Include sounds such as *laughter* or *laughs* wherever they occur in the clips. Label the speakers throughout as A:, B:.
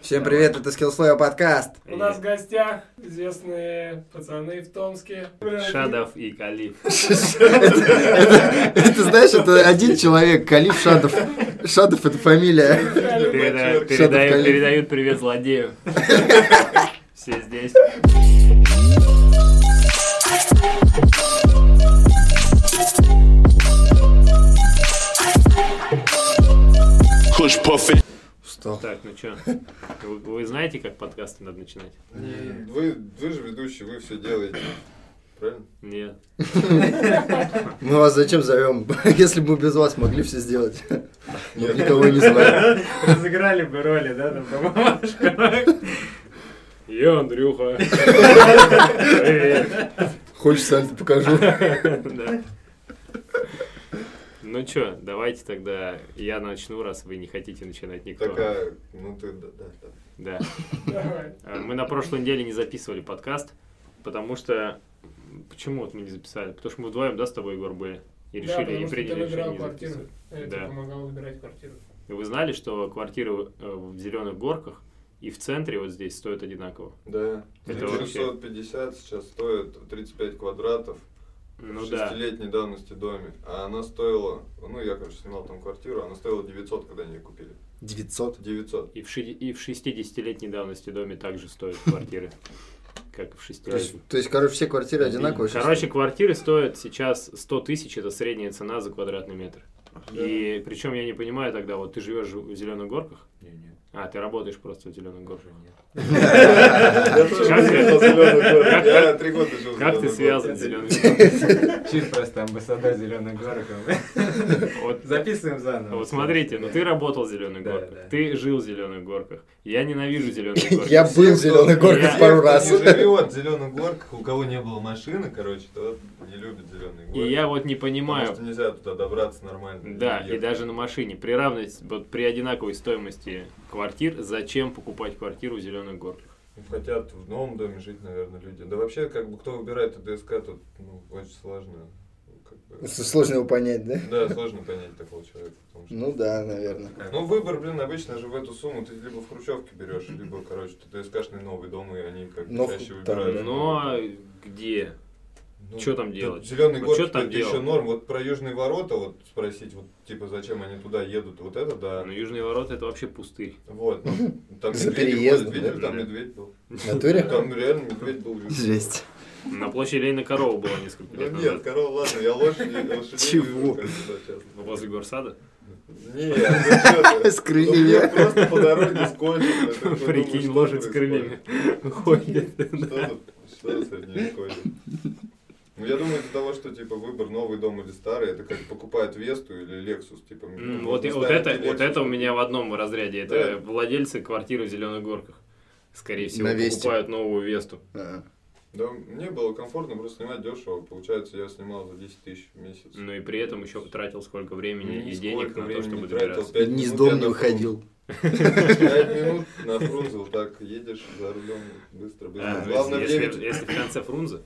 A: Всем привет, это Skillslow подкаст. *laughs*
B: У нас в гостях известные пацаны в Томске.
C: Шадов и Калиф.
A: Это, знаешь, это один человек, Калиф Шадов. Шадов это фамилия.
C: Переда-
A: Шадов
C: передаю-
A: Калиф.
C: Передают привет злодею. Все здесь.
D: Kush puffin.
A: Что?
C: Так, ну что, вы, вы знаете, как подкасты надо начинать?
E: Вы, вы же ведущий, вы все делаете. Правильно?
C: Нет.
A: Мы вас зачем зовем? *laughs* Если бы мы без вас могли все сделать. Мы никого не звали.
F: Разыграли бы роли, да, там, по-моему.
C: Я Андрюха. Привет.
A: Хочешь, сам тебе покажу.
C: *laughs* Да. Ну что, давайте тогда я начну, раз вы не хотите начинать никто.
E: Такая, ну ты, да, да, да.
C: Да.
B: Давай.
C: Э, Мы на прошлой неделе не записывали подкаст, потому что... Почему вот мы не записали? Потому что мы вдвоем, да, с тобой, Егор, были? И
B: Да,
C: решили, и
B: потому что ты
C: приняли решение
B: выбирал
C: не записывать.
B: квартиру. Я тебе
C: Да.
B: помогал выбирать квартиру.
F: *laughs*
C: И Вы знали, что квартиры э, в зеленых горках и в центре вот здесь стоят одинаково?
E: Да.
C: Это
E: 650 сейчас стоит 35 квадратов
C: Ну
E: в
C: да.
E: шестилетней давности доме. А она стоила, ну я, конечно, снимал там квартиру, она стоила 900, когда они ее купили.
A: 900.
E: 900.
C: И в, ши- и в 60-летней давности доме также стоят квартиры, как и в
A: То есть,
C: 60
A: то есть, короче, все квартиры одинаковые. сейчас?
C: Короче, квартиры стоят сейчас 100 тысяч, это средняя цена за квадратный метр. И причем я не понимаю тогда, вот ты живешь в зеленых горках? А, ты работаешь просто в зеленых горках.
E: Я тоже
C: *laughs* Как ты-
E: жил в зелёных горах.
C: как-
E: Я три года жил в
C: Как
E: зелёных
C: ты
E: горах.
C: связан с зелеными горками?
F: Чуть просто амбассадор зеленых горок.
C: Вот
F: *laughs* Записываем заново.
C: Вот смотрите, ну ты работал в зеленых
F: Да,
C: горках,
F: да.
C: ты жил в зеленых горках. Я ненавижу зеленые
A: *laughs*
C: горки.
A: Я был в
E: Все,
A: зеленых горках
C: я-
A: пару раз.
E: Кто не живет в зеленых горках, у кого не было машины, короче, тот не любит зеленые горки.
C: И я вот не понимаю.
E: Потому что нельзя туда добраться нормально.
C: Да, и
E: ехать.
C: даже на машине. При равности, вот при одинаковой стоимости квартир, зачем покупать квартиру в зеленых горках?
E: Ну, Хотят в новом доме жить, наверное, люди. Да вообще, как бы, кто выбирает ДСК, тут ну, очень сложно. ну, как бы.
A: Сложно его понять, да?
E: Да, сложно понять такого человека. Потому что...
A: Ну да, наверное.
E: Ну, выбор, блин, обычно же в эту сумму ты либо в Хрущевке берешь, либо, короче, ты ДСКшный новый дом, и они как
A: Но
E: бы
A: в-
E: чаще
A: там,
E: выбирают. Ну,
A: да.
C: Но где? чё там делать?
E: Зеленый
C: Вот
E: город,
C: чё там
E: это еще
C: делать?
E: норм. Вот про Южные ворота вот спросить, вот типа, зачем они туда едут, вот это да.
C: Ну, Южные ворота это вообще пустырь.
E: Вот, ну,
A: *laughs*
E: там
A: За
E: медведи
A: переездом,
E: ходят, видели,
C: да?
E: там
C: Да.
E: медведь был.
A: В натуре?
E: Там реально медведь был.
A: *laughs* Жесть.
C: На площади Лейна Корова было несколько
E: Ну
C: лет
E: нет,
C: назад.
E: корова, ладно, я лошади, лошадей
A: Чего?
E: вижу, как бы, да, честно.
C: Возле горсада.
E: Нет, ну
A: *laughs*
E: чё
A: С
E: ты? Ну, мне
A: крыльями.
E: просто по дороге скользит. я такой
C: Прикинь,
E: думаю,
C: лошадь
E: что
C: с крыльями ходит.
E: происходит? Что тут- Что с одним скользит? Ну, я думаю, из-за того, что, типа, выбор новый дом или старый, это как покупают Весту или Лексус, типа.
C: М,
E: ну,
C: Вот, и-
E: можно
C: вот,
E: ставить
C: это,
E: и
C: вот
E: Lexus.
C: это у меня в одном разряде. Это
E: Да.
C: владельцы квартиры в зеленых горках. Скорее всего,
A: На Весте.
C: покупают новую Весту.
A: А,
E: Да, мне было комфортно просто снимать дешево. Получается, я снимал за 10 тысяч в месяц.
C: Ну и при этом еще тратил сколько времени и денег
E: Нисколько
C: на то,
E: Ну, времени
C: чтобы
E: не тратил.
C: добираться.
E: Пять
A: Ни из
E: минут
A: дома
E: я
A: не
E: на
A: выходил.
E: Пять минут на Фрунзе вот так едешь за рулем быстро, быстро.
C: А, ну,
E: Главное в
C: если,
E: 9
C: если в конце Фрунзе,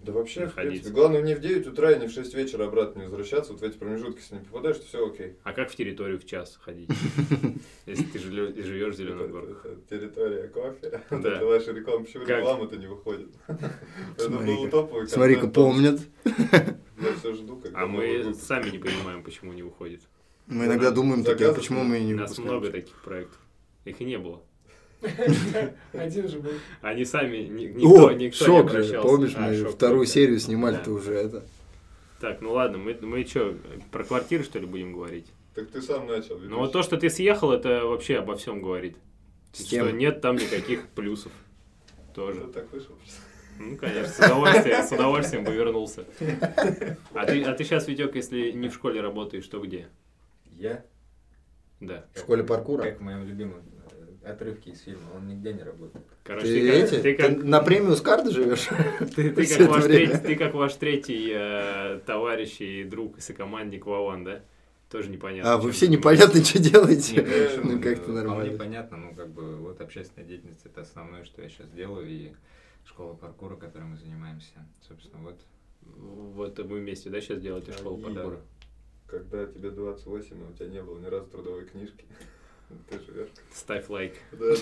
E: Да вообще, в
C: находиться.
E: принципе, главное не в 9 утра и не в 6 вечера обратно не возвращаться, вот в эти промежутки, если не попадаешь, то все окей.
C: а как в территорию в час
A: *laughs*
C: ходить? Если ты жилё- живешь в Зеленых Горках.
E: Это Территория кофе. *laughs*
C: Да.
E: Вот это ваша реклама, почему
C: Как?
E: реклама-то не выходит? *laughs* Это был
A: Смотри-ка.
E: топовый
A: Смотри-ка,
E: контент, там
A: помнят.
E: Я все жду, когда
C: А
E: новый
C: мы
E: выпуск.
C: сами не понимаем, почему не выходит.
A: Мы иногда думаем, такие, а
E: Заказов
A: почему мы и
C: У
A: не
C: нас много
A: выпускаем?
C: таких проектов. Их и не было.
B: Один же был.
C: Они сами, ни- никто,
A: О,
C: никто не
A: шок же,
C: обращался.
A: помнишь,
C: А,
A: мы
C: шок,
A: вторую
C: да.
A: серию снимали-то
C: Да.
A: уже, это.
C: Так, ну ладно, мы, мы что, про квартиры, что ли, будем говорить?
E: Так ты сам начал.
C: Ну вот то, что ты съехал, это вообще обо всем говорит.
A: С
C: Что
A: кем?
C: нет там никаких
A: *laughs*
C: плюсов.
E: Что
C: Тоже.
E: так вышло? просто.
C: Ну, конечно, с удовольствием, с удовольствием бы вернулся. А ты, а ты сейчас, Витек, если не в школе работаешь, то где?
F: Я,
C: Да.
A: В школе паркура?
F: как в моем любимом э, отрывке из фильма, он нигде не работает.
C: Короче,
A: Ты
C: ты, как-
A: эти?
C: ты
A: Ты
C: как,
A: на премию с карты живешь?
C: ты- ты
A: всё
C: как
A: это
C: ваш
A: время.
C: третий, ты как ваш третий э, товарищ и друг, и сокомандник Вован, да? Тоже непонятно.
A: А, вы
C: чем
A: все
C: занимаетесь.
A: непонятно, что делаете.
C: Нет,
E: конечно,
A: Ну, как-то
E: да.
F: Вполне
A: нормально.
F: понятно, Э, ну как бы вот общественная деятельность это основное, что я сейчас делаю, и школа паркура, которой мы занимаемся. Собственно, вот.
C: Вот вы вместе, да, сейчас делаете школу
E: Да.
C: паркура?
E: Когда тебе 28, а у тебя не было ни разу трудовой книжки. *laughs* Ты живешь.
C: Ставь лайк.
E: Да,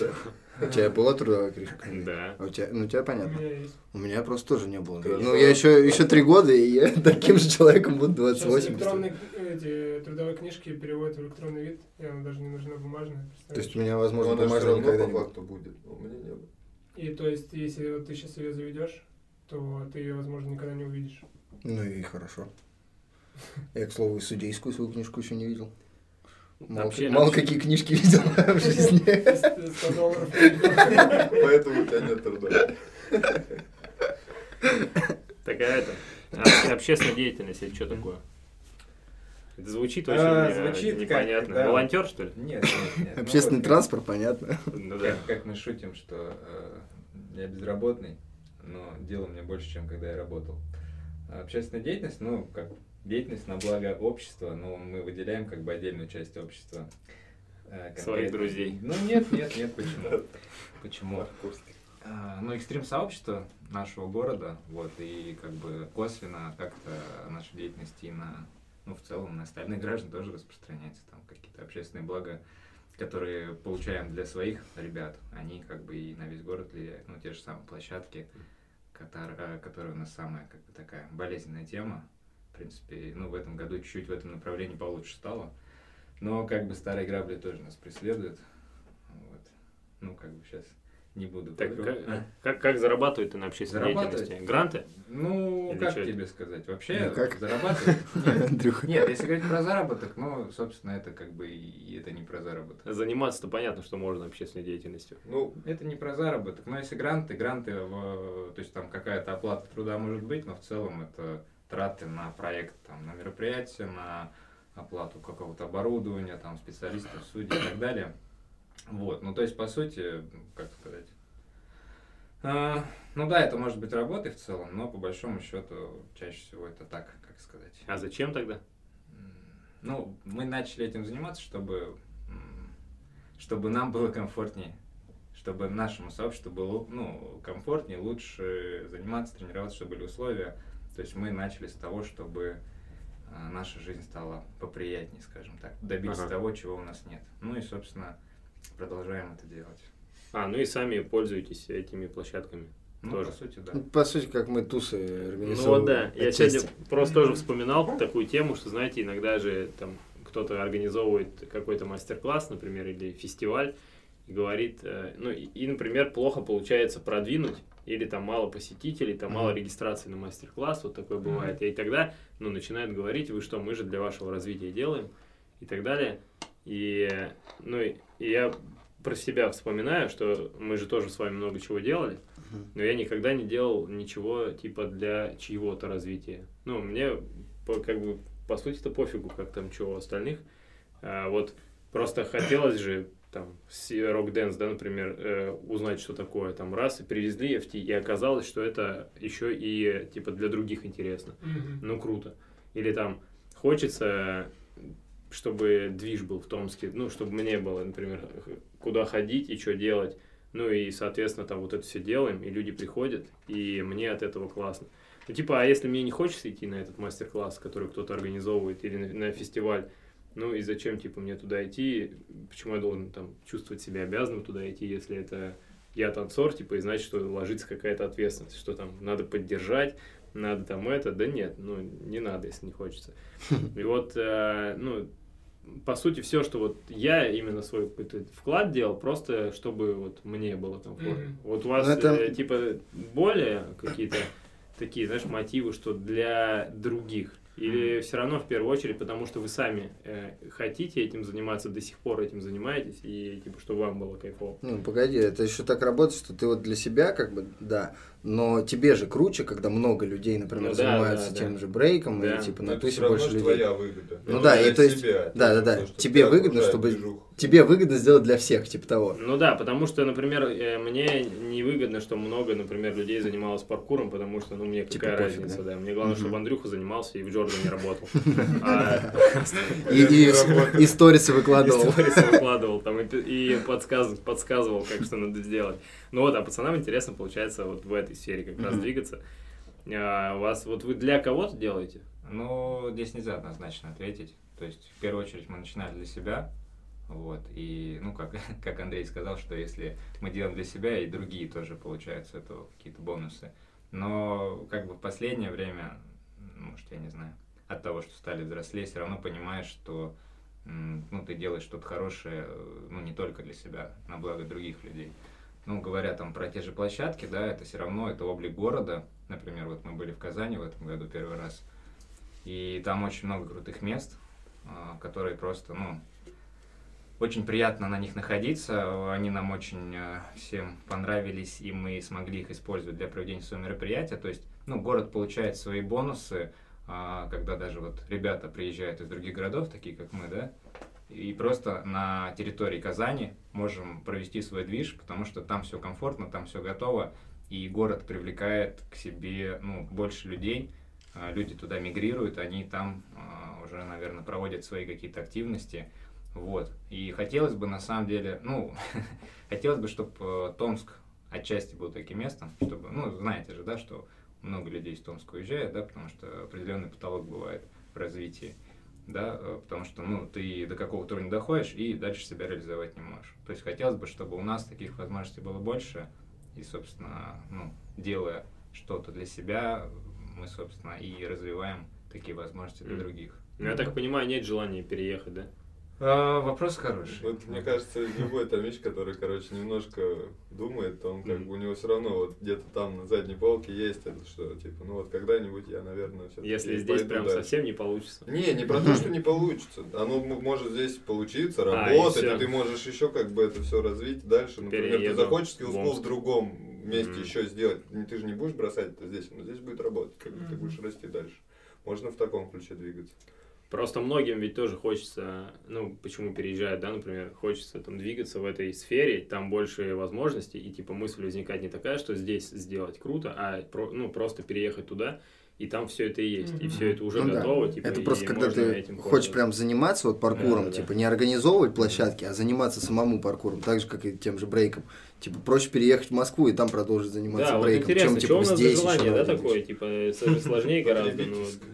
E: да.
A: У тебя была трудовая книжка?
C: Да.
A: А у тебя, ну, у тебя
B: У
A: понятно.
B: меня есть.
A: У меня просто тоже не было.
E: Хорошо.
A: Ну, я еще, еще три года, и я *laughs* таким же человеком буду
B: Сейчас
A: 28. представляешь?
B: электронные эти, трудовые книжки переводят в электронный вид, и она даже не нужна бумажная,
A: То есть
B: представляешь?
A: у меня,
E: Но
A: возможно,
E: она все
A: бумажная никогда
E: равно
A: не
E: по
A: будет.
E: факту будет. но У меня не было.
B: И то есть, если вот ты сейчас ее заведешь, то ты ее, возможно, никогда
E: *laughs*
B: не увидишь.
A: Ну и хорошо. Я, к слову, и судейскую свою книжку еще не
C: *laughs*
A: видел. Мало,
C: Вообще-
A: мало
C: вообще-
A: какие книжки *laughs* видел в жизни.
B: 100 долларов.
E: *laughs* Поэтому у тебя нет труда.
C: Такая это. а, Общественная деятельность, это что такое? Это звучит очень
F: А,
C: э,
F: звучит как,
C: непонятно.
F: да.
C: Волонтер, что ли?
F: *laughs* Нет, нет, нет. Ну,
A: Общественный
F: вот
A: транспорт, понятно.
C: Ну
F: как-
C: да.
F: Как, как мы шутим, что э, я безработный, но делал мне больше, чем когда я работал. А общественная деятельность, ну, как деятельность на благо общества, но мы выделяем как бы отдельную часть общества. Э, конкретно.
C: Своих друзей.
F: Ну нет, нет, нет, почему? Почему?
E: Маркурский.
F: А, ну, экстрим-сообщество нашего города, вот, и как бы косвенно как-то наша деятельность и на, ну, в целом, на остальных граждан тоже распространяется, там, какие-то общественные блага, которые получаем для своих ребят, они как бы и на весь город влияют, ну, те же самые площадки, катар- э, которые у нас самая, как бы, такая болезненная тема, в принципе, ну, в этом году чуть-чуть в этом направлении получше стало, но, как бы, старые грабли тоже нас преследуют, вот, ну, как бы, сейчас не буду
C: Так,
F: подробно.
C: как,
F: А?
C: как, как зарабатывают ты на общественной
F: Зарабатывать?
C: деятельности? Гранты?
F: Ну,
C: Или
F: как
C: чё это?
F: тебе сказать? Вообще,
A: Ну, как?
F: зарабатывать? Нет.
A: *laughs* Андрюха.
F: Нет, если говорить про заработок, ну, собственно, это как бы и это не про заработок.
C: Заниматься-то понятно, что можно общественной деятельностью.
E: Ну,
F: Это не про заработок, но если гранты, гранты, в- то есть там какая-то оплата труда может быть, но в целом это траты на проект, там, на мероприятие, на оплату какого-то оборудования, там, специалистов, судей и так далее. Вот, ну, то есть, по сути, как сказать, а, ну да, это может быть работой в целом, но по большому счету чаще всего это так, как сказать.
C: А зачем тогда?
F: Ну, мы начали этим заниматься, чтобы, м, чтобы нам было комфортнее, чтобы нашему сообществу было ну, комфортнее, лучше заниматься, тренироваться, чтобы были условия. То есть мы начали с того, чтобы а, наша жизнь стала поприятнее, скажем так, добиться
C: Ага.
F: того, чего у нас нет. Ну и, собственно, продолжаем это делать.
C: А, ну и сами пользуетесь этими площадками.
F: Ну,
C: Тоже.
F: по сути, да.
A: Ну, По сути, как мы тусы организовываем.
C: Ну вот да, я
A: отчасти.
C: сегодня просто тоже вспоминал такую тему, что, знаете, иногда же там кто-то организовывает какой-то мастер-класс, например, или фестиваль, и говорит, э, ну и, и, например, плохо получается продвинуть, или там мало посетителей, там мало
A: Мгм.
C: регистрации на мастер-класс, вот такое бывает. И тогда, ну, начинают говорить, вы что, мы же для вашего развития делаем, и так далее. И, э, ну, и и я про себя вспоминаю, что мы же тоже с вами много чего делали,
A: Мгм.
C: но я никогда не делал ничего типа для чьего-то развития. Ну, мне по- как бы по сути-то пофигу, как там чего у остальных. А, вот просто хотелось же там рок дэнс да, например, э, узнать, что такое там раз, и привезли FT, и оказалось, что это еще и э, типа для других интересно
B: Мгм.
C: ну круто. Или там хочется, чтобы движ был в Томске, ну, чтобы мне было, например, х- куда ходить и что делать. Ну и, соответственно, там вот это все делаем, и люди приходят, и мне от этого классно. Ну, типа, а если мне не хочется идти на этот мастер-класс, который кто-то организовывает, или на, на фестиваль, ну и зачем, типа, мне туда идти? Почему я должен там чувствовать себя обязанным туда идти, если это я танцор, типа, и значит, что ложится какая-то ответственность, что там надо поддержать, надо там это, да нет, ну не надо, если
A: *laughs*
C: не хочется. И вот, э, ну, по сути, все, что вот я именно свой какой-то вклад делал, просто чтобы вот мне было комфортно.
B: Мгм.
C: Вот у вас
A: Ну, это-
C: э, типа более какие-то такие, знаешь, мотивы, что для других. Или все равно в первую очередь, потому что вы сами э, хотите этим заниматься, до сих пор этим занимаетесь, и типа, что вам было кайфово.
A: Ну, погоди, это еще так работает, что ты вот для себя, как бы, да, но тебе же круче, когда много людей, например,
C: Ну да,
A: занимаются
C: да,
A: тем
C: да.
A: же брейком,
C: Да.
A: и типа
E: ну,
A: на
E: это
A: тусе
E: все равно
A: больше
E: же
A: людей.
E: твоя выгода.
A: Ну да, и
E: для
A: то есть-
E: себя,
A: да,
E: типа,
A: да, да.
E: потому что
A: Тебе
E: тебя
A: выгодно,
E: окружает
A: чтобы-
E: движуха.
A: Тебе выгодно сделать для всех, типа того.
C: Ну да, потому что, например, э, мне невыгодно, что много, например, людей занималось паркуром, потому что, ну, мне
A: Типа
C: какая
A: пофиг,
C: разница,
A: да?
C: да? Мне главное,
A: Мгм.
C: чтобы Андрюха занимался и в
A: *laughs*
C: Джордане работал. А
A: И, и, *laughs* и сторисы выкладывал.
C: истории выкладывал там и пи- и подсказ- подсказывал, как что надо сделать. Ну вот, а пацанам интересно, получается, вот в этой сфере как раз
A: Мгм.
C: двигаться. А, у вас вот вы для кого-то делаете?
F: Ну, здесь нельзя однозначно ответить. То есть, в первую очередь, мы начинали для себя. Вот. И, ну, как, *laughs* как Андрей сказал, что если мы делаем для себя, и другие тоже получают с этого какие-то бонусы. Но как бы в последнее время, может, я не знаю, от того, что стали взрослее, все равно понимаешь, что м, ну, ты делаешь что-то хорошее, э, ну, не только для себя, на благо других людей. Ну, говоря там про те же площадки, да, это все равно, это облик города. Например, вот мы были в Казани в этом году первый раз, и там очень много крутых мест, а, которые просто, ну, очень приятно на них находиться. Они нам очень э, всем понравились, и мы смогли их использовать для проведения своего мероприятия. То есть, ну, город получает свои бонусы, а, когда даже вот ребята приезжают из других городов, такие как мы, да, и просто на территории Казани можем провести свой движ, потому что там все комфортно, там все готово, и город привлекает к себе, ну, больше людей, а, люди туда мигрируют, они там а, уже, наверное, проводят свои какие-то активности, вот. И хотелось бы, на самом деле, ну, *laughs* хотелось бы, чтобы Томск отчасти был таким местом, чтобы, ну, знаете же, да, что много людей из Томска уезжает, да, потому что определенный потолок бывает в развитии, да, э, потому что, ну, ты до какого-то уровня доходишь и дальше себя реализовать не можешь. То есть хотелось бы, чтобы у нас таких возможностей было больше, и, собственно, ну, делая что-то для себя, мы, собственно, и развиваем такие возможности для
C: Мгм.
F: других.
C: Ну, Я так понимаю, нет желания переехать, да?
F: А, вопрос хороший.
E: Вот мне кажется, любой томич, который, короче, немножко думает, он как
C: Мгм.
E: бы у него все равно вот где-то там на задней полке есть это что, типа, ну вот когда-нибудь я, наверное, все
C: Если здесь прям совсем не получится.
E: Не, не про то, что не получится. Оно м- может здесь получиться,
C: А, и
E: работать,
C: всё.
E: и ты можешь еще как бы это все развить дальше. Например,
C: Перееду
E: ты захочешь
C: в
E: скиллфул
C: Омск.
E: в другом месте
C: Мгм.
E: еще сделать. Не- Ты же не будешь бросать это здесь, но здесь будет работать, как бы ты
B: Мгм.
E: будешь расти дальше. Можно в таком ключе двигаться.
C: Просто многим ведь тоже хочется, ну, почему переезжают, да, например, хочется там двигаться в этой сфере, там больше возможностей, и типа мысль возникает не такая, что здесь сделать круто, а про- ну, просто переехать туда, и там все это и есть, и
B: Мгм.
C: все это уже
A: Ну да.
C: готово, типа,
A: Это
C: и
A: просто когда
C: можно
A: ты
C: этим
A: хочешь
C: пользоваться.
A: прям заниматься вот паркуром,
C: Да-да-да.
A: типа не организовывать площадки, а заниматься самому паркуром, так же как и тем же брейком. Типа проще переехать в Москву и там продолжить заниматься
C: Да, вот
A: брейком,
C: интересно,
A: чем
C: чего у
A: типа
C: нас за
A: здесь
C: желание,
A: ещё
C: да,
A: родить.
C: такое, типа, это же сложнее гораздо, ну,
E: Потребительское.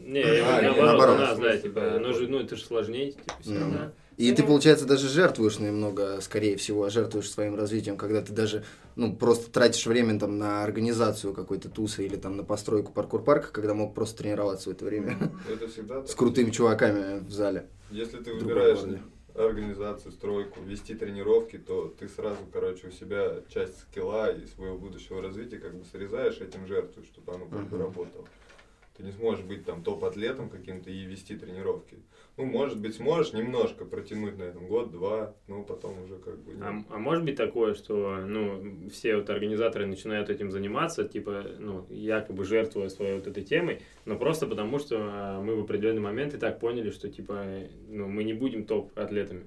C: не,
E: А,
C: я
E: не,
C: говорю, наоборот, у
E: наоборот.
C: нас, да, типа,
E: Да,
C: оно же,
E: вот.
C: ну, это же сложнее, типа, все
A: Ну,
C: равно.
A: И ты, получается, даже жертвуешь немного, скорее всего, а жертвуешь своим развитием, когда ты даже, ну, просто тратишь время там на организацию какой-то тусы или там на постройку паркур-парка, когда мог просто тренироваться в это время *laughs*
E: Это всегда так.
A: с крутыми чуваками в
C: *laughs*
A: зале.
E: Если ты
A: в другом
E: выбираешь
A: городе.
E: организацию, стройку, вести тренировки, то ты сразу, короче, у себя часть скилла и своего будущего развития как бы срезаешь этим жертву, чтобы оно как бы
A: Мгм.
E: работало. Ты не сможешь быть там топ-атлетом каким-то и вести тренировки. Ну, может быть, сможешь немножко протянуть на этом год-два, но потом уже как бы...
C: А,
E: нет.
C: а может быть такое, что ну, все вот организаторы начинают этим заниматься, типа, ну, якобы жертвуя своей вот этой темой, но просто потому, что а, мы в определенный момент и так поняли, что, типа, ну, мы не будем топ-атлетами.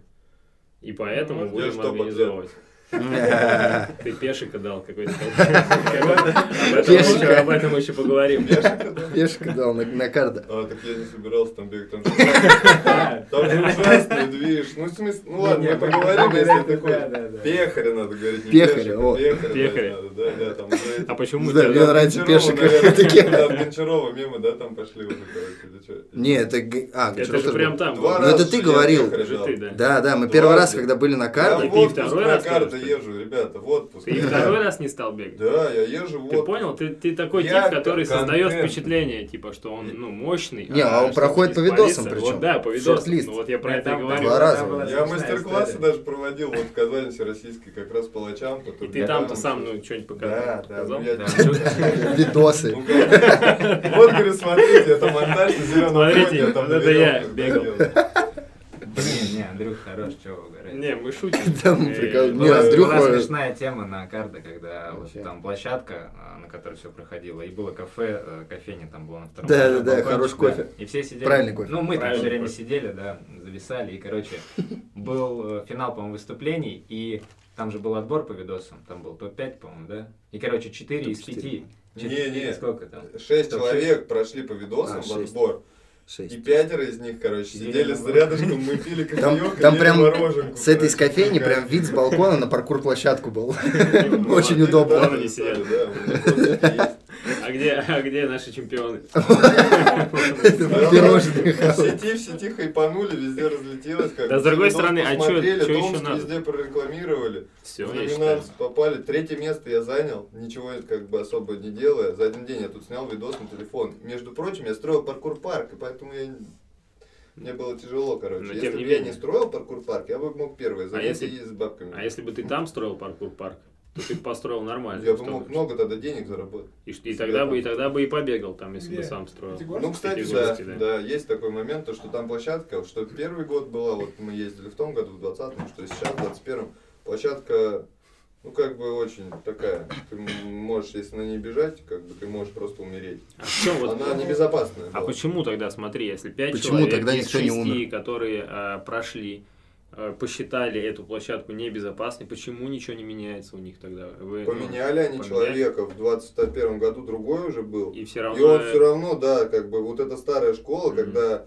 C: И поэтому
E: Ну, вот я ж
C: будем
E: топ-атлет.
C: организовывать.
A: *laughs* М-да.
C: Ты пешика дал какой-то. *laughs*
A: Пешика.
C: Об этом мы еще поговорим.
A: Пешка дал на- на карда.
E: А, так я не собирался там бегать, там же ужасно. *laughs* Там же ужасно, движ. Ну, в смысле, ну ладно, мы поговорим, если ты хочешь. Пехаря надо говорить, не
A: Пехаря,
E: пешек, а
A: вот.
E: Пехаря,
C: Пехаря.
E: надо, да, да, там уже это-
C: А почему
A: Не
C: у тебя
A: знаю, *laughs* мне нравится
E: Гончарова,
A: пешек. *laughs*
E: наверное,
A: Такие.
E: да, от Гончарова мимо, да, там пошли уже, короче, или что?
A: Не, это... г- А,
C: Это же
A: Гончаров
C: прям
A: был.
C: там.
E: Два
A: Ну,
C: было.
E: раза
A: это ты
E: я
A: говорил.
E: ехал,
C: Это же
E: да.
C: ты, да.
A: Да, да, мы первый раз,
E: Дважды.
A: когда были на
E: Я
A: карде,
C: И
E: в
C: ты и
E: отпуск
C: второй
E: на
C: раз
E: карты
C: тоже,
E: езжу, ребята, в отпуск.
C: Ты и второй раз не стал бегать.
E: Да, я езжу в
C: Ты
E: отпуск.
C: понял? Ты, ты такой
E: Я
C: тип, который
E: контент.
C: создает впечатление, типа, что он, ну, мощный.
A: Не, а он
C: что
A: проходит
C: не
A: по видосам
C: спалится.
A: причем.
C: Вот, да, по видосам.
A: Шорт-лист.
C: Ну, вот я про
F: Да,
C: это и
F: там
C: говорю.
A: Два раза.
E: Я
F: Смешная
E: мастер-классы
F: история.
E: даже проводил вот в Казани всероссийской, как раз по лачам.
C: И ты там-то сам, ну, что-нибудь
E: Да,
C: показал.
E: да,
C: показал.
E: ну, я
F: Да.
A: *laughs* видосы.
E: Ну,
C: *laughs*
E: как- Вот, говорю, смотрите, это монтаж на зеленом
C: Смотрите,
E: фоне, я там на
C: это я
E: веревках
C: бегал.
E: доделал.
F: Блин, не, Андрюх хорош, чего вы говорите.
C: Не, мы шутим.
A: *laughs* Да, мы
C: Э,
A: прикол-
C: ну,
A: Не,
F: была,
A: Андрюха-
F: была смешная тема на карда, когда вот
A: Вообще.
F: там площадка, а, на которой все проходило, и было кафе, э, кофейня там была на втором
A: Да,
F: этаже,
A: да, да,
F: балкончик,
A: хорош
F: да.
A: кофе.
F: И все сидели.
A: Правильный кофе.
F: Ну, мы там все
C: Правильный
F: время
C: кофе.
F: сидели, да, зависали, и, короче, был э, финал, по-моему, выступлений, и там же был отбор по видосам, там был топ-5, по-моему, да? И, короче, 4 из
A: Топ-четыре.
F: 5.
E: Не-не.
F: Сколько там?
E: Шесть
F: Там
E: человек прошли по видосам
A: А,
E: в
A: шесть.
E: отбор.
A: Шесть.
E: И пятеро из них, короче,
F: Сидели
E: сидели
F: на
E: с
F: мор-
E: рядышком, мы пили
A: Там,
E: кофеек,
A: там
E: ели
A: прям
E: мороженку,
A: с этой с
E: короче,
A: кофейни
E: прикольно.
A: прям вид с балкона *laughs* на паркур-площадку был.
E: Ну,
A: Очень
E: молодец,
A: удобно.
E: да,
C: Они
E: да,
C: сидят.
E: да, у них отпуски есть.
C: А А где, а где наши чемпионы?
A: Пирожные
E: В
A: хавают.
E: сети, в сети хайпанули, везде разлетелось. Как
C: Да, с
E: бы,
C: другой
E: Домск
C: стороны, а чё-
E: посмотрели,
C: чё ещё
E: Домск
C: надо?
E: везде прорекламировали.
C: Все,
E: в
C: я считаю.
E: номинацию попали. Третье место я занял, ничего как бы особо не делая. За один день я тут снял видос на телефон. Между прочим, я строил паркур-парк, и поэтому я... не- Мне было тяжело, короче.
C: Но тем
E: если
C: не
E: бы я
C: менее. А
E: не строил паркур-парк, я бы мог первый занять
C: если-
E: и с бабками.
C: А если бы ты там строил паркур-парк, то ты бы построил нормально.
E: я бы
C: Что-
E: мог ну, много тогда денег заработать.
C: И, ш- и тогда бы, и тогда бы и побегал там, если бы
B: Где?
C: сам строил.
B: Пятигорск?
E: Ну, кстати, да,
C: Пятигорске, да.
E: да, есть такой момент, то, что там площадка, что первый год была, вот мы ездили в том году, в 20-м, что сейчас, в 21-м, площадка, ну, как бы очень такая, ты м- можешь, если на ней бежать, как бы ты можешь просто умереть.
C: А в чём вот-
E: Она небезопасная
C: А
E: была.
C: почему тогда, смотри, если пять
A: Почему
C: человек
A: тогда
C: из
A: никто не
C: шести,
A: умер?
C: которые а, прошли, а, посчитали эту площадку небезопасной, почему ничего не меняется у них тогда? Вы, ну,
E: Поменяли они
C: поменяли?
E: человека, в 21 году другой уже был,
C: И все равно...
E: И он
C: *laughs*
E: все равно, да, как бы вот эта старая школа,
C: Мгм.
E: когда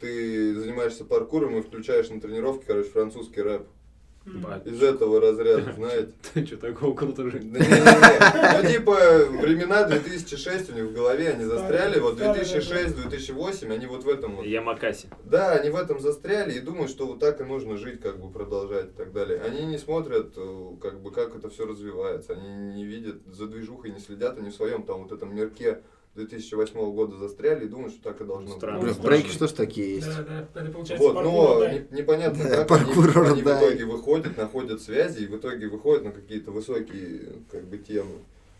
E: ты занимаешься паркуром и включаешь на тренировке, короче, французский рэп.
C: *laughs* Ба-
E: Из этого разряда, знаете.
C: Что такого круто же?
E: Да не-не-не. Ну, типа, времена 2006 у них в голове, они застряли. Вот
B: Старые,
E: 2006-2008, они вот в этом вот...
C: Ямакаси.
E: Да, они в этом застряли и думают, что вот так и нужно жить, как бы продолжать и так далее. Они не смотрят, э, как бы, как это все развивается. Они не видят, за движухой не следят, они в своем там вот этом мирке 2008 года застряли и думают, что так и должно
C: Странно.
A: Бля,
E: быть.
A: в проекте что ж такие есть?
B: Да, да, это получается
E: Вот,
B: паркур,
E: но
B: да.
E: не- непонятно,
A: Да,
E: как они,
A: паркур
E: они в
A: Рордай.
E: итоге выходят, находят связи и в итоге выходят на какие-то высокие как бы темы.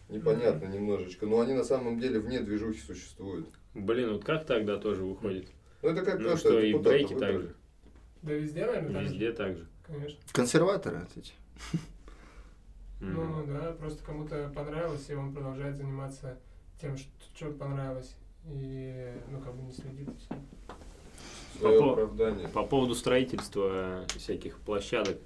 E: Непонятно немножечко, но они на самом деле вне движухи существуют.
C: Блин, вот как тогда тоже выходит?
E: Ну это как
C: Ну
E: то,
C: что, и
E: депутаты
C: брейки
E: выбрали.
C: также.
B: Да везде, наверное, так же,
C: Везде так же.
B: Конечно.
A: Консерваторы, отвечай.
C: М.
B: Ну да, просто кому-то понравилось, и он продолжает заниматься тем, что, чё понравилось. И, ну, как бы не следит. и всё.
E: Своё
C: Попо-
E: оправдание.
C: По поводу строительства всяких площадок,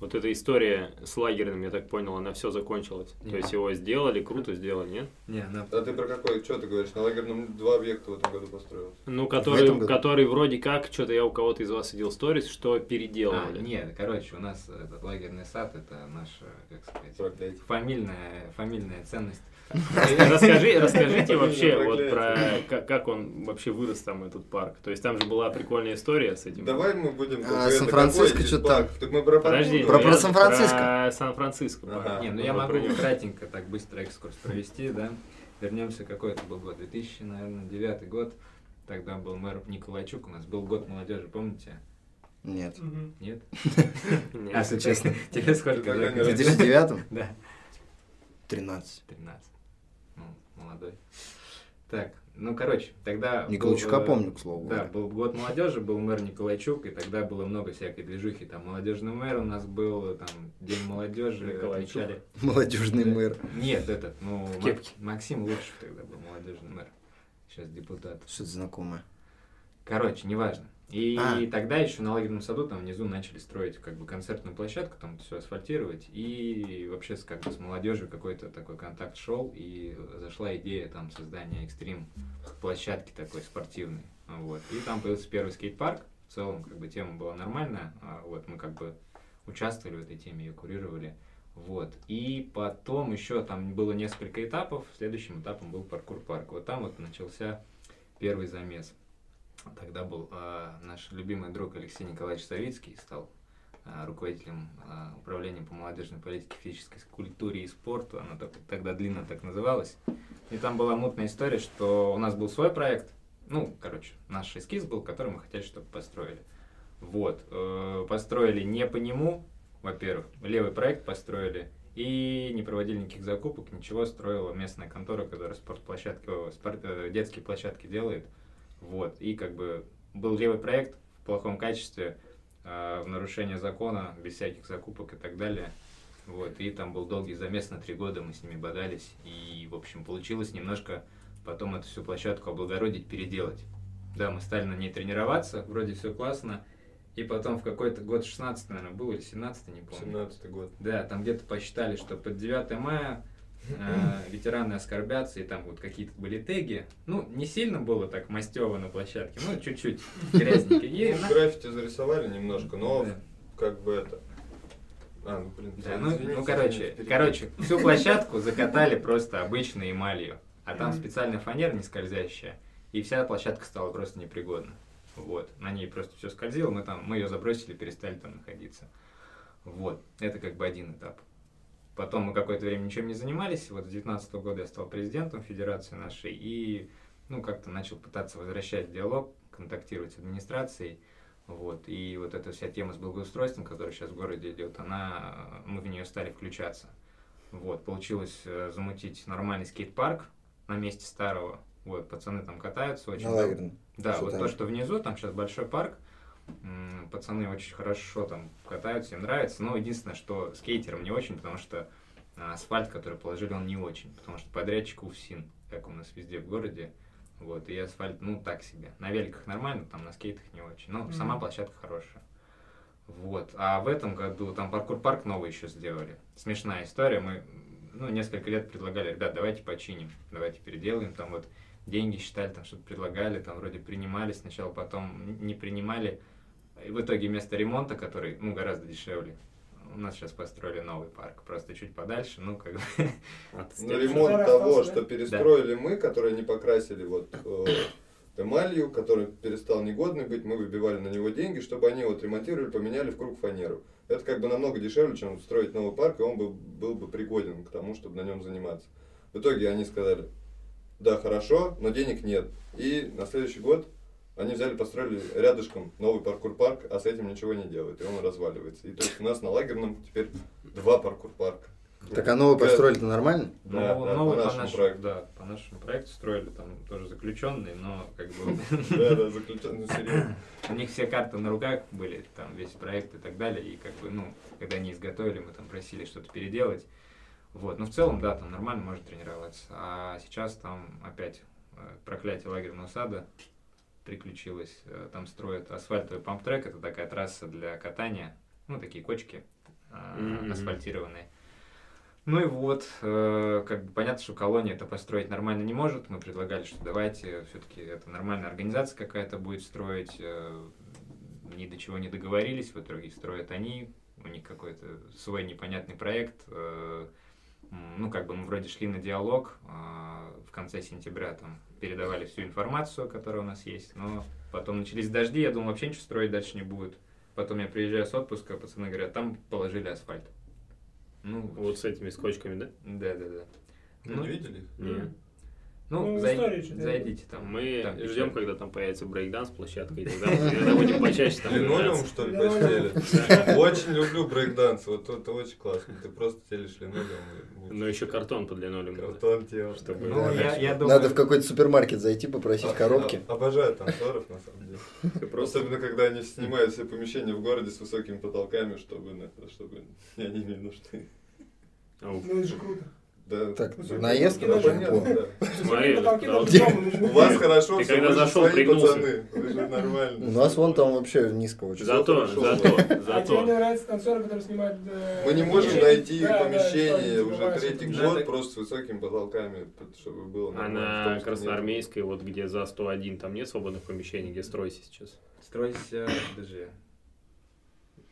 C: вот эта история с лагерным, я так понял, она все закончилась. То
F: Нет.
C: есть его сделали, круто сделали, нет?
F: Не, она...
E: А ты про какой? Что ты говоришь? На лагерном два объекта в этом году построил.
C: Ну, который,
A: этом году?
C: который вроде как, что-то я у кого-то из вас видел сторис, что
F: А,
C: переделывали.
F: нет, короче, у нас этот лагерный сад, это наша, как сказать,
E: Проклятие.
F: фамильная, фамильная ценность.
C: Э, Расскажи, расскажите
E: Фамилия
C: вообще вот про
E: проклятие.
C: как, как он вообще вырос там этот парк. То есть там же была прикольная история с этим.
E: Давай мы будем...
A: А,
E: конкретно.
A: Сан-Франциско
E: Какой здесь
A: чё-то
E: парк? Так мы про
C: Подожди,
E: паркур
A: Про-
C: я-
E: говорим.
A: про Сан-Франциско?
C: про Сан-Франциско.
E: Ага.
C: парк.
E: А,
F: не, ну
C: Мы
F: я могу
C: про-
F: кратенько так быстро экскурс провести, да. Вернемся, какой это был год, 2000, наверное, девятый год. Тогда был мэр Николайчук, у нас был год молодежи, помните?
A: Нет.
B: Мгм.
F: Нет? А,
C: Нет.
F: Если честно, *laughs* тебе сколько? Жека?
E: Тогда
A: В
E: не раз.
A: 2009
F: Да.
A: 13.
F: 13. Ну, молодой. Так, ну, короче, тогда... был,
A: Николайчука
F: э,
A: помню, к слову.
F: Да,
A: говоря.
F: был год молодежи, был мэр Николайчук, и тогда было много всякой движухи. Там молодежный мэр у нас был, там День молодежи
C: Николайчук.
F: отмечали.
A: Молодежный мэр.
F: Нет, этот, ну, Мак-
C: кепке.
F: Максим Лучшев тогда был молодежный мэр. Сейчас депутат.
A: Что-то знакомое.
F: Короче, неважно. И
A: А.
F: тогда еще на лагерном саду там внизу начали строить как бы концертную площадку, там все асфальтировать. И вообще с, как бы с молодежью какой-то такой контакт шел. И зашла идея там создания экстрим площадки такой спортивной. Вот. И там появился первый скейт-парк. В целом как бы тема была нормальная. А, Вот мы как бы участвовали в этой теме, ее курировали. Вот. И потом еще там было несколько этапов. Следующим этапом был паркур-парк. Вот там вот начался первый замес. Тогда был а, наш любимый друг Алексей Николаевич Савицкий, стал а, руководителем а, управления по молодежной политике, физической культуре и спорту. Оно так- тогда длинно так называлось. И там была мутная история, что у нас был свой проект. Ну, короче, наш эскиз был, который мы хотели, чтобы построили. Вот. э, построили не по нему, во-первых, левый проект построили, и не проводили никаких закупок, ничего строила местная контора, которая спортплощадки, о, спорт- э, детские площадки делает. Вот. И как бы был левый проект в плохом качестве, э, в нарушение закона, без всяких закупок и так далее. Вот. И там был долгий замес на три года, мы с ними бодались. И, в общем, получилось немножко потом эту всю площадку облагородить, переделать. Да, мы стали на ней тренироваться, вроде все классно. И потом в какой-то год 16, наверное, был или 17, не помню.
E: 17 год.
F: Да, там где-то посчитали, что под 9 мая э,
E: *clears throat*
F: ветераны оскорбятся, и там вот какие-то были теги. Ну, не сильно было так мастево на площадке, ну, чуть-чуть грязненько. И
E: Ну,
F: на-
E: граффити зарисовали немножко, но
F: Да.
E: как бы это... А, ну блин,
F: Да, ну,
E: извините,
F: ну,
E: извините,
F: короче,
E: перебил.
F: короче, всю площадку закатали просто обычной эмалью. а там
B: Мгм.
F: специальная фанера не скользящая, и вся площадка стала просто непригодна. Вот, на ней просто все скользило, мы там, мы ее забросили, перестали там находиться. Вот, это как бы один этап. Потом мы какое-то время ничем не занимались, вот с 19 года я стал президентом федерации нашей, и, ну, как-то начал пытаться возвращать диалог, контактировать с администрацией, вот, и вот эта вся тема с благоустройством, которая сейчас в городе идет, она, э, мы в нее стали включаться. Вот, получилось э, замутить нормальный скейт-парк на месте старого. Вот, пацаны там катаются очень.
A: На Лагерном.
F: Да,
A: Что
F: вот
A: там?
F: то, что внизу, там сейчас большой парк. М, Пацаны очень хорошо там катаются, им нравится. Но единственное, что скейтерам не очень, потому что а, асфальт, который положили, он не очень. Потому что подрядчик УФСИН, как у нас везде в городе. Вот, и асфальт, ну, так себе. На великах нормально, там на скейтах не очень. Но сама
B: Мгм.
F: площадка хорошая. Вот. А в этом году там паркур-парк новый еще сделали. Смешная история. Мы, м, ну, несколько лет предлагали, ребят, давайте починим, давайте переделаем. Там вот деньги считали, там что-то предлагали, там вроде принимали сначала, потом н- не принимали. И в итоге вместо ремонта, который, ну, гораздо дешевле, у нас сейчас построили новый парк, просто чуть подальше, ну, как бы,
C: От
E: Ну,
C: стен.
E: ремонт
B: Старый
E: того,
B: остался,
E: что
B: да?
E: перестроили мы, который не покрасили вот э, эмалью, который перестал негодный быть, мы выбивали на него деньги, чтобы они вот ремонтировали, поменяли в круг фанеру. Это как бы намного дешевле, чем строить новый парк, и он бы, был бы пригоден к тому, чтобы на нем заниматься. В итоге они сказали, да, хорошо, но денег нет. И на следующий год они взяли, построили рядышком новый паркур-парк, а с этим ничего не делают, и он разваливается. И то есть у нас на лагерном теперь два паркур-парка.
A: Так а новый
E: Да.
A: построили-то нормально?
E: *laughs* Да,
F: Ну,
E: да,
F: новый
E: по нашему проекту.
F: Да, по нашему проекту строили, там тоже заключенные, но как бы
E: Да, да, заключенный, серьезно.
F: у них все карты на руках были, там весь проект и так далее, и как бы, ну, когда они изготовили, мы там просили что-то переделать. Вот, но в целом, да, там нормально можно тренироваться. А сейчас там опять э, проклятие лагерного сада приключилось. Э, Там строят асфальтовый памп-трек, это такая трасса для катания, ну, такие кочки а,
C: Мгм.
F: асфальтированные. Ну и вот, э, как бы понятно, что колония это построить нормально не может. Мы предлагали, что давайте все-таки это нормальная организация какая-то будет строить. э, Ни до чего не договорились, в итоге строят они. У них какой-то свой непонятный проект. э, м, Ну, как бы мы вроде шли на диалог. а, В конце сентября там передавали всю информацию, которая у нас есть. Но потом начались дожди, я думал, вообще ничего строить дальше не будет. Потом я приезжаю с отпуска, пацаны говорят, там положили асфальт. Ну,
C: Вот с этими скотчками, да?
F: да, да, да.
E: Ну,
F: Ну,
E: видели? их?
C: Нет.
F: ну,
B: Ну,
F: зай-
B: историю читали.
F: зайдите там.
C: Мы
F: там
C: ждем,
F: печально.
C: когда там появится брейкданс, площадка,
E: *laughs*
C: и тогда мы тогда будем почаще там
E: Линолеум,
C: заниматься.
E: что ли,
B: Линолеум.
E: постели? Очень люблю брейкданс, вот это очень классно. Ты просто телишь линолеум.
C: Но еще картон под линолеум. надо,
E: Картон тела.
C: Чтобы...
F: Ну, я, я думаю...
A: Надо в какой-то супермаркет зайти, попросить коробки.
E: А, Обожаю танцоров, на самом деле.
C: Просто
E: Особенно, когда они снимают все помещения в городе с высокими потолками, чтобы, на- чтобы они не нужны.
C: Ау.
B: Ну, это же круто.
E: Да.
A: Так,
E: Ну,
A: наездка
E: да,
A: даже
E: понятно,
A: неплохо.
E: да.
C: Смотри,
B: Потолки
C: да, вот
E: *laughs*
B: даже дома нужны.
E: У вас хорошо,
C: Ты
E: всё,
C: когда
E: вы же
C: зашел,
E: свои
C: пригнулся.
E: пацаны, вы же нормально.
A: У нас вон там вообще низко очень.
C: Зато,
E: хорошо.
C: зато,
B: А тебе не
C: зато.
B: нравятся танцоры, которые снимают... э,
E: Мы не можем
B: помещение?
E: найти
B: Да, да,
E: помещение
B: что они
E: уже
B: снимают.
E: третий
F: Ну,
E: год
F: это-
E: просто с высокими потолками, под- чтобы было
C: А
E: нормально.
C: на
E: потому что нет.
C: Красноармейской, вот где за 101, там нет свободных помещений, где стройся сейчас?
F: Стройся, подожди.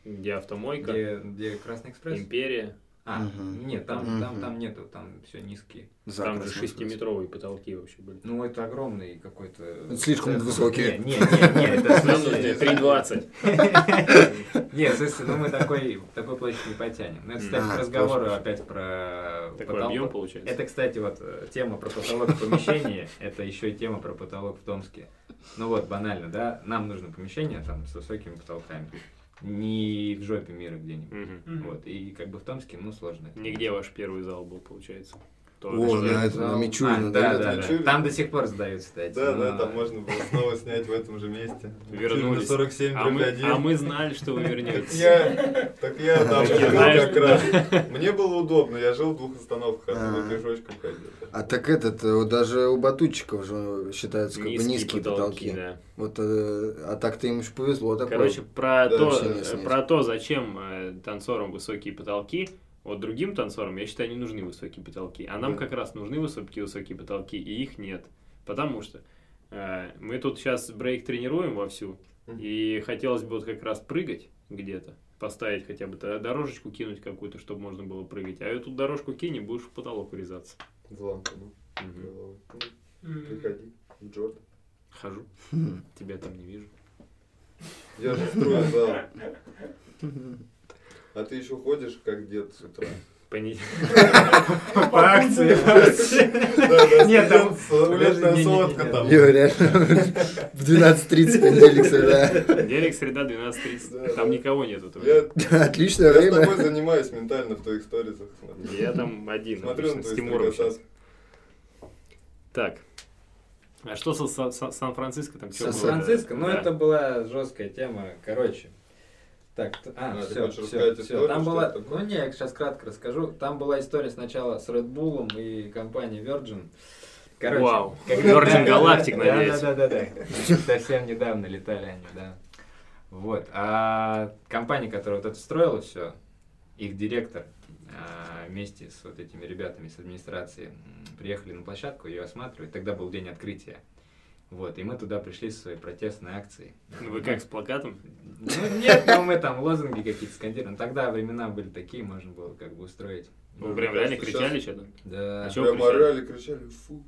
C: Где автомойка,
F: Где, где Красный экспресс?
C: империя,
F: А,
A: Мгм.
F: нет, там, там,
A: Мгм.
F: там нету, там все низкие.
C: там же шестиметровые потолки вообще были.
F: Ну, это огромный какой-то...
A: Это слишком высокие.
F: Не, не, не, не, *laughs* это в
C: Нам
F: смысле-
C: нужны 3,20.
F: Нет, в смысле, ну мы такой, такой площадь не потянем. Но это, кстати,
A: А,
F: к разговору
A: точно.
F: опять про
C: Такой
F: потолок.
C: объем получается.
F: Это, кстати, вот э, тема про потолок в помещении, это еще и тема про потолок в Томске. Ну вот, банально, да, нам нужно помещение там с высокими потолками. Не в жопе мира где-нибудь.
C: Мгм.
B: Мгм.
F: Вот, и как бы в Томске, ну, сложно. это
C: Нигде ваш первый зал был, получается. То
A: О,
C: есть,
A: да,
C: э,
A: это на
F: А,
A: Мичурина,
F: да,
A: да,
F: да,
E: это?
F: да. Там до сих пор сдают, кстати.
E: Да, да,
F: но-
E: там можно было снова снять в этом же месте. Типа
C: Вернулись.
E: На 47
C: А мы,
E: дробь один.
C: а мы знали, что вы
E: Так
C: вернетесь.
E: я, так я
C: *laughs*
E: там
C: Я
E: жил
C: знаю,
E: как раз. Мне было удобно, я жил в двух остановках, а
A: А.
E: ты пешочком ходил.
A: А так этот, э, вот даже у батутчиков же э, считаются как бы низкие потолки.
C: да.
A: Вот, э, а так-то им еще повезло такое. *laughs*
C: Короче, про, то,
E: Да,
C: э,
E: вообще
A: не снять.
C: про то, зачем э, танцорам высокие потолки, вот другим танцорам, я считаю, не нужны высокие потолки. А нам
E: Да.
C: как раз нужны высокие высокие потолки, и их нет. Потому что э, мы тут сейчас брейк тренируем вовсю,
E: Мгм.
C: и хотелось бы вот как раз прыгать где-то, поставить хотя бы та- дорожечку кинуть какую-то, чтобы можно было прыгать. А эту дорожку кинь, и будешь в потолок врезаться.
E: Зламка, ну.
C: Мгм.
E: Головой. Ну,
B: М.
E: Приходи, Джордан.
C: Хожу,
E: Хм.
C: тебя там не вижу.
E: Я же строю
F: *laughs*
E: зал. А ты еще ходишь, как дед с утра.
C: Понедельник.
F: По акции. *laughs* Нет, там-
E: Улетная
F: Не-не-не-не.
E: сотка там.
A: Йо, реально. *laughs* В 12.30 понедельник среда.
C: Понедельник, среда, 12.30.
E: Да,
C: Там
E: да.
C: никого нету тоже.
E: Я
A: Отличное
E: я с тобой
A: время.
E: занимаюсь ментально в твоих сторисах. смотрю.
C: Я там один,
E: Смотрю ну,
C: обычно,
E: на
C: с
E: твои
C: Тимуром сейчас.
E: стрекотатки.
C: Так. А что со Са- Са- Сан-Франциско там? чё было?
F: Сан-Франциско, ну
C: Да.
F: это была жесткая тема, короче. Так, т- а,
E: А, ты
F: все,
E: хочешь рассказать историю,
F: Там
E: что
F: была,
E: это такое?
F: ну не, я сейчас кратко расскажу. Там была история сначала с Red Bull и компанией Virgin. Короче,
C: Вау.
F: когда-
C: Virgin Galactic,
F: Да,
C: надеюсь.
F: Да, да, да, да. Совсем недавно летали они, да. Вот. А компания, которая вот это строила все, их директор а, вместе с вот этими ребятами с администрации м, приехали на площадку ее осматривать. Тогда был день открытия. Вот, и мы туда пришли со своей протестной акцией.
C: Ну, Вы как, с плакатом?
F: Ну, нет, но мы там лозунги какие-то скандировали. Ну, Тогда времена были такие, можно было как бы устроить.
C: Вы
E: Ну,
C: прям
E: мне
C: реально
E: кажется, сейчас-
C: кричали что-то?
F: Да.
C: А чё
E: Прям
C: кричали?
E: орали, кричали, фу.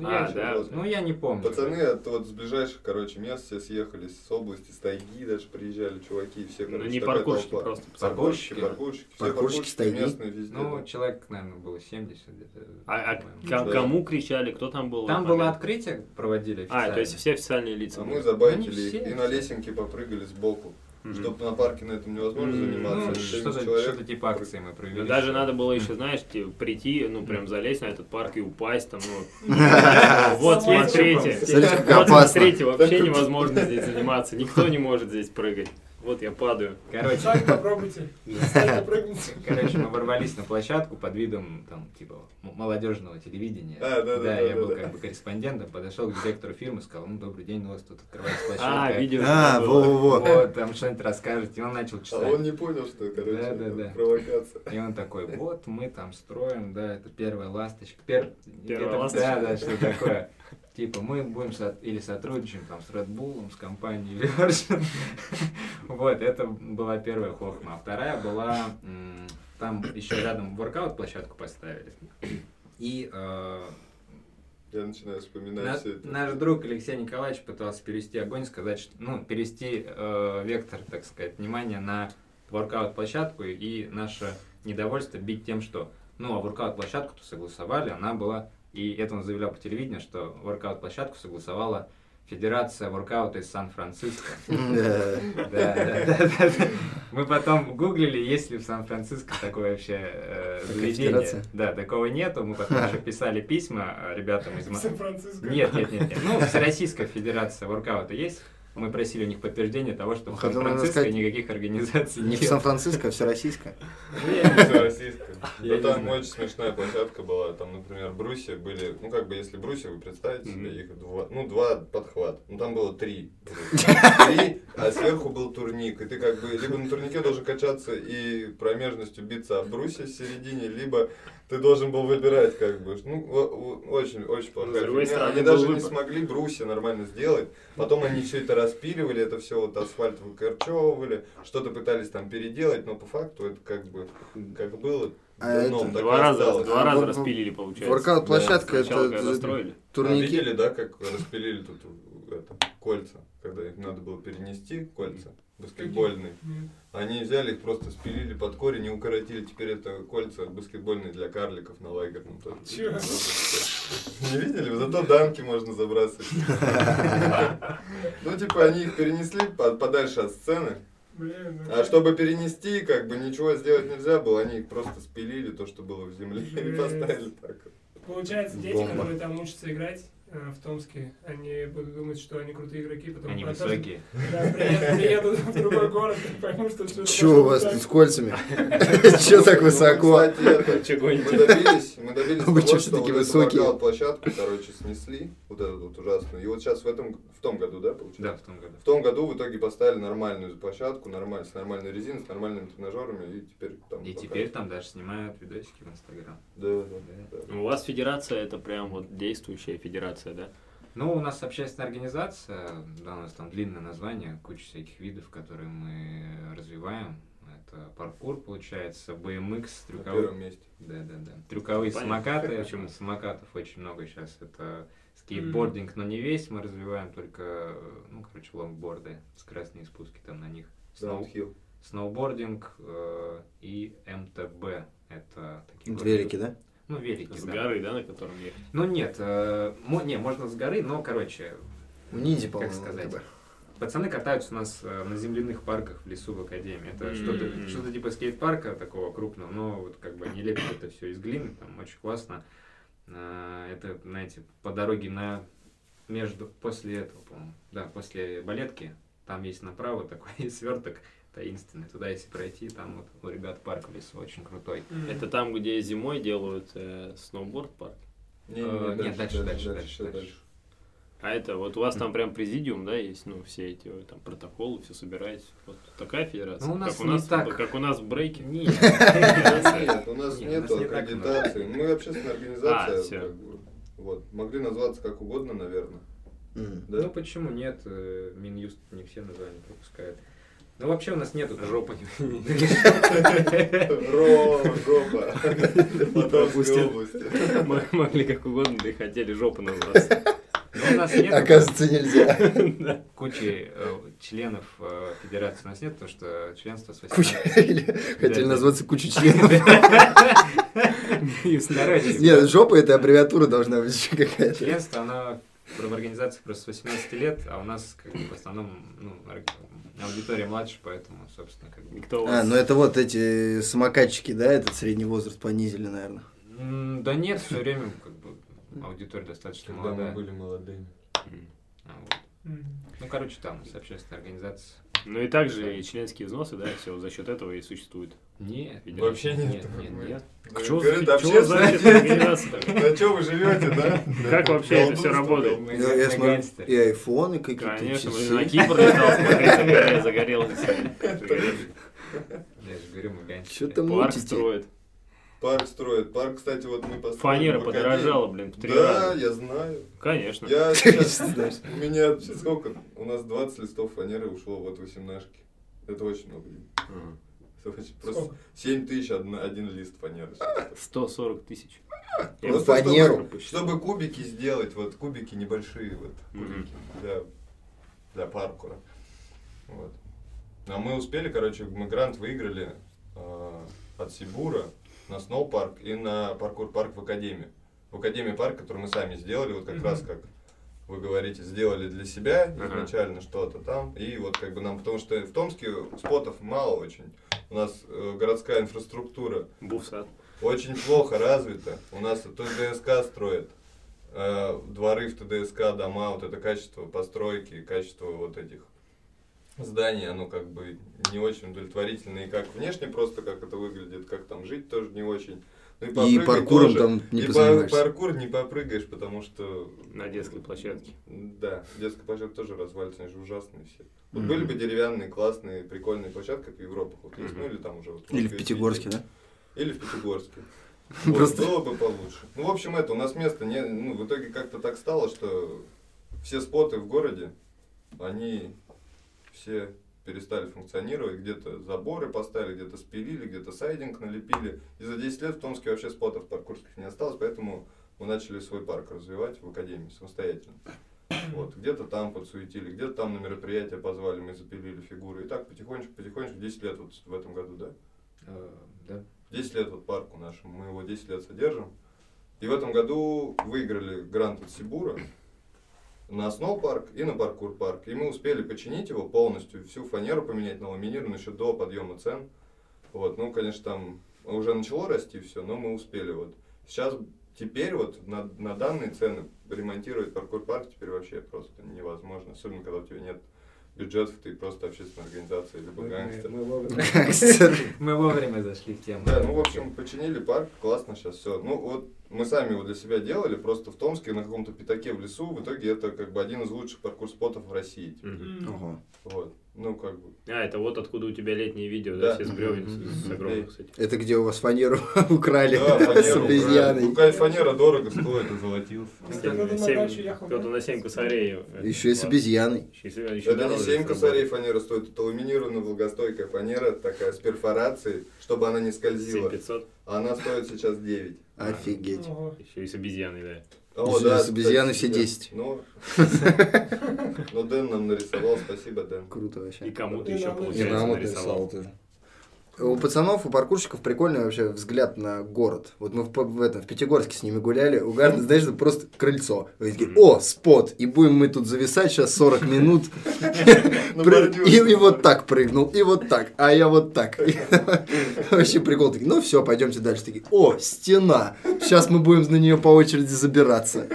F: Ну,
C: А,
F: я,
C: да.
E: вот.
F: ну, я не помню.
E: Пацаны от вот с ближайших, короче, мест все съехались, с области, с тайги даже приезжали, чуваки, все,
C: Ну,
E: короче,
C: не
E: такая
C: паркурщики
E: толпа.
C: просто. пацаны.
E: Паркурщики,
F: Паркурщики?
E: паркурщики, все
A: Паркурщики с
E: паркурщики
A: тайги?
E: местные везде.
F: Ну,
E: да.
F: человек, наверное, было 70 где-то.
C: А, а
F: по-моему.
C: ко-
E: Да.
C: кому кричали? Кто там был?
F: Там
C: Вот
F: было
C: момент.
F: открытие, проводили
C: А,
F: официально.
C: то есть все официальные лица.
E: а
C: были.
E: мы забайтили
F: Ну, не
E: их
F: все,
E: и
F: не
E: на
F: все.
E: лесенке попрыгали сбоку,
C: Мгм.
E: чтобы на парке на этом невозможно
C: М,
E: заниматься.
F: Ну,
E: а семь
F: что-то,
E: человек
F: что-то типа акции мы провели.
C: Ну, даже надо было еще, знаешь, типа, прийти, ну, прям залезть на этот парк и упасть там, ну. Вот,
F: Сломать
C: смотрите.
F: руку.
A: Смотрите, как
C: Вот,
A: опасно.
C: смотрите, вообще невозможно здесь заниматься. Никто не может здесь прыгать. Вот я падаю.
F: Короче,
B: Так, попробуйте. Сами прыгните.
F: короче, мы ворвались на площадку под видом там типа м- молодежного телевидения.
E: А, да, да, да,
F: я
E: да,
F: был
E: да.
F: как бы корреспондентом, подошел к директору фирмы, сказал, ну добрый день, у вас тут открывается площадка.
C: А, видео.
A: А,
C: было.
A: во-во-во.
F: Вот, там что-нибудь расскажете. И он начал
E: А
F: читать.
E: он не понял, что, короче,
F: Да, да, да.
E: провокация.
F: И он такой, вот мы там строим, да, это первая ласточка. Пер...
C: Первая
F: это-
C: ласточка?
F: Да, да, что такое. Типа, мы будем со- или сотрудничаем там с Red Bull, с компанией Virgin. Вот, это была первая хохма. А вторая была, м, там еще рядом воркаут-площадку поставили. И э,
E: Я начинаю вспоминать
F: на-
E: все это.
F: наш друг Алексей Николаевич пытался перевести огонь, сказать, что, ну, перевести э, вектор, так сказать, внимания на воркаут-площадку и наше недовольство бить тем, что, ну, а воркаут-площадку-то согласовали, она была, и это он заявлял по телевидению, что воркаут-площадку согласовала Федерация воркаута из Сан-Франциско.
A: Да.
F: Да, да, да, да, да. Мы потом гуглили, есть ли в Сан-Франциско такое вообще э,
A: Такая
F: заведение.
A: федерация?
F: Да, такого нету.
A: *laughs*
F: Мы потом еще писали письма э, ребятам из Ма-
B: Сан-Франциско.
F: нет, нет, нет, нет. Ну, Всероссийская Федерация воркаута есть. Мы просили у них подтверждение того, что
A: Ну,
F: в
A: хотел, наверное,
F: Сан-Франциско
A: сказать,
F: никаких организаций
A: Не
F: нет.
A: в Сан-Франциско, а всероссийское.
F: Ну, я не знаю.
E: Российская.
F: *laughs* Я
E: Да
F: не
E: там
F: знаю.
E: очень смешная площадка была. Там, например, брусья были, ну как бы если брусья, вы представите себе,
C: Мгм.
E: их два, ну два подхват. Ну там было три. Три, а сверху был турник. И ты как бы либо на турнике должен качаться и промежностью биться об брусья в середине, либо ты должен был выбирать как бы. Ну, о- о- очень, очень
C: Ну, с
E: плохая
C: другой
E: фигня.
C: стороны,
E: Они
C: был
E: даже не
C: выбор.
E: смогли брусья нормально сделать. Потом они все это распиливали, это все вот асфальт выкорчевывали, что-то пытались там переделать, но по факту это как бы как было
A: А
E: дном,
A: это-
E: так
C: Два
E: и
C: раза,
E: осталось.
C: два
A: А,
C: раза
A: вор-
C: распилили, получается.
A: Воркаут-площадка
C: Да. Сначала, когда
A: это
C: строили.
E: А,
A: турники.
E: видели, да, как распилили тут э, это, кольца, когда их надо было перенести, кольца баскетбольные.
B: Нет.
E: Они взяли их, просто спилили под корень и укоротили. Теперь это кольца баскетбольные для карликов на лагерном тоже.
B: Чё?
E: Не видели? Зато дамки можно забрасывать. Ну, типа, они их перенесли по- подальше от сцены.
B: Блин, ну
E: А чтобы перенести, как бы ничего сделать нельзя было. Они их просто спилили, то, что было в земле, и поставили так.
B: Получается, дети,
A: Бомба.
B: которые там учатся играть э, в Томске, они будут думать, что они крутые игроки, потом
F: Они
B: продажи-
F: высокие.
B: *laughs* Да, приедут, приедут в другой город и поймут, что все
A: Чё у вас тут с кольцами? *laughs* Чё так
E: Ну,
A: высоко?
E: кстати, это,
C: Чё
E: Мы
C: гоните?
E: добились, мы добились
A: Вы чё
E: того, что
A: всё-таки
E: вот эту
A: высокие?
E: воркаут-площадку, короче, снесли, вот эту вот ужасную. И вот сейчас в этом, в том году, да,
F: Да,
E: получается?
F: в том году.
E: В том году в итоге поставили нормальную площадку, нормаль, с нормальной резиной, с нормальными тренажерами, и теперь там...
F: И
E: пока-
F: теперь там даже снимают видосики в Инстаграм.
E: Да, да, да.
C: У вас федерация, это прям вот действующая федерация, да?
F: Ну, у нас общественная организация, да, у нас там длинное название, куча всяких видов, которые мы развиваем. Это паркур, получается, BMX,
E: На
F: трюковой
E: первом месте.
F: Да, да, да. звуковые
C: Понятно.
F: самокаты.
C: Почему?
F: Самокатов очень много сейчас. Это скейтбординг, но не весь. Мы развиваем только, э, ну, короче, лонгборды, скоростные спуски там на них. Сноу-
E: Даунхилл.
F: Сноубординг э, и МТБ. Это такие... вот-
A: Велики, да?
F: Ну, велики,
C: С
F: да.
C: горы, да, на котором ехать.
F: Ну, нет, э, мо- не, можно с горы, но, короче,
A: Ниндзя,
F: как
A: по-моему.
F: сказать.
A: такая.
F: Пацаны катаются у нас э, на земляных парках в лесу в академии. Это
C: М.
F: что-то, что-то типа скейт-парка такого крупного, но вот как бы они лепят это все из глины, там очень классно. А, Это, знаете, по дороге на между после этого, по-моему, да, после балетки, там есть направо такой *laughs* сверток таинственный. Туда если пройти, там вот у ребят парк в лесу очень крутой.
C: Это там, где зимой делают э, сноуборд-парк.
E: Не,
F: Э, нет, дальше, дальше, дальше,
C: А это вот у вас там прям президиум, да, есть, ну, все эти э, там протоколы, все собираетесь. Вот такая федерация.
F: Ну, у нас
C: как у
F: не
C: нас,
F: так.
C: Как у нас в брейке.
E: Нет, у нас
F: Нет, у нас
E: нет
F: не так
E: аккредитации. Мы общественная
C: А, всё.
E: организация. как бы. Вот. Могли назваться как угодно, наверное.
A: М.
F: *laughs*
E: Да?
F: Ну почему нет? Э, Минюст не все названия пропускает. Ну вообще у нас нету там-
C: Жопа
F: *laughs*
C: не-
E: Ро, жопа. Подольской
C: пропустил.
E: области.
C: *laughs* Мы могли как угодно, да и хотели жопу назваться.
F: Ну, У нас нет
A: Оказывается, нельзя. *laughs*
C: Да.
F: кучи э, членов э, федерации у нас нет, потому что членство с
A: Куча.
F: 18.
A: Хотели
F: да.
A: назваться куча членов.
F: И с наращиванием.
A: Нет, жопа это аббревиатура должна быть ещё какая-то.
F: Членство, оно в в организации просто с 18 лет, а у нас как бы в основном ну, ор- аудитория младше, поэтому, собственно, как бы...
C: Никто у
A: А,
C: вас...
A: ну это вот эти самокатчики, да, этот средний возраст понизили, наверное.
F: М, Да нет, все время как бы аудитория достаточно
E: Когда мы
F: молодая.
E: были молодыми.
F: А, вот.
B: М.
F: Ну, короче, там, с общественной организацией.
C: Ну и также и членские взносы, да, все за счет этого и существует.
F: Нет,
E: Вообще нет
F: Нет,
E: такого.
F: нет, нет.
C: Нет?
E: Да,
C: А Чё за
E: говорит, Э, да,
C: чё за
E: общественная-
C: организация?
E: *laughs* На чем вы живете, да?
C: Как вообще это
E: Колдунство,
C: всё работает?
F: Мы
A: Я,
F: как
A: Ну, я
F: на
A: смотрю,
F: гангстере.
A: и айфоны какие-то.
C: Конечно,
A: часы.
C: блин, на Кипр летал, смотри, загорел- загорелся. Загорелся.
F: Я же говорю, мы гангстеры.
A: Чё там
C: Парк
A: мутите?
C: строит.
E: Парк строят. Парк, кстати, вот мы построили.
C: Фанера
E: в Академии.
C: подорожала, блин, в три
E: ну, Да,
C: раза.
E: я знаю.
C: Конечно. *laughs*
E: Я
A: Ты
E: сейчас,
A: что знаешь?
E: у меня сколько? У нас 20 листов фанеры ушло вот восемнашки. Это очень много.
C: Мгм.
E: Это очень-
B: Сколько?
E: Просто 7 тысяч одна- один лист фанеры. сейчас.
C: 140 тысяч. Я
E: Ну, Просто
C: быстро
A: фанеру.
C: посчитал.
E: Чтобы кубики сделать, вот кубики небольшие, вот
C: Мгм.
E: кубики для, для паркура. Вот. А мы успели, короче, мы грант выиграли э, от Сибура на сноу-парк и на паркур-парк в Академии. В Академии парк, который мы сами сделали, вот как
B: Мгм.
E: раз как вы говорите, сделали для себя
C: Ага.
E: изначально что-то там. И вот как бы нам, потому что в Томске спотов мало очень. У нас э, городская инфраструктура
C: Буфсат.
E: очень плохо развито. У нас ТДСК строят. Э, Дворы в ТДСК, дома, вот это качество постройки, качество вот этих зданий, оно как бы не очень удовлетворительное. И как внешне просто, как это выглядит, как там жить тоже не очень. Ну
A: И
E: попрыгать
A: паркуром
E: тоже.
A: там не
E: И пар-
A: позанимаешься.
E: паркур не попрыгаешь, потому что...
C: На детской площадке.
E: Да, детская площадка тоже развалится, они же ужасные все. Вот
A: Мгм.
E: были бы деревянные, классные, прикольные площадки, как в Европах вот есть, ну или там уже... Вот,
A: Или в
E: Москве
A: Пятигорске,
E: *laughs*
A: да?
E: или в Пятигорске. Вот,
A: Просто-
E: Было бы получше. Ну, в общем, это, у нас место не... Ну, в итоге как-то так стало, что все споты в городе, они все перестали функционировать. Где-то заборы поставили, где-то спилили, где-то сайдинг налепили. И за 10 лет в Томске вообще спотов паркурских не осталось, поэтому мы начали свой парк развивать в академии самостоятельно. Вот, где-то там подсуетили, где-то там на мероприятие позвали, мы запилили фигуры. И так потихонечку, потихонечку, 10 лет вот в этом году, да?
F: Э, Да.
E: 10 лет вот парку нашему, мы его 10 лет содержим. И в этом году выиграли грант от Сибура на сноу-парк и на паркур-парк. И мы успели починить его полностью, всю фанеру поменять на ламинированную еще до подъема цен. Вот, ну, конечно, там уже начало расти все, но мы успели вот. Сейчас, теперь вот на, на данные цены ремонтировать паркур-парк теперь вообще просто невозможно. Особенно, когда у тебя нет бюджетов, ты просто общественная организация, либо гангстер.
F: Мы
A: *laughs*
F: вовремя-
A: Гангстер.
F: мы вовремя зашли в тему.
E: Да, ну, в общем, починили парк, классно сейчас все. Ну, вот мы сами его для себя делали, просто в Томске на каком-то пятаке в лесу. В итоге это как бы один из лучших паркур-спотов в России. типа.
C: Мгм.
A: Ого.
E: Вот, ну, как бы.
C: А, это вот откуда у тебя летние видео, да,
E: Да.
C: все с бревен,
A: Мгм.
C: с- с огромных, кстати.
A: Это где у вас фанеру *laughs* украли
E: Да, фанеру
A: с
E: убрали. Ну,
A: обезьяной?
E: конечно, фанера дорого стоит,
A: *laughs*
E: золотился.
B: Кто-то на дачу ехал,
C: Кто-то
B: да?
C: на 7 косарей. э,
A: Еще и с
C: ладно.
A: обезьяной.
C: Еще и с- еще
E: Это не
C: дороже
E: 7
C: сработало.
E: косарей фанера стоит, это ламинированная влагостойкая фанера, такая с перфорацией, чтобы она не скользила.
C: 7500.
E: а она стоит сейчас 9.
A: Офигеть.
B: Ого.
C: Еще и с обезьяной, да.
A: Если с обезьяны все 10.
E: Ну, но Дэн нам нарисовал, спасибо, Дэн.
A: Круто вообще.
C: И кому-то
B: И
C: еще,
B: нам вот-
A: И
C: получается,
A: нам вот
C: нарисовал.
A: нарисовал тоже. У пацанов, у паркурщиков прикольный вообще взгляд на город. Вот мы в, П- в этом, в Пятигорске с ними гуляли, у Гарна, знаешь, это просто крыльцо. Они такие, о, спот, и будем мы тут зависать сейчас
C: *laughs*
A: 40 минут.
E: На
A: Пры-
E: бордюр.
A: И и вот так прыгнул, и вот так, а я вот так. *laughs* Вообще прикол. Такие, ну все, пойдемте дальше. Такие, о, стена, сейчас мы будем на нее по очереди забираться.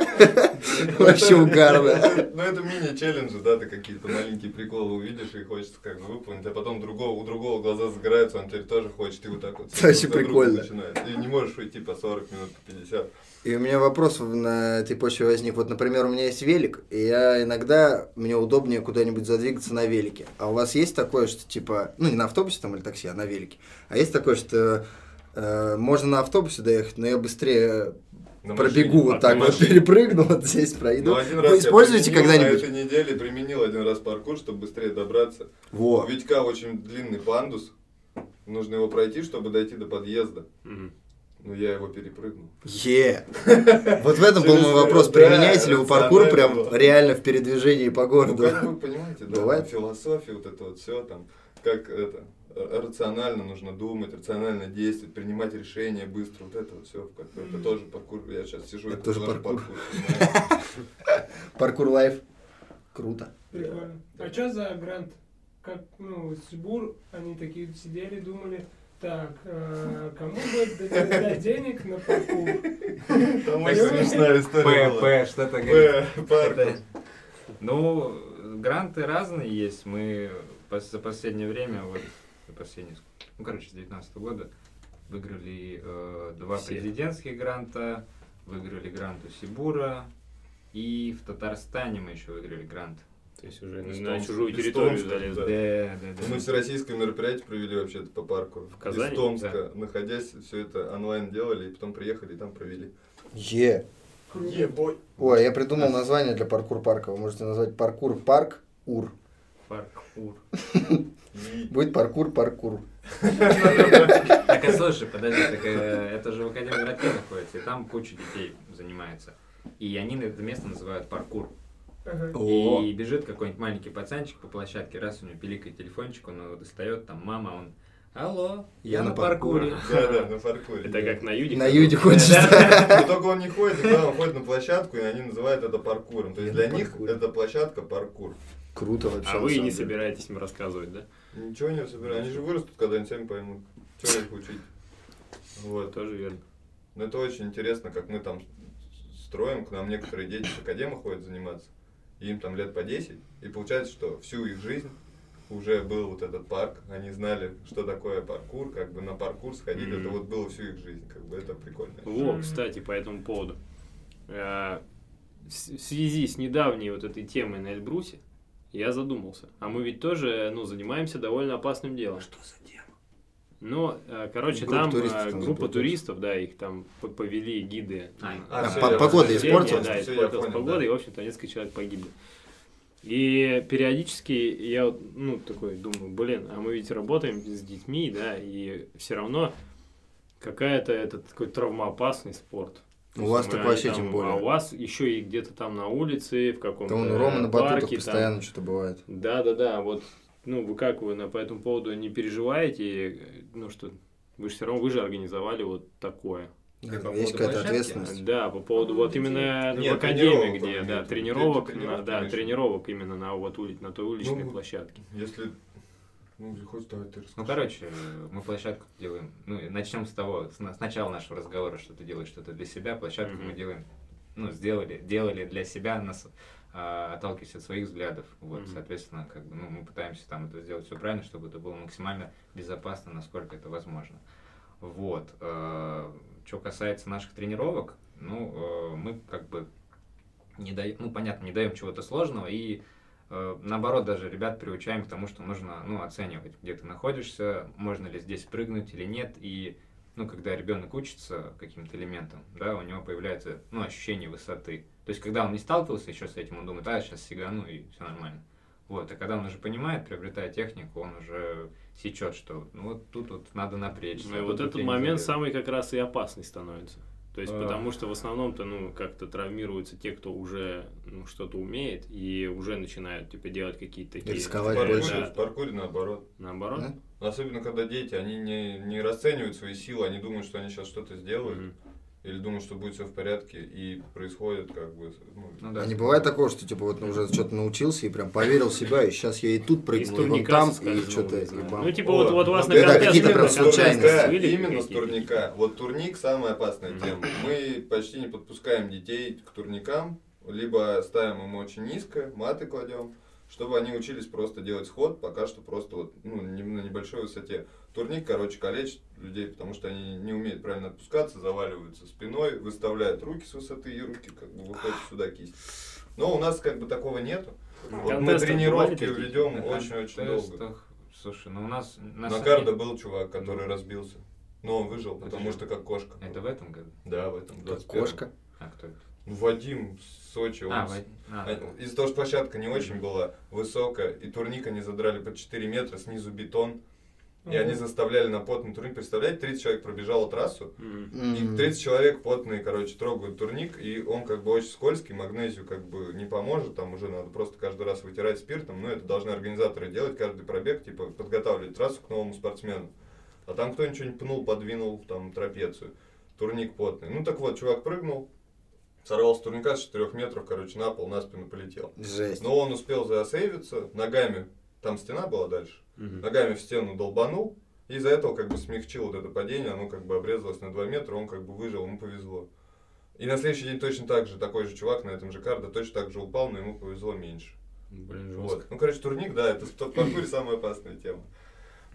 A: *laughs* Вообще угарно.
E: Ну, это мини-челленджи, да, ты какие-то маленькие приколы увидишь и хочется как бы выполнить, а потом другого, у другого глаза загораются, он теперь тоже хочет, и вот так вот.
A: Это вообще
E: друг за другом
A: прикольно.
E: начинает. И не можешь уйти по 40 минут, по 50.
A: И у меня вопрос в- на этой почве возник. Вот, например, у меня есть велик, и я иногда, мне удобнее куда-нибудь задвигаться на велике. А у вас есть такое, что типа, ну не на автобусе там или такси, а на велике. А есть такое, что э, можно на автобусе доехать, но я быстрее
E: На
A: пробегу
E: машине.
A: вот так
C: на
A: вот,
C: машине.
A: перепрыгну, вот здесь пройду.
E: Ну, один раз
A: Вы
E: я а
A: используете
E: применил
A: когда-нибудь?
E: На этой неделе применил один раз паркур, чтобы быстрее добраться. У
A: Во.
E: Витька очень длинный пандус, нужно его пройти, чтобы дойти до подъезда.
C: Мгм.
E: Но я его перепрыгнул. *laughs*
A: Е. Вот в этом был мой
E: Через-
A: вопрос.
E: да,
A: Применяете ли вы паркур
E: рационально
A: прям
E: было.
A: реально в передвижении по
E: Ну,
A: городу?
E: как вы понимаете, да,
A: Бывает.
E: там философия, вот это вот все там, как это, э, рационально нужно думать, рационально действовать, принимать решения быстро, вот это вот все, это тоже паркур, я сейчас сижу,
A: Это тоже паркур.
E: понимаете?
A: Паркур лайф. Круто.
B: Прикольно. А что за грант? Как, ну, Сибур, они такие сидели, думали, так, э, кому бы дать дать денег на паркур?
E: Там очень смешная история
F: П,
E: была.
F: П, что-то говорит.
E: П, паркур.
F: Ну, гранты разные есть. Мы пос- за последнее время, вот, за последние, ск- ну, короче, с 2019 года выиграли э, два
C: Все.
F: президентских гранта, выиграли грант у Сибура, и в Татарстане мы еще выиграли грант.
C: То есть уже на- на
E: Эстонск-
C: чужую территорию
E: эстонском,
C: залез.
E: да.
F: Да, да, да.
E: Мы всероссийское мероприятие провели вообще-то по парку.
C: В Казани?
E: Из Томска,
F: Да.
E: находясь, все это онлайн делали, и потом приехали и там провели.
A: Е.
B: Круто.
A: Ой, я придумал название для паркур парка. Вы можете назвать паркур парк ур.
F: Паркур.
E: И-
A: Будет паркур паркур.
F: Так, а слушай, подожди, так, э, это же в Академгородке находится, и там куча детей занимается. И они на это место называют паркур.
B: Ага.
F: И бежит какой-нибудь маленький пацанчик по площадке, раз у него пиликает телефончик, он его достает, там мама, он «Алло, я, на паркуре».
E: Да, да, на паркуре.
C: Это как на юде.
A: На
C: ходил?
A: юде хочется.
E: *laughs* Но только он не ходит, никуда, он ходит на площадку, и они называют это паркуром. То есть
A: Я
E: для
A: на
E: них
A: паркуре.
E: эта площадка паркур.
A: Круто вообще.
C: А
A: на
C: вы и
A: самом
C: не
A: деле.
C: собираетесь им рассказывать, да?
E: Ничего не собирают. Они же вырастут, когда они сами поймут, чего их учить. Вот.
C: Тоже верно.
E: Но это очень интересно, как мы там строим. К нам некоторые дети с академы ходят заниматься. и Им там лет по 10. И получается, что всю их жизнь уже был вот этот парк. Они знали, что такое паркур. Как бы на паркур сходить,
C: Мгм.
E: это вот было всю их жизнь. Как бы это прикольно.
C: Во,
B: Мгм.
C: кстати, по этому поводу. Э, В с- в связи с недавней вот этой темой на Эльбрусе, я задумался. А мы ведь тоже, ну, занимаемся довольно опасным делом. Что за тема? Ну, э, короче,
A: Группа
C: там э,
A: туристов там
C: группа
A: запуталась.
C: туристов, да, их там п- повели гиды.
F: А,
C: Ну,
A: А,
E: всё,
A: по-
E: я
A: погода
E: понял.
A: испортилась?
C: Да,
E: Всё, я
C: испортилась
E: понял,
C: погода,
E: да.
C: и, в общем-то, несколько человек погибли. И периодически я, вот, ну, такой думаю, блин, а мы ведь работаем с детьми, да, и все равно какая-то это такой травмоопасный спорт.
A: У
C: То есть
A: вас
C: мы-
A: так
C: они
A: вообще
C: там-
A: тем более.
C: А у вас еще и где-то там на улице, в каком-то
A: Там у Ромы на батутах
C: парке. э, там.
A: постоянно что-то бывает.
C: Да, да, да. Вот, ну, вы как вы на, по этому поводу не переживаете? э, Ну, что вы же все равно, вы же организовали вот такое.
A: Да,
F: по
A: Есть
F: поводу
A: какая-то
F: площадки?
A: ответственность.
C: Да, по поводу вот
B: Где?
C: именно
E: Нет,
C: в академии,
E: тренировок,
C: где,
E: по-моему,
C: да,
E: где-то
C: тренировок,
E: тренировки,
C: на- да,
E: конечно.
C: тренировок именно на вот ули- на той уличной
E: Ну,
C: площадке.
E: Если... Ну, если хочешь, давай ты расскажи.
F: Ну, короче, э, мы площадку делаем, ну, начнем с того, с, на- с начала нашего разговора, что ты делаешь что-то для себя, площадку
C: Мгм.
F: мы делаем, ну, сделали, делали для себя, нас, а, отталкиваясь от своих взглядов, вот,
C: Мгм.
F: соответственно, как бы, ну, мы пытаемся там это сделать все правильно, чтобы это было максимально безопасно, насколько это возможно. Вот, что касается наших тренировок, ну, э, мы как бы не даем, ну, понятно, не даем чего-то сложного и Э, наоборот, даже ребят приучаем к тому, что нужно ну, оценивать, где ты находишься, можно ли здесь прыгнуть или нет. И ну, когда ребенок учится каким-то элементом, да, у него появляется ну, ощущение высоты. То есть, когда он не сталкивался еще с этим, он думает, а, сейчас сигану и все нормально. Вот, а когда он уже понимает, приобретая технику, он уже сечет, что ну вот тут вот надо напрячься.
C: Ну, и
F: а
C: вот
F: тут
C: этот
F: я не
C: момент
F: залезу.
C: самый как раз и опасный становится. То есть,
F: А.
C: потому что в основном-то, ну, как-то травмируются те, кто уже, ну, что-то умеет, и уже начинают, типа, делать какие-то такие...
A: рисковать
C: Да,
E: паркуре,
A: больше.
E: в паркуре наоборот.
C: Наоборот?
A: Да?
E: Особенно, когда дети, они не, не расценивают свои силы, они думают, что они сейчас что-то сделают,
C: Мгм.
E: или думают, что будет все в порядке, и происходит как бы... ну,
F: Ну
A: А не бывает такого, что типа вот уже что-то научился и прям поверил в себя, и сейчас я и тут
C: Из
A: прыгну, и вон
C: турника
A: там, и
C: соскользнул,
A: что-то,
C: не
A: и
C: знаю.
A: бам.
C: Ну, типа, вот, вот у вас
E: Вот
C: на
A: это
C: контакте
A: какие-то
C: были
A: прям
C: на
E: с турника,
C: контакте
A: случайности.
C: были
E: Именно с
C: какие-то?
E: турника. Вот турник самая опасная
C: Мгм.
E: тема. Мы почти не подпускаем детей к турникам, либо ставим им очень низко, маты кладем, чтобы они учились просто делать сход, пока что просто вот ну, не- на небольшой высоте. Турник, короче, калечит людей, потому что они не умеют правильно отпускаться, заваливаются спиной, выставляют руки с высоты, и руки как бы выходят сюда кисть. Но у нас как бы такого нету. Вот мы
C: Контесты
E: тренировки
C: бывали такие?
F: На
E: ведем очень-очень долго.
F: контестах, Слушай, ну у нас... На
E: На
F: самом
E: Кардо
F: деле-
E: был чувак, который разбился. Но он выжил,
F: Это
E: потому
F: же-
E: что как кошка.
F: Это в этом году?
E: Да, в этом
A: Как
C: типа,
E: 21-м.
A: кошка.
F: А, кто это?
E: Ну, Вадим с Сочи. он
F: А,
E: с-
F: Вадь- а,
E: а, Из-за того, что площадка не очень была высокая, и турник они задрали по 4 метра, снизу бетон. И они заставляли на потный турник. Представляете, 30 человек пробежало трассу,
C: Мгм.
E: и
A: М.
E: 30 человек потные, короче, трогают турник, и он как бы очень скользкий, магнезию как бы не поможет, там уже надо просто каждый раз вытирать спиртом, но это должны организаторы делать, каждый пробег, типа, подготавливать трассу к новому спортсмену. А там кто ничего не пнул, подвинул там трапецию, турник потный. Ну так вот, чувак прыгнул, сорвался с турника с 4 метров, короче, на пол, на спину полетел.
C: Ну.
A: Жесть.
E: Но он успел засейвиться, ногами, там стена была дальше,
C: Мгм.
E: ногами в стену долбанул, и из-за этого как бы смягчил вот это падение, оно как бы обрезалось на 2 метра, он как бы выжил, ему повезло. И на следующий день точно так же, такой же чувак на этом же карде точно так же упал, но ему повезло меньше.
C: Блин,
E: Вот.
C: жестко.
E: Ну, короче, турник, да, это в паркуре самая опасная тема.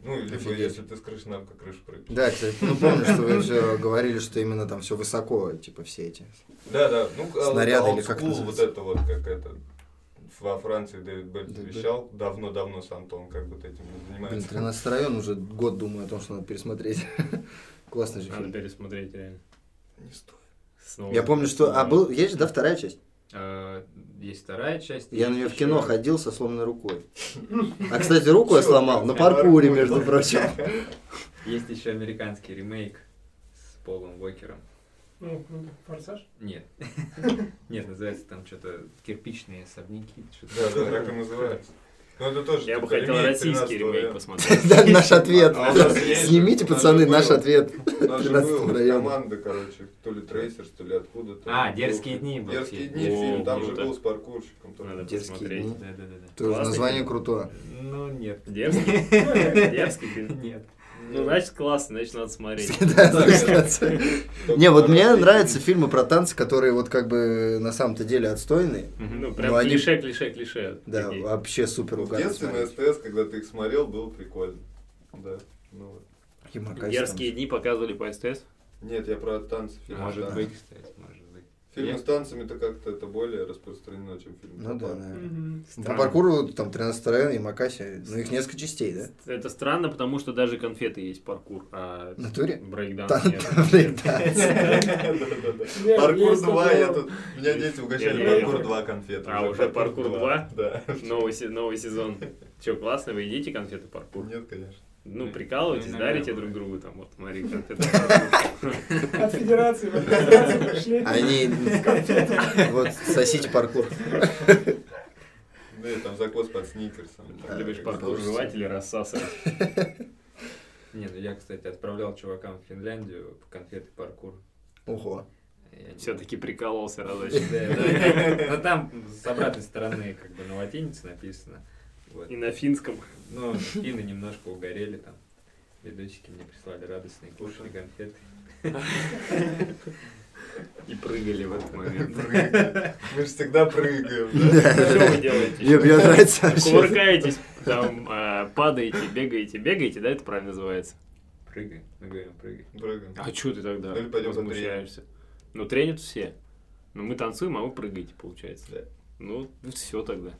E: Ну, либо
A: Офигеть.
E: если ты с крыши на крышу прыгаешь.
A: Да, кстати, ну помню, что вы все говорили, что именно там все высоко, типа все эти.
E: Да, да, ну, а вот
A: Снаряды или как
E: олдскул, вот
A: называется?
E: это вот, как это, во Франции Дэвид Бельт
A: Дэвид Бельт.
E: вещал, давно-давно сам-то он как бы этим не
A: Блин,
E: занимается.
A: 13 район уже год думаю о том, что надо пересмотреть. *laughs* Классный
E: А,
A: же
C: Надо
A: фильм.
C: пересмотреть реально.
E: Не стоит. ну,
C: Снова.
A: Я помню, что... А
C: Снова.
A: был... Есть же, да, вторая часть?
F: э, Есть вторая часть.
A: Я на нее
F: есть
A: в кино
F: еще-
A: ходил со сломанной рукой. А, кстати, руку я
E: Чё,
A: сломал на
E: на
A: паркуре,
E: паркуре.
A: между
E: *laughs*
A: прочим. *laughs*
F: Есть еще американский ремейк с Полом Уокером.
B: Ну, круто. Форсаж?
F: Нет. *laughs* Нет, называется там что-то кирпичные особняки. что-то
E: Да, да,
F: такое.
E: так и называется. Ну, это тоже...
C: Я бы
E: типа
C: хотел
E: ремейк
C: российский
E: 13-го,
C: ремейк
E: да.
C: посмотреть.
A: Да, наш ответ.
E: А у нас есть же,
A: Снимите,
E: у нас же
A: пацаны,
E: было.
A: наш ответ.
E: У нас же
A: 13-го
E: была
A: района.
E: команда, короче, то ли трейсерс, то ли откуда-то.
F: А,
E: Был
F: «Дерзкие
E: фильм.
F: дни» был
E: Дерзкие
F: фильм.
E: дни
C: О,
E: фильм, там же
C: круто.
E: был с паркурщиком. тоже. Ну,
C: Надо
A: Дерзкие
C: посмотреть.
A: дни.
F: Да, да, да, да.
A: Тоже
C: Классный
A: название
C: фильм.
A: крутое.
F: Ну, нет.
C: Дерзкий? Дерзкий фильм.
F: Нет.
C: Ну, значит, классно, значит, надо смотреть.
A: *laughs* Да, слушай,
E: Только
A: Не, вот мне
E: «Дерзкие
A: нравятся
E: дни».
A: фильмы про танцы, которые вот как бы на самом-то деле отстойные.
C: Ну,
A: Ну,
C: прям
A: они-
C: клише, клише, клише.
A: Да,
C: Такие.
A: вообще супер
E: Ну, В
A: угарно
E: детстве на
A: смотреть.
E: СТС, когда ты их смотрел, было прикольно. Да. Ну, вот.
A: Ямакаси
C: Дерзкие дни показывали по СТС.
E: нет, я про танцы фильм.
F: Может быть, кстати, может быть.
E: Фильмы
F: Нет.
E: с танцами-то как-то это более распространено, чем фильмы.
A: там. Ну
E: про
A: да,
E: танцы. *laughs*
A: наверное.
B: Мгм.
A: По
C: Странно.
A: паркуру там 13 район, Ямакаси. Ну их несколько частей, да?
C: Это странно, потому что даже конфеты есть паркур, а
A: В натуре?
C: брейкданс
A: Там-
C: нет.
A: блин, да.
E: Да-да-да.
B: Нет,
E: Паркур
B: есть
E: 2, я
B: такое.
E: тут... Меня дети
C: Я-
E: угощали
C: я- я-
E: паркур 2 конфеты.
C: А, уже «Паркур два»?
E: Да.
C: Новый, се- новый сезон. Че, классно, вы едите конфеты паркур?
E: Нет, конечно.
C: Ну, прикалываетесь,
F: Ну,
C: дарите
F: наверное.
C: друг другу там, вот, смотри, конфеты
A: *laughs*
C: паркур.
B: От федерации в администрацию пришли.
C: А
A: Они... Вот сосите паркур.
E: Да, и Ну, там закос под сникерсом.
A: Да,
C: Любишь
A: как
E: *laughs*
C: паркур
A: получится.
C: жевать или рассасывать?
F: Не, ну я, кстати, отправлял чувакам в Финляндию конфеты паркур.
A: Ого.
F: Я не-
C: Все-таки прикололся разочек.
F: Да, да. Ну там с обратной стороны как бы на латинице написано. Вот.
C: И на финском.
F: Ну, финны немножко угорели там. Ведущики мне прислали радостные кушали конфеты.
C: И прыгали в этот момент.
E: Прыгаем. Мы же всегда прыгаем. да.
C: Что вы делаете?
A: Мне мне нравится вообще.
C: Кувыркаетесь, там э, падаете, бегаете, бегаете, да, это правильно называется?
F: Прыгай. Мы говорим, прыгай.
E: Прыгаем.
C: А что ты тогда
E: Ну или пойдем
C: возмущаешься? Ну, тренят все. Ну, мы танцуем, а вы прыгаете, получается.
E: Да.
C: Ну, все тогда.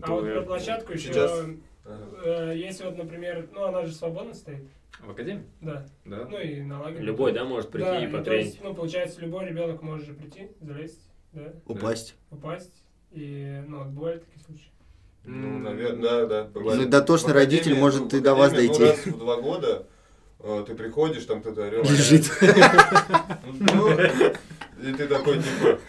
B: А вот про площадку
E: Сейчас.
B: еще,
E: Ага.
B: если вот, например, ну она же свободно стоит,
F: В академии?
B: да,
F: Да.
B: ну и на лагере.
C: Любой, да, может прийти
B: Да,
C: и
B: и то
C: потренить.
B: есть, ну, получается, любой ребенок может же прийти, залезть, да,
A: Упасть.
B: упасть, и, ну, вот бывают такие случаи.
E: Ну, наверное, да, да.
A: Ну, дотошный
E: В академии,
A: родитель
E: ну,
A: может
E: в
A: и до вас
E: академии,
A: дойти.
E: Ну, раз в два года э, ты приходишь, там кто-то орёт. э,
A: Лежит.
E: Ну, и ты такой, типа...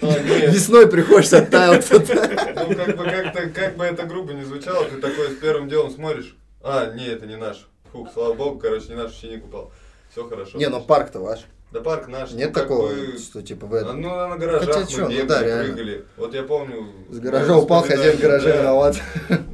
E: «А, нет,
A: Весной приходишь, оттаял кто-то.
E: Ну, как бы, как-то, как бы это грубо не звучало, ты такой с первым делом смотришь. А, не, это не наш. Фух, слава богу, короче, не наш ученик упал. Все хорошо.
A: Не, ну парк-то ваш.
E: Да парк наш.
A: Нет
E: ну, как
A: такого,
E: бы,
A: что типа в этом.
E: Ну, на гаражах
A: Хотя
E: мы
A: чё, ну
E: бегали,
A: да, реально.
E: прыгали. Вот я помню...
A: С гаража упал, хозяин гаража
E: вспоминаю, да.
A: виноват.